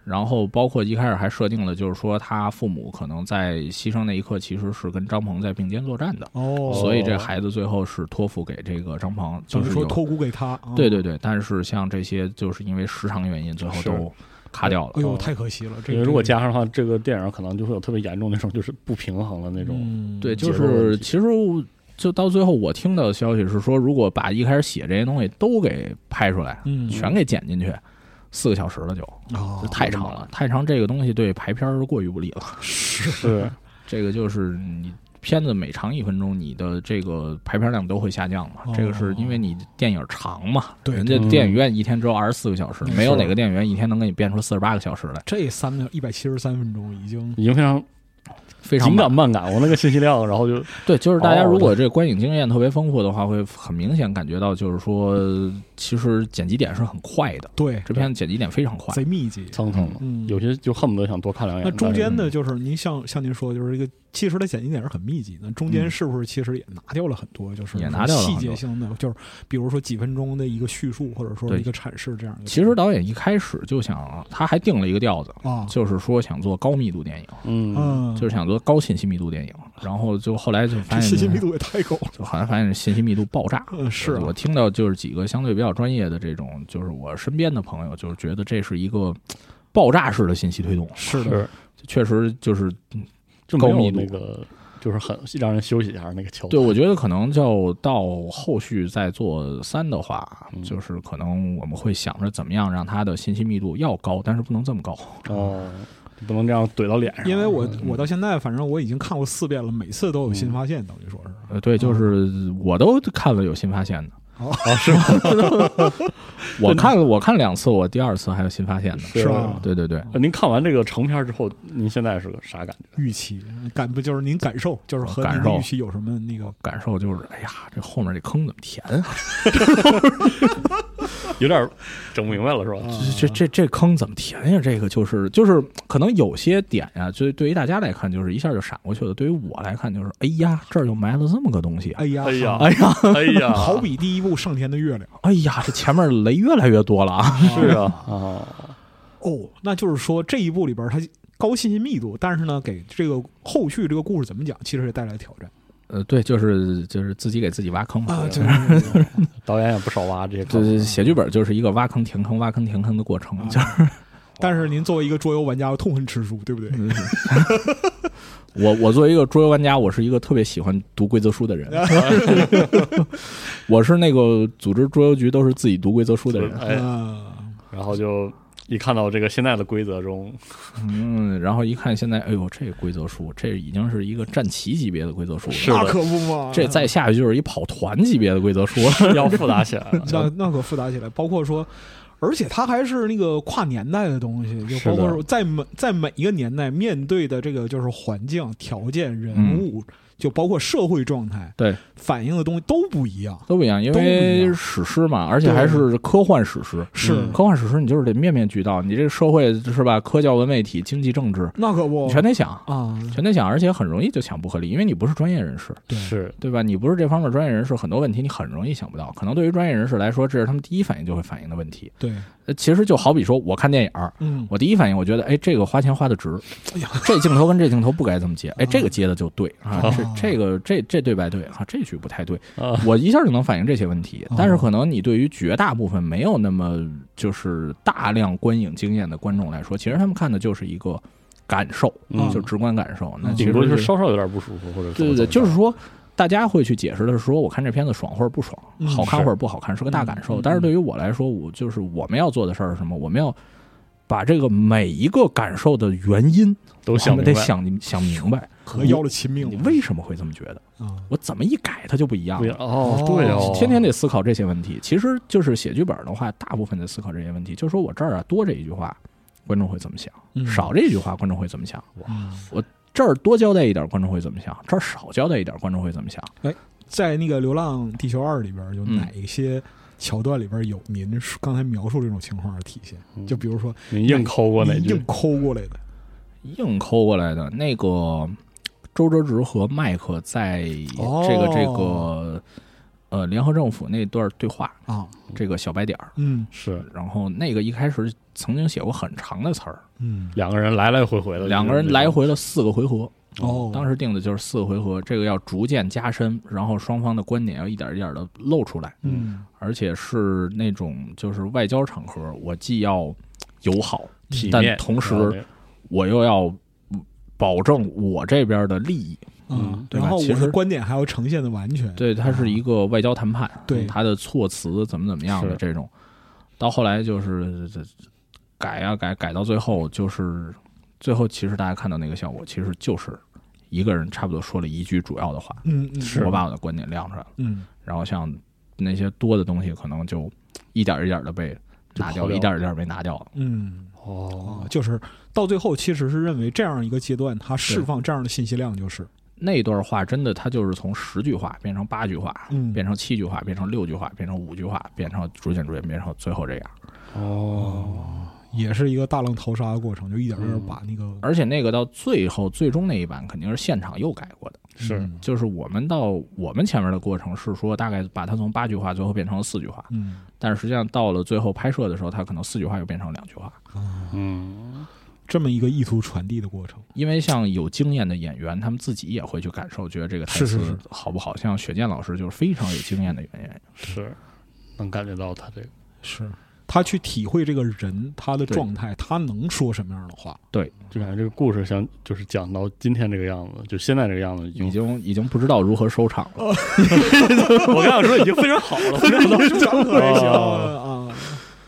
[SPEAKER 4] 然后包括一开始还设定了，就是说他父母可能在牺牲那一刻其实是跟张鹏在并肩作战的，
[SPEAKER 3] 哦
[SPEAKER 4] 所以这孩子最后是托付给这个张鹏，
[SPEAKER 3] 就
[SPEAKER 4] 就是是
[SPEAKER 3] 说
[SPEAKER 4] 有
[SPEAKER 3] 托孤给他，啊
[SPEAKER 4] 对，对对，但是像这些就是因为时长原因，最后
[SPEAKER 2] 嗯是
[SPEAKER 4] 都卡掉了
[SPEAKER 3] 哎。呦，太可惜了，这
[SPEAKER 2] 因
[SPEAKER 3] 个
[SPEAKER 2] 为如果加上的话，这个电影可能就会有特别严重那种就是不平衡的那种，
[SPEAKER 3] 嗯
[SPEAKER 4] 对，
[SPEAKER 2] 节
[SPEAKER 4] 就
[SPEAKER 2] 奏问
[SPEAKER 4] 是
[SPEAKER 2] 题
[SPEAKER 4] 其实就到最后，我听到的消息是说，如果把一开始写这些东西都给拍出来，
[SPEAKER 3] 嗯
[SPEAKER 4] 全给剪进去，四个小时了就，
[SPEAKER 3] 哦
[SPEAKER 4] 就太长了，太长这个东西对排片儿过于不利了。
[SPEAKER 2] 是
[SPEAKER 4] 这个就是你片子每长一分钟，你的这个排片量都会下降嘛
[SPEAKER 3] 哦。
[SPEAKER 4] 这个是因为你电影长嘛，
[SPEAKER 3] 对
[SPEAKER 4] 人家
[SPEAKER 2] 对
[SPEAKER 4] 电影院一天只有二十四个小时
[SPEAKER 3] 嗯，
[SPEAKER 4] 没有
[SPEAKER 2] 是
[SPEAKER 4] 哪个电影院一天能给你变出四十八个小时来，
[SPEAKER 3] 这三个一百七十三分钟已经
[SPEAKER 2] 已经非常
[SPEAKER 4] 非常
[SPEAKER 2] 紧
[SPEAKER 4] 慢
[SPEAKER 2] 赶慢赶，我那个信息量，然后就
[SPEAKER 4] 对，就是大家
[SPEAKER 2] 哦
[SPEAKER 4] 如果这观影经验特别丰富的话，会很明显感觉到，就是说，其实剪辑点是很快的，
[SPEAKER 3] 对
[SPEAKER 4] 这片子剪辑点非常快。
[SPEAKER 3] 贼密集，
[SPEAKER 2] 蹭蹭了，
[SPEAKER 3] 嗯，
[SPEAKER 2] 有些就恨不得想多看两
[SPEAKER 4] 哎
[SPEAKER 2] 眼。
[SPEAKER 3] 那中间
[SPEAKER 2] 但
[SPEAKER 3] 的
[SPEAKER 2] 是
[SPEAKER 3] 就是您像像您说，的，就是这个，其实它剪辑点是很密集的。那中间
[SPEAKER 4] 嗯
[SPEAKER 3] 是不是其实也拿掉了很多，就是
[SPEAKER 4] 也拿掉了很
[SPEAKER 3] 细
[SPEAKER 4] 多
[SPEAKER 3] 节性的，就是比如说几分钟的一个叙述，或者说
[SPEAKER 4] 对
[SPEAKER 3] 一个阐释这样的。
[SPEAKER 4] 其实导演一开始就想，他还定了一个调子，
[SPEAKER 3] 啊，
[SPEAKER 4] 就是说想做高密度电影，
[SPEAKER 2] 嗯，
[SPEAKER 3] 嗯，
[SPEAKER 4] 就是想做高信息密度电影，然后就后来就
[SPEAKER 3] 这
[SPEAKER 4] 发现
[SPEAKER 3] 信息密度也太高了。
[SPEAKER 4] 就好像发现信息密度爆炸。
[SPEAKER 3] 嗯，是啊
[SPEAKER 4] 我听到就是几个相对比较专业的这种，就是我身边的朋友，就是觉得这是一个爆炸式的信息推动，
[SPEAKER 3] 是的，
[SPEAKER 2] 是
[SPEAKER 4] 确实就是
[SPEAKER 2] 嗯就没
[SPEAKER 4] 高密
[SPEAKER 2] 有
[SPEAKER 4] 度
[SPEAKER 2] 那个就是很让人休息一下那个桥段。
[SPEAKER 4] 对，我觉得可能就到后续再做三的话，
[SPEAKER 2] 嗯
[SPEAKER 4] 就是可能我们会想着怎么样让它的信息密度要高，但是不能这 么高。
[SPEAKER 2] 哦，不能这样怼到脸上。
[SPEAKER 3] 因为
[SPEAKER 4] 嗯
[SPEAKER 3] 我我到现在反正我已经看过四遍了，每次都有新发现，等于说是。
[SPEAKER 4] 呃，对，就是我都看了有新发现的。
[SPEAKER 3] 哦，
[SPEAKER 4] 是吗？ 我看了，我看两次，我第二次还有新发现呢。
[SPEAKER 3] 是吧
[SPEAKER 4] 对对对，
[SPEAKER 2] 呃您看完这个成片之后，您现在是个啥感觉？
[SPEAKER 3] 预期感不就是您感受，就是和
[SPEAKER 4] 感
[SPEAKER 3] 您
[SPEAKER 4] 受
[SPEAKER 3] 的预期有什么那个？
[SPEAKER 4] 感受就是，哎呀，这后面这坑怎么填啊？
[SPEAKER 2] 有点儿整不明白了，是吧？
[SPEAKER 3] 哦
[SPEAKER 4] 这这这坑怎么填呀？这个就是就是，可能有些点呀、就对于大家来看，就是一下就闪过去了；对于我来看，就是哎呀，这儿就埋了这么个东西啊
[SPEAKER 3] 哎呀，
[SPEAKER 2] 哎呀，
[SPEAKER 4] 哎呀，
[SPEAKER 2] 哎呀，
[SPEAKER 3] 好 比第一部《上天的月亮
[SPEAKER 4] 哎呀，这前面雷越来越多 了啊！》
[SPEAKER 2] 是啊啊，
[SPEAKER 3] 哦，那就是说这一部里边它高信息密度，但是呢，给这个后续这个故事怎么讲，其实也带来挑战
[SPEAKER 4] 呃，对，就是就是自己给自己挖坑嘛。
[SPEAKER 3] 对，
[SPEAKER 2] 导演也不少挖这些
[SPEAKER 4] 就
[SPEAKER 2] 坑。
[SPEAKER 4] 是
[SPEAKER 3] 哦
[SPEAKER 4] 写剧本就是一个挖坑填坑、挖坑填坑的过程，
[SPEAKER 3] 啊
[SPEAKER 4] 就是
[SPEAKER 3] 但是您作为一个桌游玩家，痛恨吃书，对不对？
[SPEAKER 4] 我我作为一个桌游玩家，我是一个特别喜欢读规则书的人，我是那个组织桌游局都是自己读规则书 的人，
[SPEAKER 2] 哎，
[SPEAKER 3] 啊，
[SPEAKER 2] 然后就一看到这个现在的规则 中，
[SPEAKER 4] 嗯，然后一看现在，哎呦，这规则书这已经是一个战旗级别的规则书了，
[SPEAKER 2] 是
[SPEAKER 3] 那
[SPEAKER 2] 的
[SPEAKER 3] 可不嘛，
[SPEAKER 4] 这再下去就是一跑团级别的规则书了，
[SPEAKER 2] 要复杂起 来了。
[SPEAKER 3] 那那可复杂起来，包括说。而且它还是那个跨年代的东西，就是包
[SPEAKER 2] 的
[SPEAKER 3] 括说在每在每一个年代面对的这个就是环境、条件、人物，就包括社会状态，
[SPEAKER 4] 对，
[SPEAKER 3] 反映的东西都不一样。
[SPEAKER 4] 都不一样，因
[SPEAKER 3] 都不一
[SPEAKER 4] 为
[SPEAKER 3] 样
[SPEAKER 4] 史诗嘛，而且还是科幻史诗。
[SPEAKER 3] 是
[SPEAKER 2] 嗯
[SPEAKER 4] 科幻史诗，你就是得面面俱到，你这个社会是吧？科教文媒体、经济政治，
[SPEAKER 3] 那可不
[SPEAKER 4] 你全得想，
[SPEAKER 3] 啊，
[SPEAKER 4] 全得想，而且很容易就想不合理，因为你不是专业人士，
[SPEAKER 3] 对
[SPEAKER 2] 是
[SPEAKER 4] 对吧？你不是这方面专业人士，很多问题你很容易想不到。可能对于专业人士来说，这是他们第一反应就会反应的问题。
[SPEAKER 3] 对，
[SPEAKER 4] 呃其实就好比说，我看电影儿，
[SPEAKER 3] 嗯，
[SPEAKER 4] 我第一反应我觉得，哎，这个花钱花的值，
[SPEAKER 3] 哎呀，
[SPEAKER 4] 这镜头跟这镜头不该这么接，哎，
[SPEAKER 3] 啊
[SPEAKER 4] 这个接的就对啊，
[SPEAKER 2] 啊
[SPEAKER 4] 这这个这这对白对啊，这句不太对，
[SPEAKER 2] 啊，
[SPEAKER 4] 我一下就能反映这些问题
[SPEAKER 3] 哦。
[SPEAKER 4] 但是可能你对于绝大部分没有那么就是大量观影经验的观众来说，其实他们看的就是一个感受，
[SPEAKER 2] 嗯
[SPEAKER 4] 就直观感受。那
[SPEAKER 3] 嗯
[SPEAKER 4] 其实
[SPEAKER 2] 顶多就是稍稍有点不舒服，或者
[SPEAKER 4] 对对
[SPEAKER 2] 怎么
[SPEAKER 4] 对，就是说。大家会去解释的是说，我看这片子爽或者不爽，
[SPEAKER 3] 嗯
[SPEAKER 4] 好看
[SPEAKER 2] 是
[SPEAKER 4] 或者不好看，是个大感
[SPEAKER 3] 嗯嗯
[SPEAKER 4] 受。
[SPEAKER 3] 嗯
[SPEAKER 4] 但是对于我来说，我就是我们要做的事儿是什么？我们要把这个每一个感受的原因，
[SPEAKER 2] 都
[SPEAKER 4] 我
[SPEAKER 2] 想
[SPEAKER 4] 们
[SPEAKER 2] 明
[SPEAKER 4] 得
[SPEAKER 2] 白。
[SPEAKER 4] 想想明白，
[SPEAKER 3] 可要了亲命
[SPEAKER 4] 你
[SPEAKER 3] 了
[SPEAKER 4] 为什么会这么觉得？
[SPEAKER 3] 啊，
[SPEAKER 4] 我怎么一改它就不一样
[SPEAKER 2] 不一
[SPEAKER 4] 了
[SPEAKER 2] 样？哦，对哦，
[SPEAKER 4] 天天得思考这些问题。其实就是写剧本的话，大部分在思考这些问题。就是说我这儿啊多这一句话，观众会怎么想；
[SPEAKER 3] 嗯
[SPEAKER 4] 少这一句话，观众会怎么想。
[SPEAKER 3] 嗯
[SPEAKER 4] 这儿多交代一点，观众会怎么想；这儿少交代一点，观众会怎么想。
[SPEAKER 3] 在那个《流浪地球二》里边，有哪一些桥段里边有您刚才描述这种情况的体现？
[SPEAKER 2] 嗯
[SPEAKER 3] 就比如说
[SPEAKER 2] 你硬抠过哪
[SPEAKER 3] 你
[SPEAKER 2] 句
[SPEAKER 3] 硬抠过来的，
[SPEAKER 4] 硬抠过来的那个周哲直和麦克在
[SPEAKER 3] 哦
[SPEAKER 4] 这个这个呃联合政府那段对话，
[SPEAKER 3] 啊，
[SPEAKER 4] 这个小白点儿。
[SPEAKER 3] 嗯
[SPEAKER 2] 是
[SPEAKER 4] 然后那个一开始曾经写过很长的词儿，
[SPEAKER 3] 嗯，
[SPEAKER 2] 两个人来来回回的，
[SPEAKER 4] 两个人来回了四个回合，
[SPEAKER 3] 哦，
[SPEAKER 4] 当时定的就是四个回合，这个要逐渐加深，然后双方的观点要一点一点的露出来，
[SPEAKER 3] 嗯
[SPEAKER 4] 而且是那种就是外交场合，我既要友好，
[SPEAKER 2] 体面，啊嗯
[SPEAKER 4] 但同时我又要保证我这边的利益，
[SPEAKER 3] 嗯，
[SPEAKER 4] 对吧
[SPEAKER 3] 然后
[SPEAKER 4] 其
[SPEAKER 3] 我
[SPEAKER 4] 实
[SPEAKER 3] 的观点还要呈现的完全，
[SPEAKER 4] 对，它是一个外交谈判，
[SPEAKER 3] 对
[SPEAKER 4] 它的措辞怎么怎么样的
[SPEAKER 2] 是
[SPEAKER 4] 这种，到后来就是这这改啊改，改到最后就是最后，其实大家看到那个效果，其实就是一个人差不多说了一句主要的话，
[SPEAKER 3] 嗯，嗯
[SPEAKER 2] 是
[SPEAKER 4] 我把我的观点亮出来了，
[SPEAKER 3] 嗯
[SPEAKER 4] 然后像那些多的东西，可能就一点儿一点的被拿
[SPEAKER 2] 就刨
[SPEAKER 4] 掉，
[SPEAKER 2] 掉
[SPEAKER 4] 一点儿一点被拿掉了。
[SPEAKER 3] 嗯。
[SPEAKER 2] 哦
[SPEAKER 3] 啊，，就是到最后，其实是认为这样一个阶段，它释放这样的信息量就是，
[SPEAKER 4] 那段话真的，它就是从十句话变成八句话，
[SPEAKER 3] 嗯
[SPEAKER 4] 变成七句话，变成六句话，变成五句话，变成逐渐逐渐变成最后这样。
[SPEAKER 2] 哦，
[SPEAKER 3] 也是一个大浪淘沙的过程，就一点儿一点儿把那个，
[SPEAKER 4] 嗯而且那个到最后最终那一版肯定是现场又改过的，
[SPEAKER 2] 是
[SPEAKER 3] 嗯
[SPEAKER 4] 就是我们到我们前面的过程是说大概把它从八句话最后变成了四句话，
[SPEAKER 3] 嗯，
[SPEAKER 4] 但是实际上到了最后拍摄的时候，它可能四句话又变成两句话，
[SPEAKER 2] 嗯，
[SPEAKER 3] 这么一个意图传递的过程，
[SPEAKER 4] 因为像有经验的演员，他们自己也会去感受，觉得这个台
[SPEAKER 3] 是是
[SPEAKER 4] 词
[SPEAKER 3] 是
[SPEAKER 4] 好不好。像雪见老师就是非常有经验的演员，
[SPEAKER 2] 是能感觉到他这个
[SPEAKER 3] 是他去体会这个人他的
[SPEAKER 4] 对
[SPEAKER 3] 状态，他能说什么样的 话，
[SPEAKER 2] 就感觉这个故事像就是讲到今天这个样子，就现在这个样子已
[SPEAKER 4] 已
[SPEAKER 2] 经，
[SPEAKER 4] 经已经不知道如何收场了。
[SPEAKER 2] 我刚想说已经非常好了，非常好
[SPEAKER 3] 还行
[SPEAKER 2] 哦
[SPEAKER 3] 啊，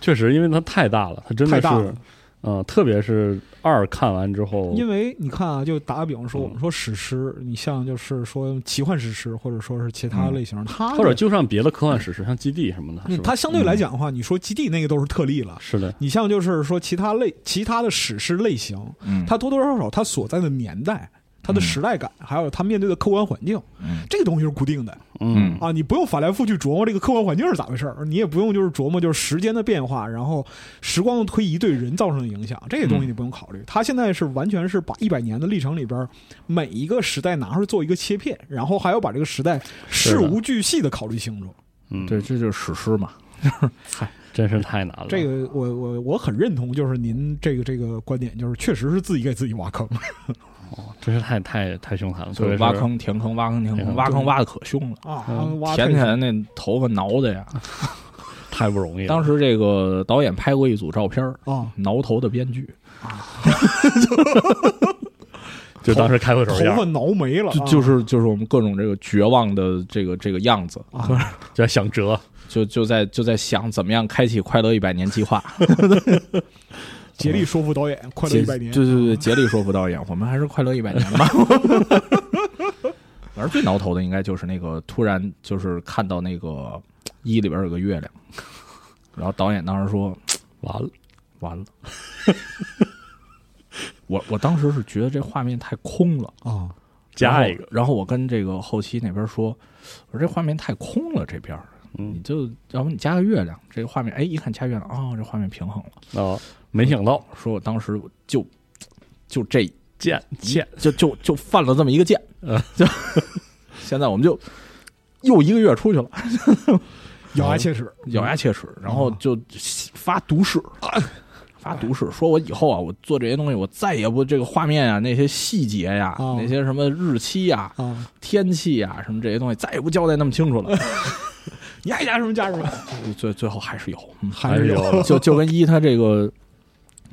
[SPEAKER 2] 确实，因为它太大了，它真的
[SPEAKER 3] 太大
[SPEAKER 2] 是
[SPEAKER 3] 了，
[SPEAKER 2] 嗯，特别是二看完之后，
[SPEAKER 3] 因为你看啊，就打个比方说，
[SPEAKER 2] 嗯
[SPEAKER 3] 我们说史诗，你像就是说奇幻史诗，或者说是其他类型，它
[SPEAKER 2] 嗯或者就上别的科幻史诗，嗯像《基地》什么的，
[SPEAKER 3] 嗯
[SPEAKER 2] 是吧
[SPEAKER 3] 它相对来讲的话，你说基地那个都是特例了。
[SPEAKER 2] 是的，
[SPEAKER 3] 你像就是说其他类其他的史诗类型，
[SPEAKER 4] 嗯，
[SPEAKER 3] 它多多少少它所在的年代、它
[SPEAKER 2] 嗯
[SPEAKER 3] 的时代感，还有它面对的客观环境，
[SPEAKER 4] 嗯
[SPEAKER 3] 这个东西是固定的
[SPEAKER 2] 嗯，
[SPEAKER 3] 啊，你不用反来覆去琢磨这个客观环境是咋回事儿，你也不用就是琢磨就是时间的变化，然后时光的推移对人造成的影响，这些东西你不用考虑。它现在是完全是把一百年的历程里边儿每一个时代拿出来做一个切片，然后还要把这个时代
[SPEAKER 2] 是
[SPEAKER 3] 事
[SPEAKER 2] 的
[SPEAKER 3] 无巨细的考虑清楚。
[SPEAKER 2] 嗯，
[SPEAKER 4] 对，，这就是史诗嘛。
[SPEAKER 2] 真是太难了，
[SPEAKER 3] 这个我我我很认同，就是您这个这个观点，就是确实是自己给自己挖坑。
[SPEAKER 2] 真是太太太凶残了，
[SPEAKER 4] 就
[SPEAKER 2] 特别
[SPEAKER 4] 是
[SPEAKER 2] 是
[SPEAKER 4] 挖坑填坑，挖坑填坑，
[SPEAKER 2] 对
[SPEAKER 4] 挖坑挖的可凶了。
[SPEAKER 3] 啊，
[SPEAKER 2] 嗯
[SPEAKER 3] 挖太
[SPEAKER 4] 甜
[SPEAKER 3] 深
[SPEAKER 4] 甜那头发挠的呀！
[SPEAKER 2] 太不容易了，
[SPEAKER 4] 当时这个导演拍过一组照片儿，
[SPEAKER 3] 啊，
[SPEAKER 4] 挠头的编剧，
[SPEAKER 2] 就当时开会的时
[SPEAKER 3] 头
[SPEAKER 2] 候一样
[SPEAKER 3] 发挠没了，啊
[SPEAKER 4] 就就是就是我们各种这个绝望的这个这个样子，
[SPEAKER 3] 啊
[SPEAKER 2] 就在想辙，
[SPEAKER 4] 就就在就在想怎么样开启快乐一百年计划。
[SPEAKER 3] 啊竭力说服导演， 快乐
[SPEAKER 4] 竭
[SPEAKER 3] 一百年，
[SPEAKER 4] 对对对，竭力说服导演，我们还是快乐一百年吧。 反正最挠头的应该就是那个突然就是看到那个一里边有个月亮，然后导演当时说
[SPEAKER 2] 完了，
[SPEAKER 4] 完了， 我我当时是觉得这画面太空了。
[SPEAKER 3] 啊，
[SPEAKER 2] 加一个，
[SPEAKER 4] 然后。然后我跟这个后期那边说，我说这画面太空了，这边儿你
[SPEAKER 2] 嗯，
[SPEAKER 4] 就要不你加个月亮，这个画面，哎，一看加月亮，哦，这画面平衡了。
[SPEAKER 2] 哦，没想到
[SPEAKER 4] 说我当时就就这一
[SPEAKER 2] 见见，
[SPEAKER 4] 就就就犯了这么一个贱
[SPEAKER 2] 嗯，
[SPEAKER 4] 就现在我们就又一个月出去了，
[SPEAKER 3] 咬牙切齿，
[SPEAKER 4] 咬牙切齿，然后就发毒誓。发毒誓，说我以后啊，我做这些东西，我再也不这个画面啊，那些细节呀、
[SPEAKER 3] 哦
[SPEAKER 4] 那些什么日期呀、
[SPEAKER 3] 啊，
[SPEAKER 4] 天气呀、什么这些东西，再也不交代那么清楚了。
[SPEAKER 3] 你爱加什么加什么，
[SPEAKER 4] 最最后还是有，嗯
[SPEAKER 3] 还是
[SPEAKER 2] 还是有
[SPEAKER 4] 就就跟一他这个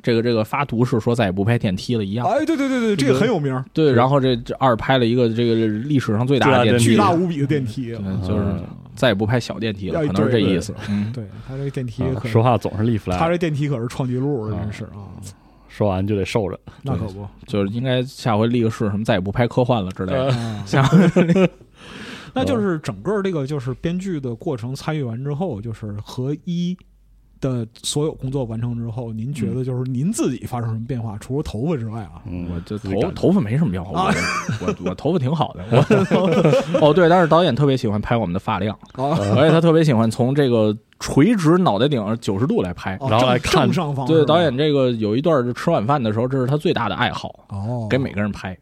[SPEAKER 4] 这个这个发毒誓说再也不拍电梯了一样。嗯
[SPEAKER 3] 哎，对对对对，这个很有名，
[SPEAKER 4] 对，然后这这二拍了一个这个历史上最大的
[SPEAKER 2] 最大
[SPEAKER 4] 电
[SPEAKER 2] 电
[SPEAKER 4] 梯，
[SPEAKER 2] 梯
[SPEAKER 3] 巨大无比的电梯，
[SPEAKER 4] 对就是再也不拍小电梯了，
[SPEAKER 3] 哎
[SPEAKER 4] 可能是这
[SPEAKER 3] 对对
[SPEAKER 4] 意思。嗯，
[SPEAKER 3] 对他这个电梯
[SPEAKER 2] 啊
[SPEAKER 3] 可
[SPEAKER 2] 说，话总是立 flag，
[SPEAKER 3] 他这电梯可是创纪录，
[SPEAKER 2] 啊
[SPEAKER 3] 真是啊，
[SPEAKER 2] 说完就得受着，
[SPEAKER 3] 那可不，
[SPEAKER 4] 就是应该下回立个誓，什么再也不拍科幻了之类的。
[SPEAKER 3] 啊
[SPEAKER 4] 像
[SPEAKER 3] 那
[SPEAKER 4] 嗯
[SPEAKER 3] 就是整个这个就是编剧的过程参与完之后，就是和一的所有工作完成之后，您
[SPEAKER 4] 嗯
[SPEAKER 3] 觉得就是您自己发生什么变化？除了头发之外啊，
[SPEAKER 2] 嗯，
[SPEAKER 4] 我这
[SPEAKER 2] 自己
[SPEAKER 4] 头
[SPEAKER 2] 感觉
[SPEAKER 4] 头发没什么变化，我我我头发挺好的。我哦对，但是导演特别喜欢拍我们的发量，
[SPEAKER 3] 啊，
[SPEAKER 4] 而且他特别喜欢从这个垂直脑袋顶九十度来拍。
[SPEAKER 3] 哦
[SPEAKER 2] 然后来
[SPEAKER 3] 正
[SPEAKER 2] 看
[SPEAKER 3] 正上方
[SPEAKER 4] 对
[SPEAKER 3] 是吧
[SPEAKER 4] 导演这个有一段儿就吃晚饭的时候，这是他最大的爱好，
[SPEAKER 3] 哦，
[SPEAKER 4] 给每个人拍。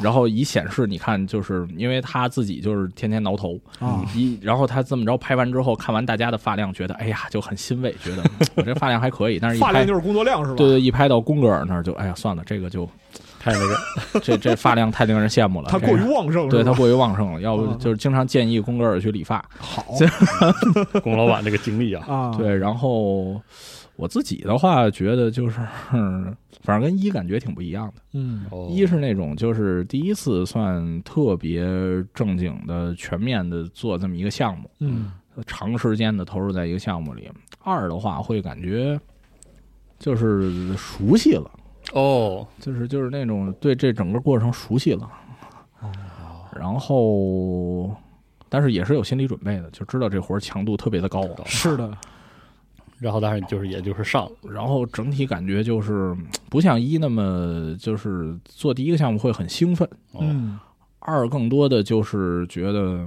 [SPEAKER 4] 然后一显示，你看，就是因为他自己就是天天挠头
[SPEAKER 3] 啊
[SPEAKER 4] 一然后他嗯这么着拍完之后，看完大家的发量，觉得哎呀就很欣慰，觉得嗯我这发量还可以，但是一
[SPEAKER 3] 发
[SPEAKER 4] 拍
[SPEAKER 3] 量就是工作量是吧？
[SPEAKER 4] 对对，一拍到宫格尔那儿就哎呀算了，这个就
[SPEAKER 2] 太那个，
[SPEAKER 4] 这这发量太令人羡慕了，
[SPEAKER 3] 他过于旺盛，
[SPEAKER 4] 对
[SPEAKER 3] 是吧
[SPEAKER 4] 他过于旺盛了，要不
[SPEAKER 3] 啊
[SPEAKER 4] 就是经常建议宫格尔去理发。
[SPEAKER 3] 好
[SPEAKER 2] 龚老板这个经历啊，
[SPEAKER 3] 啊，
[SPEAKER 4] 对，然后我自己的话，觉得就是，哼反正跟一感觉挺不一样的。
[SPEAKER 3] 嗯
[SPEAKER 2] 哦
[SPEAKER 4] 一是那种就是第一次算特别正经的、全面的做这么一个项目，
[SPEAKER 3] 嗯
[SPEAKER 4] 长时间的投入在一个项目里；二的话会感觉就是熟悉了，
[SPEAKER 2] 哦，
[SPEAKER 4] 就是就是那种对这整个过程熟悉了。然后，但是也是有心理准备的，就知道这活儿强度特别的高。
[SPEAKER 3] 是的，
[SPEAKER 4] 哦
[SPEAKER 2] 然后当然就是也就是上了，
[SPEAKER 4] 然后整体感觉就是嗯不像一那么就是做第一个项目会很兴奋，
[SPEAKER 2] 哦，
[SPEAKER 3] 嗯
[SPEAKER 4] 二更多的就是觉得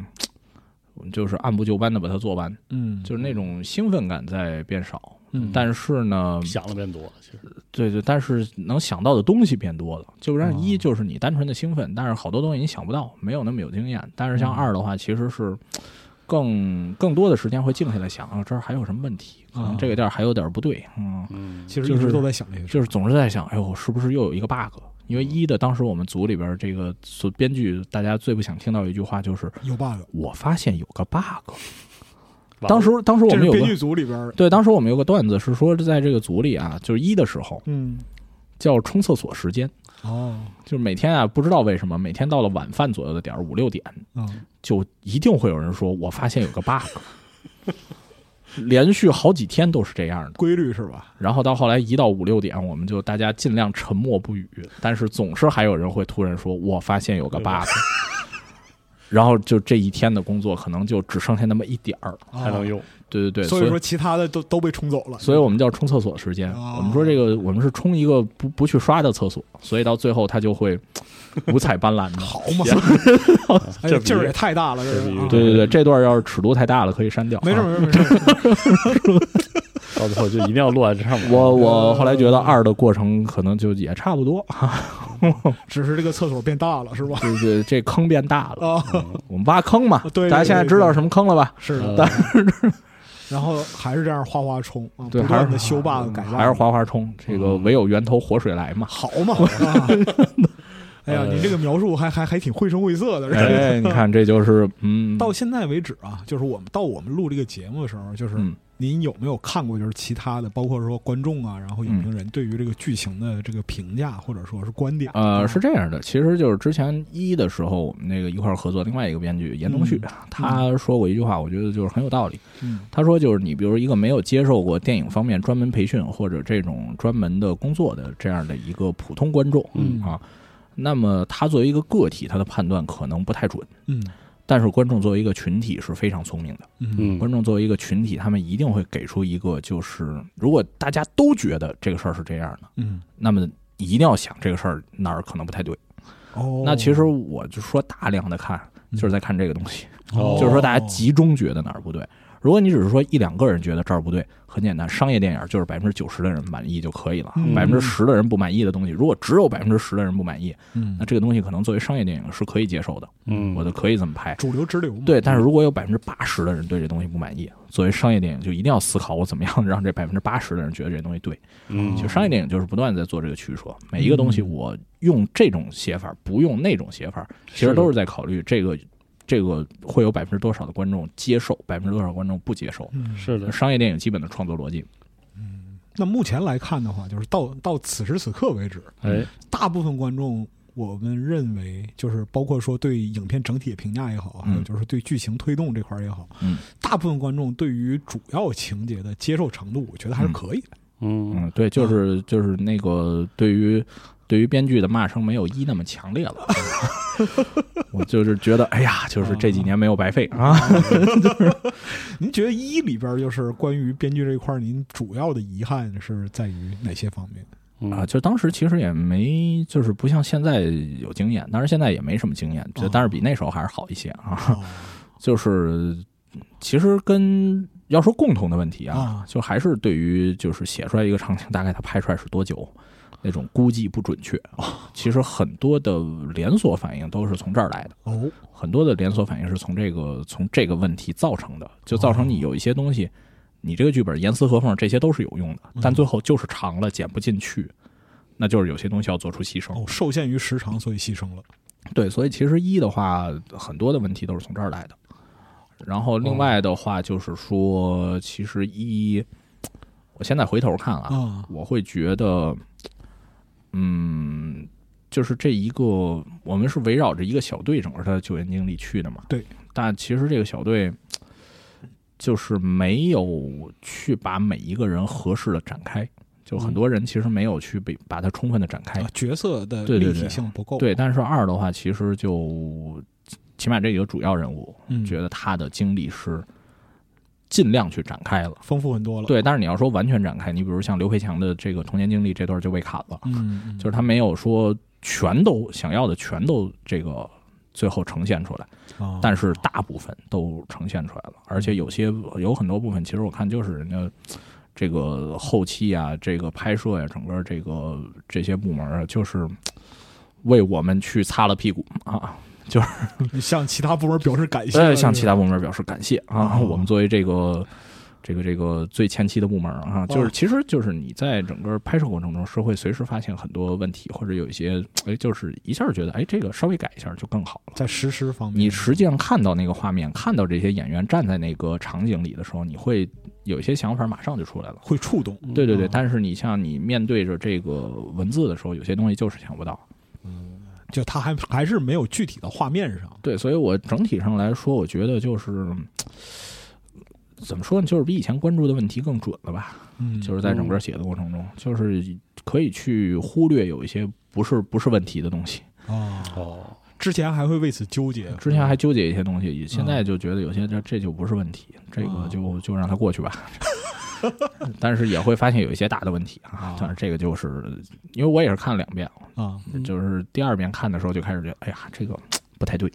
[SPEAKER 4] 嗯就是按部就班的把它做完，
[SPEAKER 3] 嗯，
[SPEAKER 4] 就是那种兴奋感在变少。
[SPEAKER 3] 嗯
[SPEAKER 4] 但是呢，
[SPEAKER 2] 想的变多了，其实
[SPEAKER 4] 对对，但是能想到的东西变多了。就不然
[SPEAKER 3] 哦
[SPEAKER 4] 一就是你单纯的兴奋，但是好多东西你想不到，没有那么有经验。但是像
[SPEAKER 3] 嗯
[SPEAKER 4] 二的话，其实是更更多的时间会静下来想啊，这儿还有什么问题？可能
[SPEAKER 3] 啊
[SPEAKER 4] 这个地儿还有点儿不对，嗯，
[SPEAKER 2] 嗯，
[SPEAKER 3] 其实
[SPEAKER 4] 就
[SPEAKER 3] 一直
[SPEAKER 4] 是
[SPEAKER 3] 都在想这个事
[SPEAKER 4] 就是总是在想，哎呦，是不是又有一个 bug？因为一的当时我们组里边这个所编剧，大家最不想听到一句话就是
[SPEAKER 3] 儿，有 bug。
[SPEAKER 4] “我发现有个 bug”。
[SPEAKER 2] 完了
[SPEAKER 4] 当时当时我
[SPEAKER 3] 这
[SPEAKER 4] 们
[SPEAKER 3] 是
[SPEAKER 4] 有
[SPEAKER 3] 编
[SPEAKER 4] 个
[SPEAKER 3] 剧组里边儿，
[SPEAKER 4] 对，当时我们有个段子是说，在这个组里啊，就是一的时候
[SPEAKER 3] 嗯
[SPEAKER 4] 叫冲厕所时间，
[SPEAKER 3] 哦
[SPEAKER 4] 就是每天啊不知道为什么，每天到了晚饭左右的点儿五六点，
[SPEAKER 3] 嗯
[SPEAKER 4] 就一定会有人说我发现有个 bug。连续好几天都是这样的。
[SPEAKER 3] 规律是吧？
[SPEAKER 4] 然后到后来一到五六点，我们就大家尽量沉默不语，但是总是还有人会突然说：“我发现有个 bug。”然后就这一天的工作可能就只剩下那么一点儿。
[SPEAKER 2] 还能用，
[SPEAKER 4] 对对对，
[SPEAKER 3] 啊，
[SPEAKER 4] 所
[SPEAKER 3] 所以说其他的都都被冲走了。
[SPEAKER 4] 所以我们叫冲厕所时间。
[SPEAKER 3] 哦
[SPEAKER 4] 我们说这个我们是冲一个不不去刷的厕所，所以到最后它就会五彩斑斓 的。
[SPEAKER 3] 好嘛，
[SPEAKER 4] 啊
[SPEAKER 3] 哎
[SPEAKER 2] 这
[SPEAKER 3] 呀
[SPEAKER 2] 比喻
[SPEAKER 3] 劲儿也太大了，这
[SPEAKER 2] 这比喻
[SPEAKER 3] 个啊
[SPEAKER 4] 对对对，这段要是尺度太大了，可以删掉。
[SPEAKER 3] 没事
[SPEAKER 4] 啊
[SPEAKER 3] 没事没事，
[SPEAKER 2] 到最后就一定要落在这上面。
[SPEAKER 4] 我
[SPEAKER 3] 呃
[SPEAKER 4] 我后来觉得二的过程可能就也差不多，
[SPEAKER 3] 只是这个厕所变大了是 吧？
[SPEAKER 4] 对对，这坑变大了。
[SPEAKER 3] 啊，
[SPEAKER 4] 我们挖坑嘛，
[SPEAKER 3] 哦对对
[SPEAKER 4] 大家现在
[SPEAKER 3] 对
[SPEAKER 4] 知道
[SPEAKER 3] 对
[SPEAKER 4] 什么坑了吧？
[SPEAKER 3] 是的。
[SPEAKER 2] 呃
[SPEAKER 3] 然后还是这样哗哗冲啊，
[SPEAKER 4] 对
[SPEAKER 3] 不
[SPEAKER 4] 还是嗯
[SPEAKER 3] 断的修 bug 改造，
[SPEAKER 4] 还是哗哗冲，这个唯有源头活水 来嘛。
[SPEAKER 3] 好 嘛。啊哎呀，你这个描述还还还挺绘声绘色的。这
[SPEAKER 4] 呃哎，你看，这 就是嗯，
[SPEAKER 3] 到现在为止啊，就是我们到我们录这个节目的时候，就是
[SPEAKER 4] 嗯
[SPEAKER 3] 您有没有看过就是其他的，包括说观众啊，然后影评人对于这个剧情的这个评价或者说是观点？啊
[SPEAKER 4] 呃是这样的，其实就是之前一的时候，我们那个一块儿合作另外一个编剧严东旭，他说过一句话，我觉得就是很有道理。
[SPEAKER 3] 嗯
[SPEAKER 4] 他说就是你比如一个没有接受过电影方面专门培训或者这种专门的工作的这样的一个普通观众
[SPEAKER 3] 嗯
[SPEAKER 4] 啊，那么他作为一个个体，他的判断可能不太准，
[SPEAKER 3] 嗯
[SPEAKER 4] 但是观众作为一个群体是非常聪明的。
[SPEAKER 3] 嗯
[SPEAKER 2] 嗯
[SPEAKER 4] 观众作为一个群体，他们一定会给出一个，就是如果大家都觉得这个事儿是这样的，
[SPEAKER 3] 嗯，
[SPEAKER 4] 那么你一定要想这个事儿哪儿可能不太对。
[SPEAKER 3] 哦，
[SPEAKER 4] 那其实我就说大量的看，就是在看这个东西，
[SPEAKER 2] 哦
[SPEAKER 4] 就是说大家集中觉得哪儿不对。如果你只是说一两个人觉得这儿不对，很简单，商业电影就是百分之九十的人满意就可以了，
[SPEAKER 3] 嗯
[SPEAKER 4] 百分之十的人不满意的东西，如果只有百分之十的人不满意，
[SPEAKER 3] 嗯
[SPEAKER 4] 那这个东西可能作为商业电影是可以接受的，
[SPEAKER 2] 嗯，
[SPEAKER 4] 我就可以这么拍。
[SPEAKER 3] 主流支流嘛，
[SPEAKER 4] 对，但是如果有百分之八十的人对这东西不满意，作为商业电影就一定要思考我怎么样让这百分之八十的人觉得这东西对。
[SPEAKER 2] 嗯
[SPEAKER 4] 其实商业电影就是不断地在做这个取舍，每一个东西我用这种写法，不用那种写法，其实
[SPEAKER 2] 是
[SPEAKER 4] 都是在考虑这个这个会有百分之多少的观众接受，百分之多少观众不接受。
[SPEAKER 3] 嗯，
[SPEAKER 2] 是的，
[SPEAKER 4] 商业电影基本的创作逻辑，
[SPEAKER 3] 那目前来看的话，就是到到此时此刻为止，
[SPEAKER 2] 哎，
[SPEAKER 3] 大部分观众我们认为，就是包括说对影片整体的评价也好，
[SPEAKER 4] 嗯
[SPEAKER 3] 还有就是对剧情推动这块儿也好，
[SPEAKER 4] 嗯，
[SPEAKER 3] 大部分观众对于主要情节的接受程度，我觉得还是可以的。
[SPEAKER 2] 嗯，
[SPEAKER 4] 嗯，对，就是就是那个对于对于编剧的骂声没有一那么强烈 了。我就是觉得，哎呀，就是这几年没有白费啊。
[SPEAKER 3] 您觉得一里边儿就是关于编剧这一块儿，您主要的遗憾是在于哪些方面？
[SPEAKER 2] 嗯
[SPEAKER 4] 啊，就当时其实也没，就是不像现在有经验，当然现在也没什么经验，就
[SPEAKER 3] 哦
[SPEAKER 4] 但是比那时候还是好一些啊。
[SPEAKER 3] 哦
[SPEAKER 4] 就是其实跟要说共同的问题啊，
[SPEAKER 3] 啊
[SPEAKER 4] 就还是对于就是写出来一个场景，大概它拍出来是多久，那种估计不准确。其实很多的连锁反应都是从这儿来的。
[SPEAKER 3] 哦，
[SPEAKER 4] 很多的连锁反应是从这个从这个问题造成的，就造成你有一些东西，你这个剧本严丝合缝，这些都是有用的，但最后就是长了剪不进去，那就是有些东西要做出牺牲。
[SPEAKER 3] 哦，受限于时长，所以牺牲了。
[SPEAKER 4] 对，所以其实一的话，很多的问题都是从这儿来的。然后另外的话就是说，其实一，我现在回头看啊，
[SPEAKER 3] 啊
[SPEAKER 4] 我会觉得，嗯，就是这一个，我们是围绕着一个小队整个的救援经历去的嘛。
[SPEAKER 3] 对。
[SPEAKER 4] 但其实这个小队就是没有去把每一个人合适的展开，就
[SPEAKER 3] 嗯
[SPEAKER 4] 很多人其实没有去被把它充分的展开
[SPEAKER 3] 啊。角色的
[SPEAKER 4] 哎对对
[SPEAKER 3] 立
[SPEAKER 4] 对
[SPEAKER 3] 体性不够。
[SPEAKER 4] 对，但是二的话，其实就起码这几个主要人物，
[SPEAKER 3] 嗯，
[SPEAKER 4] 觉得他的经历是尽量去展开了。
[SPEAKER 3] 丰富很多了。，
[SPEAKER 4] 对，但是你要说完全展开，你比如像刘培强的这个童年经历这段就被砍了，
[SPEAKER 3] 嗯，嗯
[SPEAKER 4] 就是他没有说全都想要的全都这个最后呈现出来，
[SPEAKER 3] 啊
[SPEAKER 4] 但是大部分都呈现出来了，而且有些有很多部分，其实我看就是人家这个后期啊，这个拍摄呀、整个这个这些部门啊，就是为我们去擦了屁股啊。
[SPEAKER 3] 向其他部门表示感谢。
[SPEAKER 4] 呃，向其
[SPEAKER 3] 他
[SPEAKER 4] 他部门表示感谢啊！
[SPEAKER 3] 哦
[SPEAKER 4] 我们作为这个这个这个最前期的部门啊，就是
[SPEAKER 3] 哦
[SPEAKER 4] 其实就是你在整个拍摄过程中是会随时发现很多问题，或者有一些哎，就是一下觉得哎，这个稍微改一下就更好了。
[SPEAKER 3] 在实施方面，
[SPEAKER 4] 你实际上看到那个画面，看到这些演员站在那个场景里的时候，你会有一些想法马上就出来了。
[SPEAKER 3] 会触动。
[SPEAKER 4] 对对对，
[SPEAKER 3] 嗯
[SPEAKER 4] 但是你像你面对着这个文字的时候，有些东西就是想不到。
[SPEAKER 3] 就他还还是没有具体的画面上。
[SPEAKER 4] 对，所以我整体上来说，我觉得就是嗯怎么说呢，就是比以前关注的问题更准了吧。
[SPEAKER 3] 嗯，
[SPEAKER 4] 就是在整个写的过程中，就是可以去忽略有一些不是不是问题的东西。
[SPEAKER 3] 啊，
[SPEAKER 2] 哦，
[SPEAKER 3] 之前还会为此纠结。
[SPEAKER 4] 之前还纠结一些东西，现
[SPEAKER 3] 嗯
[SPEAKER 4] 在就觉得有些这这就不是问题，这
[SPEAKER 3] 哦
[SPEAKER 4] 个就就让它过 去吧。但是也会发现有一些大的问题啊
[SPEAKER 3] 啊，
[SPEAKER 4] 但是这个就是因为我也是看了两遍，
[SPEAKER 3] 啊，
[SPEAKER 4] 就是第二遍看的时候就开始觉得，哎呀，这个不太对，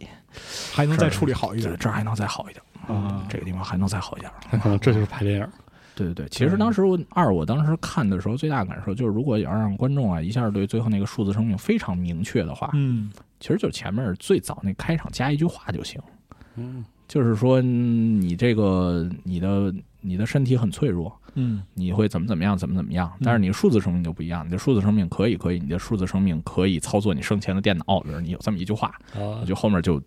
[SPEAKER 3] 还能再处理好一
[SPEAKER 4] 这
[SPEAKER 3] 点
[SPEAKER 4] 这儿还能再好一点，
[SPEAKER 3] 啊
[SPEAKER 4] 这个地方还能再好一点。
[SPEAKER 2] 那可能这就是拍电影。
[SPEAKER 4] 对对对，其实当时我二，我当时看的时候最大的感受就是，如果要让观众啊一下对最后那个数字生命非常明确的话，
[SPEAKER 3] 嗯，
[SPEAKER 4] 其实就前面最早那开场加一句话就行，
[SPEAKER 2] 嗯，
[SPEAKER 4] 就是说嗯你这个你的你的身体很脆弱，
[SPEAKER 3] 嗯，
[SPEAKER 4] 你会怎么怎么样，怎么怎么样。但是你数字生命就不一样，你的数字生命可以可以，你的数字生命可以操作你生前的电脑，就是你有这么一句话，
[SPEAKER 2] 啊
[SPEAKER 4] 我，觉得后面就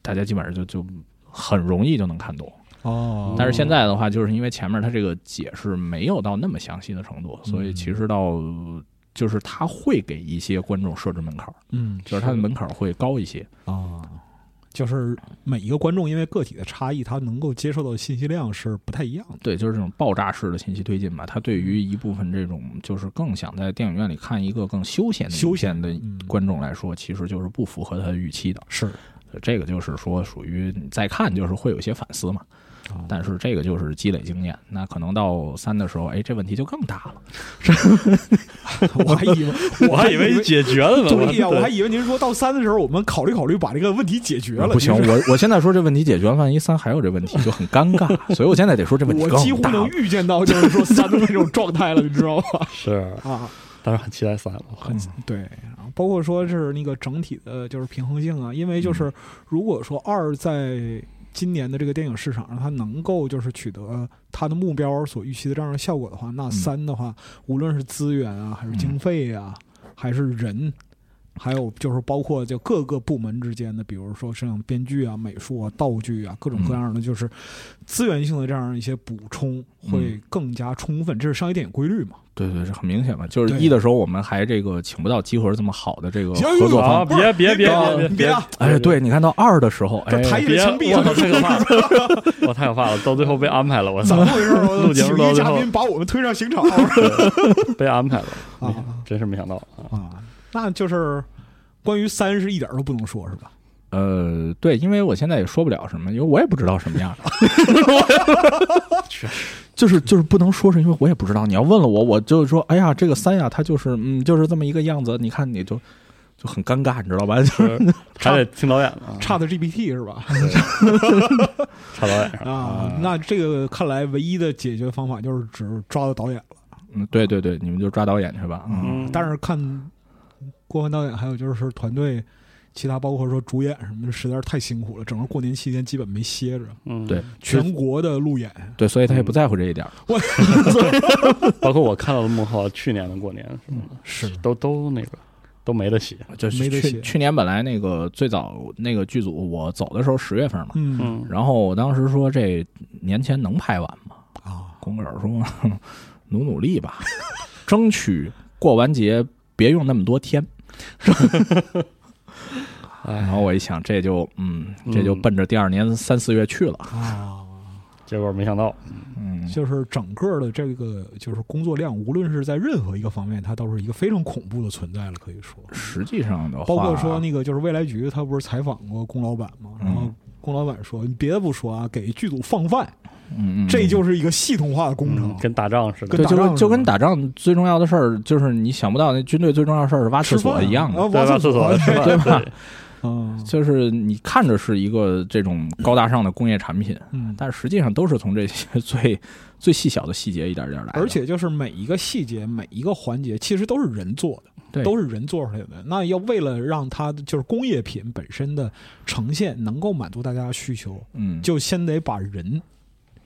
[SPEAKER 4] 大家基本上就就很容易就能看懂。
[SPEAKER 3] 哦，
[SPEAKER 4] 但是现在的话，就是因为前面他这个解释没有到那么详细的程度，所以其实到就是他会给一些观众设置门槛儿，
[SPEAKER 3] 嗯
[SPEAKER 4] 就是他的门槛儿会高一些。
[SPEAKER 3] 啊。就是每一个观众因为个体的差异，他能够接受到的信息量是不太一样的。
[SPEAKER 4] 对，就是这种爆炸式的信息推进吧。他对于一部分这种就是更想在电影院里看一个更休闲的
[SPEAKER 3] 休闲
[SPEAKER 4] 影片
[SPEAKER 3] 嗯
[SPEAKER 4] 的观众来说，其实就是不符合他的预期的。
[SPEAKER 3] 是，
[SPEAKER 4] 这个就是说属于你再看就是会有一些反思嘛。
[SPEAKER 3] 啊
[SPEAKER 4] 但是这个就是积累经验，那可能到三的时候，哎，这问题就更大了。
[SPEAKER 3] 我还以为
[SPEAKER 2] 我还以为解决了呢，
[SPEAKER 3] 对呀，我还
[SPEAKER 2] 以
[SPEAKER 3] 以为您说到三的时候，我们考虑考虑把这个问题解决了。
[SPEAKER 4] 嗯不行，
[SPEAKER 3] 其实
[SPEAKER 4] 我我现在说这问题解决了，万一三还有这问题就很尴 尬，所以我现在得说这问题
[SPEAKER 3] 我
[SPEAKER 4] 更
[SPEAKER 3] 几乎
[SPEAKER 4] 大了
[SPEAKER 3] 能预见到就是说三的那种状态了，你知道吗？
[SPEAKER 2] 是，
[SPEAKER 3] 啊，
[SPEAKER 2] 当然很期待三了。
[SPEAKER 3] 很对，然后包括说是那个整体的，就是平衡性啊，因为
[SPEAKER 4] 嗯
[SPEAKER 3] 就是如果说二在今年的这个电影市场上，它能够就是取得它的目标所预期的这样的效果的话，那
[SPEAKER 4] 嗯
[SPEAKER 3] 三的话，无论是资源啊，还是经费啊，还是人。还有就是包括就各个部门之间的，比如说像编剧啊、美术啊、道具啊，各种
[SPEAKER 4] 嗯
[SPEAKER 3] 各样的，就是资源性的这样一些补充会
[SPEAKER 4] 嗯
[SPEAKER 3] 更加充分，这是商业电影规律嘛？
[SPEAKER 4] 对对，这很明显嘛，就是
[SPEAKER 3] 对
[SPEAKER 4] 一的时候我们还这个请不到集合这么好的这个呃合作
[SPEAKER 2] 啊，
[SPEAKER 4] 方。
[SPEAKER 2] 别别别别
[SPEAKER 3] 别啊！
[SPEAKER 4] 哎，对，你看到二的时候，哎
[SPEAKER 3] 这，台
[SPEAKER 2] 别！
[SPEAKER 3] 枪毙
[SPEAKER 2] 我操，太可怕了！我太可怕了，到最后被安排了， 我
[SPEAKER 3] 怎
[SPEAKER 2] 操
[SPEAKER 3] 么，回事儿？
[SPEAKER 2] 录
[SPEAKER 3] 我
[SPEAKER 2] 节目
[SPEAKER 3] 请一
[SPEAKER 2] 到最
[SPEAKER 3] 嘉
[SPEAKER 2] 后
[SPEAKER 3] 宾把我们推上刑 场
[SPEAKER 2] 被安排了，
[SPEAKER 3] 啊
[SPEAKER 2] 真是没想到啊！
[SPEAKER 3] 啊！那就是关于三是一点儿都不能说，是吧？
[SPEAKER 4] 呃，对，因为我现在也说不了什么，因为我也不知道什么样。 就是就是不能说，是因为我也不知道。你要问了我，我就说，哎呀，这个三呀，它就是嗯，就是这么一个样子。你看，你就就很尴尬，你知道吧？ 就是
[SPEAKER 2] 是还得听导演 的，
[SPEAKER 3] 差的 GPT 是吧？啊
[SPEAKER 2] 差导演上
[SPEAKER 3] 啊，那这个看来唯一的解决方法就是只抓到导演了
[SPEAKER 4] 嗯，对对对，你们就抓导演去吧。嗯，
[SPEAKER 2] 嗯
[SPEAKER 3] 但是看郭帆导演，还有就是团队其他，包括说主演什么的，实在是太辛苦了。整个过年期间基本没歇着，
[SPEAKER 2] 嗯
[SPEAKER 4] 对，
[SPEAKER 3] 全国的路演，
[SPEAKER 4] 对，所以他也不在乎这一点儿。
[SPEAKER 2] 包括我看到的幕后，去年的过年什么的
[SPEAKER 3] 是
[SPEAKER 2] 都都那个都没得洗。
[SPEAKER 4] 就是
[SPEAKER 3] 没得
[SPEAKER 4] 去
[SPEAKER 3] 写
[SPEAKER 4] 去年本来那个最早那个剧组我走的时候十月份嘛，
[SPEAKER 3] 嗯
[SPEAKER 2] 嗯，
[SPEAKER 4] 然后我当时说这年前能拍完吗？
[SPEAKER 3] 啊，
[SPEAKER 4] 宫格尔说努努力吧， 争取过完节别用那么 多天。然
[SPEAKER 2] 哎，
[SPEAKER 4] 后我一想，这就嗯，
[SPEAKER 2] 嗯
[SPEAKER 4] 这就奔着第二年三四月去了。
[SPEAKER 3] 啊，
[SPEAKER 2] 结果没想到，
[SPEAKER 4] 嗯，
[SPEAKER 3] 就是整个的这个就是工作量，无论是在任何一个方面，它都是一个非常恐怖的存在了，可以说。
[SPEAKER 4] 实际上的话，啊
[SPEAKER 3] 包括说那个就是未来局，他不是采访过龚老板吗？然后
[SPEAKER 4] 嗯
[SPEAKER 3] 龚老板说：“你别的不说啊，给剧组放饭，
[SPEAKER 4] 嗯，嗯
[SPEAKER 3] 这
[SPEAKER 4] 嗯
[SPEAKER 3] 就是一个系统化的工程
[SPEAKER 2] 嗯，跟打仗似的
[SPEAKER 3] 跟。
[SPEAKER 4] 对，
[SPEAKER 3] 打
[SPEAKER 4] 就
[SPEAKER 3] 仗
[SPEAKER 4] 跟就
[SPEAKER 3] 似的
[SPEAKER 4] 跟打仗最重要的事儿，就是你想不到那军队最重要的事儿是挖
[SPEAKER 3] 吃
[SPEAKER 4] 厕
[SPEAKER 3] 饭
[SPEAKER 4] 所
[SPEAKER 3] 啊
[SPEAKER 4] 一样的
[SPEAKER 3] 啊，，
[SPEAKER 2] 对
[SPEAKER 3] 挖
[SPEAKER 2] 吧？厕所是吧？
[SPEAKER 4] 对吧
[SPEAKER 3] 嗯
[SPEAKER 4] 就是你看着是一个这种高大上的工业产品，
[SPEAKER 3] 嗯，
[SPEAKER 4] 但实际上都是从这些最最细小的细节一点儿一点儿来的。
[SPEAKER 3] 而且就是每一个细节、每一个环节，其实都是人做的，
[SPEAKER 4] 对
[SPEAKER 3] 都是人做出来的。那要为了让它就是工业品本身的呈现能够满足大家的需求，
[SPEAKER 4] 嗯，
[SPEAKER 3] 就先得把人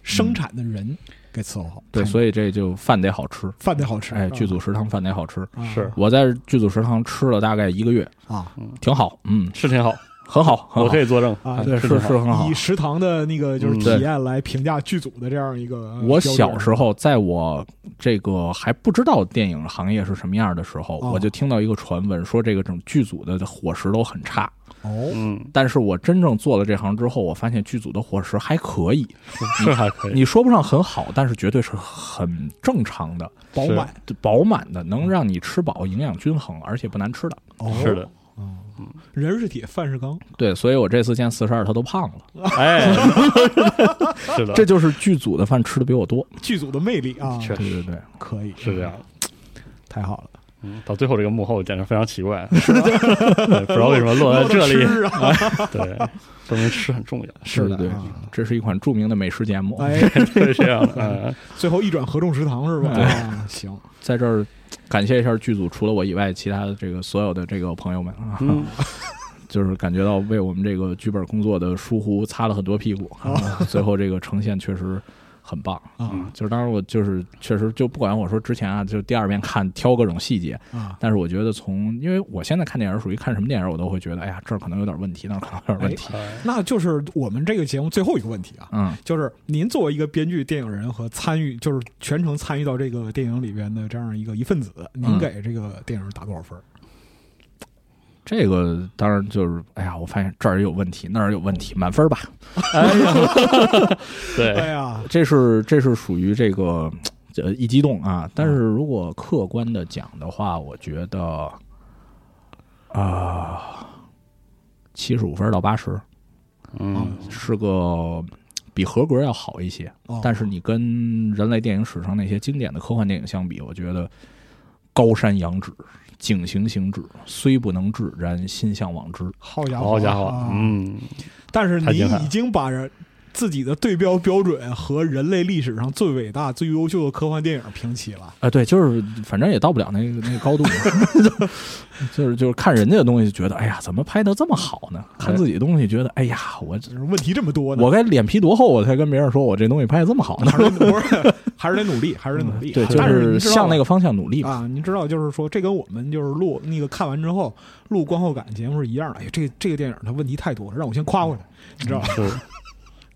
[SPEAKER 3] 生产的人给伺候好。
[SPEAKER 2] 嗯
[SPEAKER 4] 对，所以这就饭得好吃，
[SPEAKER 3] 饭得好吃，
[SPEAKER 4] 哎，
[SPEAKER 3] 是吧
[SPEAKER 4] 剧组食堂饭得好吃。
[SPEAKER 3] 啊
[SPEAKER 2] 是
[SPEAKER 4] 我在剧组食堂吃了大概一个月，
[SPEAKER 3] 啊
[SPEAKER 4] 挺好，嗯，
[SPEAKER 2] 是挺好，
[SPEAKER 4] 很好，很
[SPEAKER 2] 我
[SPEAKER 4] 好
[SPEAKER 2] 可，以作证。
[SPEAKER 3] 啊，
[SPEAKER 4] 对，是
[SPEAKER 2] 哎是挺好
[SPEAKER 4] 是很好
[SPEAKER 3] 以。食堂的那个就是
[SPEAKER 2] 嗯
[SPEAKER 3] 体
[SPEAKER 4] 对
[SPEAKER 3] 验来评价剧组的这样一个。
[SPEAKER 4] 我小时，候，在我这个还不知道电影行业是什么样的时候，
[SPEAKER 3] 哦
[SPEAKER 4] 我就听到一个传闻，说这个整剧组的伙食都很差。
[SPEAKER 3] 哦，
[SPEAKER 2] 嗯，
[SPEAKER 4] 但是我真正做了这行之后，我发现剧组的伙食还可以，
[SPEAKER 2] 是还可以。
[SPEAKER 4] 你说不上很好，但是绝对是很正常的、
[SPEAKER 3] 饱满
[SPEAKER 4] 饱满的，能让你吃饱、营养均衡，而且不难吃的。
[SPEAKER 3] 哦，
[SPEAKER 2] 是的，
[SPEAKER 3] 嗯，人是铁，饭是钢，
[SPEAKER 4] 对，所以我这次见四十二，他都胖了，
[SPEAKER 2] 哎，是的，
[SPEAKER 4] 这就是剧组的饭吃的比我多。
[SPEAKER 3] 剧组的魅力啊，
[SPEAKER 2] 确
[SPEAKER 4] 对
[SPEAKER 2] 实
[SPEAKER 4] 对对，
[SPEAKER 3] 可以啊
[SPEAKER 2] 是这样，的。
[SPEAKER 3] 太好了，
[SPEAKER 2] 嗯，到最后这个幕后简直非常奇怪，对不知道为什么落在这里
[SPEAKER 3] 漏。着吃 啊
[SPEAKER 2] 对，说明吃很重要，
[SPEAKER 3] 是的，
[SPEAKER 4] 对
[SPEAKER 2] 嗯
[SPEAKER 4] 对对
[SPEAKER 3] 啊
[SPEAKER 4] 这是一款著名的美食节目，
[SPEAKER 3] 哎，
[SPEAKER 2] 是 这样的。哎
[SPEAKER 3] 最后一转合众食堂是吧？
[SPEAKER 4] 对
[SPEAKER 3] 啊行，
[SPEAKER 4] 在这儿感谢一下剧组，除了我以外，其他的这个所有的这个朋友们啊，
[SPEAKER 2] 嗯，
[SPEAKER 4] 就是感觉到为我们这个剧本工作的疏忽擦了很多屁股，啊、最后这个呈现确实很棒。
[SPEAKER 3] 啊
[SPEAKER 4] 就是当时我就是确实就不管我说之前啊，就第二遍看挑各种细节，
[SPEAKER 3] 啊，
[SPEAKER 4] 但是我觉得从因为我现在看电影属于看什么电影我都会觉得，哎呀这儿可能有点问题，那儿可能有点问题。
[SPEAKER 2] 嗯
[SPEAKER 3] 那就是我们这个节目最后一个问题啊，
[SPEAKER 4] 嗯，
[SPEAKER 3] 就是您作为一个编剧、电影人和参与，就是全程参与到这个电影里边的这样一个一份子，您
[SPEAKER 4] 嗯
[SPEAKER 3] 给这个电影打多少分？
[SPEAKER 4] 这个当然就是，哎呀，我发现这儿也有问题，那儿也有问题，满分吧。
[SPEAKER 2] 对，
[SPEAKER 3] 哎呀，
[SPEAKER 4] 这是这是属于这个呃一激动啊，但是如果客观的讲的话，我觉得啊，七十五分到八十
[SPEAKER 2] 嗯，
[SPEAKER 4] 是个比合格要好一些，
[SPEAKER 3] 哦
[SPEAKER 4] 但是你跟人类电影史上那些经典的科幻电影相比，我觉得高山仰止，景行行止，虽不能至，然心向往之。
[SPEAKER 3] 好家伙，
[SPEAKER 2] 好家伙
[SPEAKER 3] 啊，
[SPEAKER 2] 嗯，
[SPEAKER 3] 但是
[SPEAKER 2] 太
[SPEAKER 3] 你
[SPEAKER 2] 精彩了
[SPEAKER 3] 已经把人自己的对标标准和人类历史上最伟大、最优秀的科幻电影平齐了。
[SPEAKER 4] 啊，对，就是反正也到不了那个 那个高度，就是就是看人家的东西，觉得哎呀，怎么拍的这么好呢？看自己的东西，觉得哎呀，我这
[SPEAKER 3] 就是问题这么多呢，
[SPEAKER 4] 我该脸皮多厚，我才跟别人说我这东西拍的这么好 呢？
[SPEAKER 3] 还是得不是还是得努力，还是得努力。
[SPEAKER 4] 对，就
[SPEAKER 3] 但是你知道
[SPEAKER 4] 向那个方向努力吧。
[SPEAKER 3] 啊，您知道，就是说，这跟我们就是录那个看完之后录观后感节目是一样的。哎呀，这个这个电影它问题太多了，让我先夸回来，你知道吧？
[SPEAKER 2] 嗯是，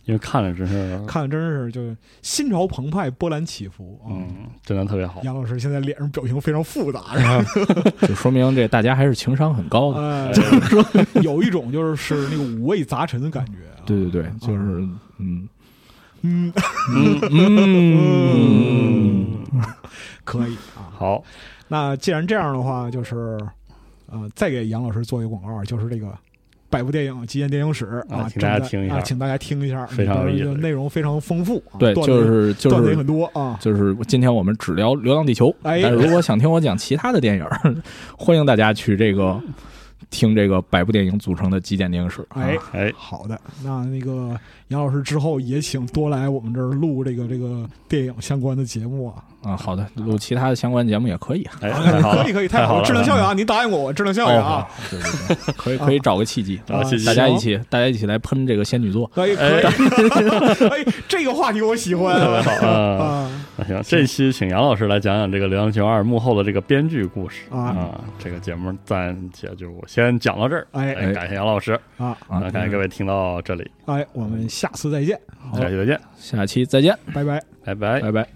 [SPEAKER 2] 因为看着真是，
[SPEAKER 3] 看真是就是心潮澎湃，波澜起伏啊！
[SPEAKER 2] 嗯，真的特别好。
[SPEAKER 3] 杨老师现在脸上表情非常复杂，
[SPEAKER 4] 就说明这大家还是情商很高的。
[SPEAKER 3] 呃，就是说有一种就是是那个五味杂陈的感觉啊。
[SPEAKER 4] 对对对，就是嗯
[SPEAKER 3] 嗯，
[SPEAKER 4] 嗯
[SPEAKER 2] 嗯，
[SPEAKER 3] 可以啊。
[SPEAKER 2] 好，
[SPEAKER 3] 那既然这样的话，就是呃，再给杨老师做一个广告，就是这个。百部电影极限电影史
[SPEAKER 2] 啊
[SPEAKER 3] 啊，
[SPEAKER 2] 请大家
[SPEAKER 3] 正在
[SPEAKER 2] 听一下
[SPEAKER 3] 啊，请大家听一下，
[SPEAKER 2] 非常有意思
[SPEAKER 3] 就是内容非常丰富啊，
[SPEAKER 4] 对，
[SPEAKER 3] 段子
[SPEAKER 4] 就是就
[SPEAKER 3] 段子也
[SPEAKER 4] 是
[SPEAKER 3] 很多啊，
[SPEAKER 4] 就是今天我们只聊《流浪地球》，
[SPEAKER 3] 哎嗯
[SPEAKER 4] 但是如果想听我讲其他的电影儿，欢迎大家去这个听这个百部电影组成的极简电影史。
[SPEAKER 3] 哎
[SPEAKER 4] 啊，
[SPEAKER 2] 哎，
[SPEAKER 3] 好的，那那个杨老师之后也请多来我们这儿录这个这个电影相关的节目啊，
[SPEAKER 4] 啊，好的，录其他的相关节目也可以啊。
[SPEAKER 2] 哎，太好了，
[SPEAKER 3] 可以可以，
[SPEAKER 2] 太好
[SPEAKER 3] 好了，
[SPEAKER 2] 了，
[SPEAKER 3] 质量效应啊，您答应我，我质量效应啊，
[SPEAKER 4] 哦，对对对，可以可以找 个契机，
[SPEAKER 2] 啊，谢谢
[SPEAKER 4] 大家一起大家一起来喷这个仙女座。
[SPEAKER 3] 可以可以， 哎，这个话题我喜欢
[SPEAKER 2] 特别好啊！
[SPEAKER 3] 啊
[SPEAKER 2] 那行，这期请杨老师来讲讲这个《流浪球二》幕后的这个编剧故事
[SPEAKER 3] 啊
[SPEAKER 2] 啊。这个节目暂且就先讲到这儿，
[SPEAKER 3] 哎
[SPEAKER 2] 哎，感谢杨老师，
[SPEAKER 3] 啊！
[SPEAKER 4] 啊
[SPEAKER 2] 那，感谢各位听到这里，
[SPEAKER 3] 哎，我们下次再见，
[SPEAKER 2] 下期再见，
[SPEAKER 4] 下期再见，
[SPEAKER 3] 拜拜。
[SPEAKER 2] 拜拜
[SPEAKER 3] 哎
[SPEAKER 4] 拜。拜。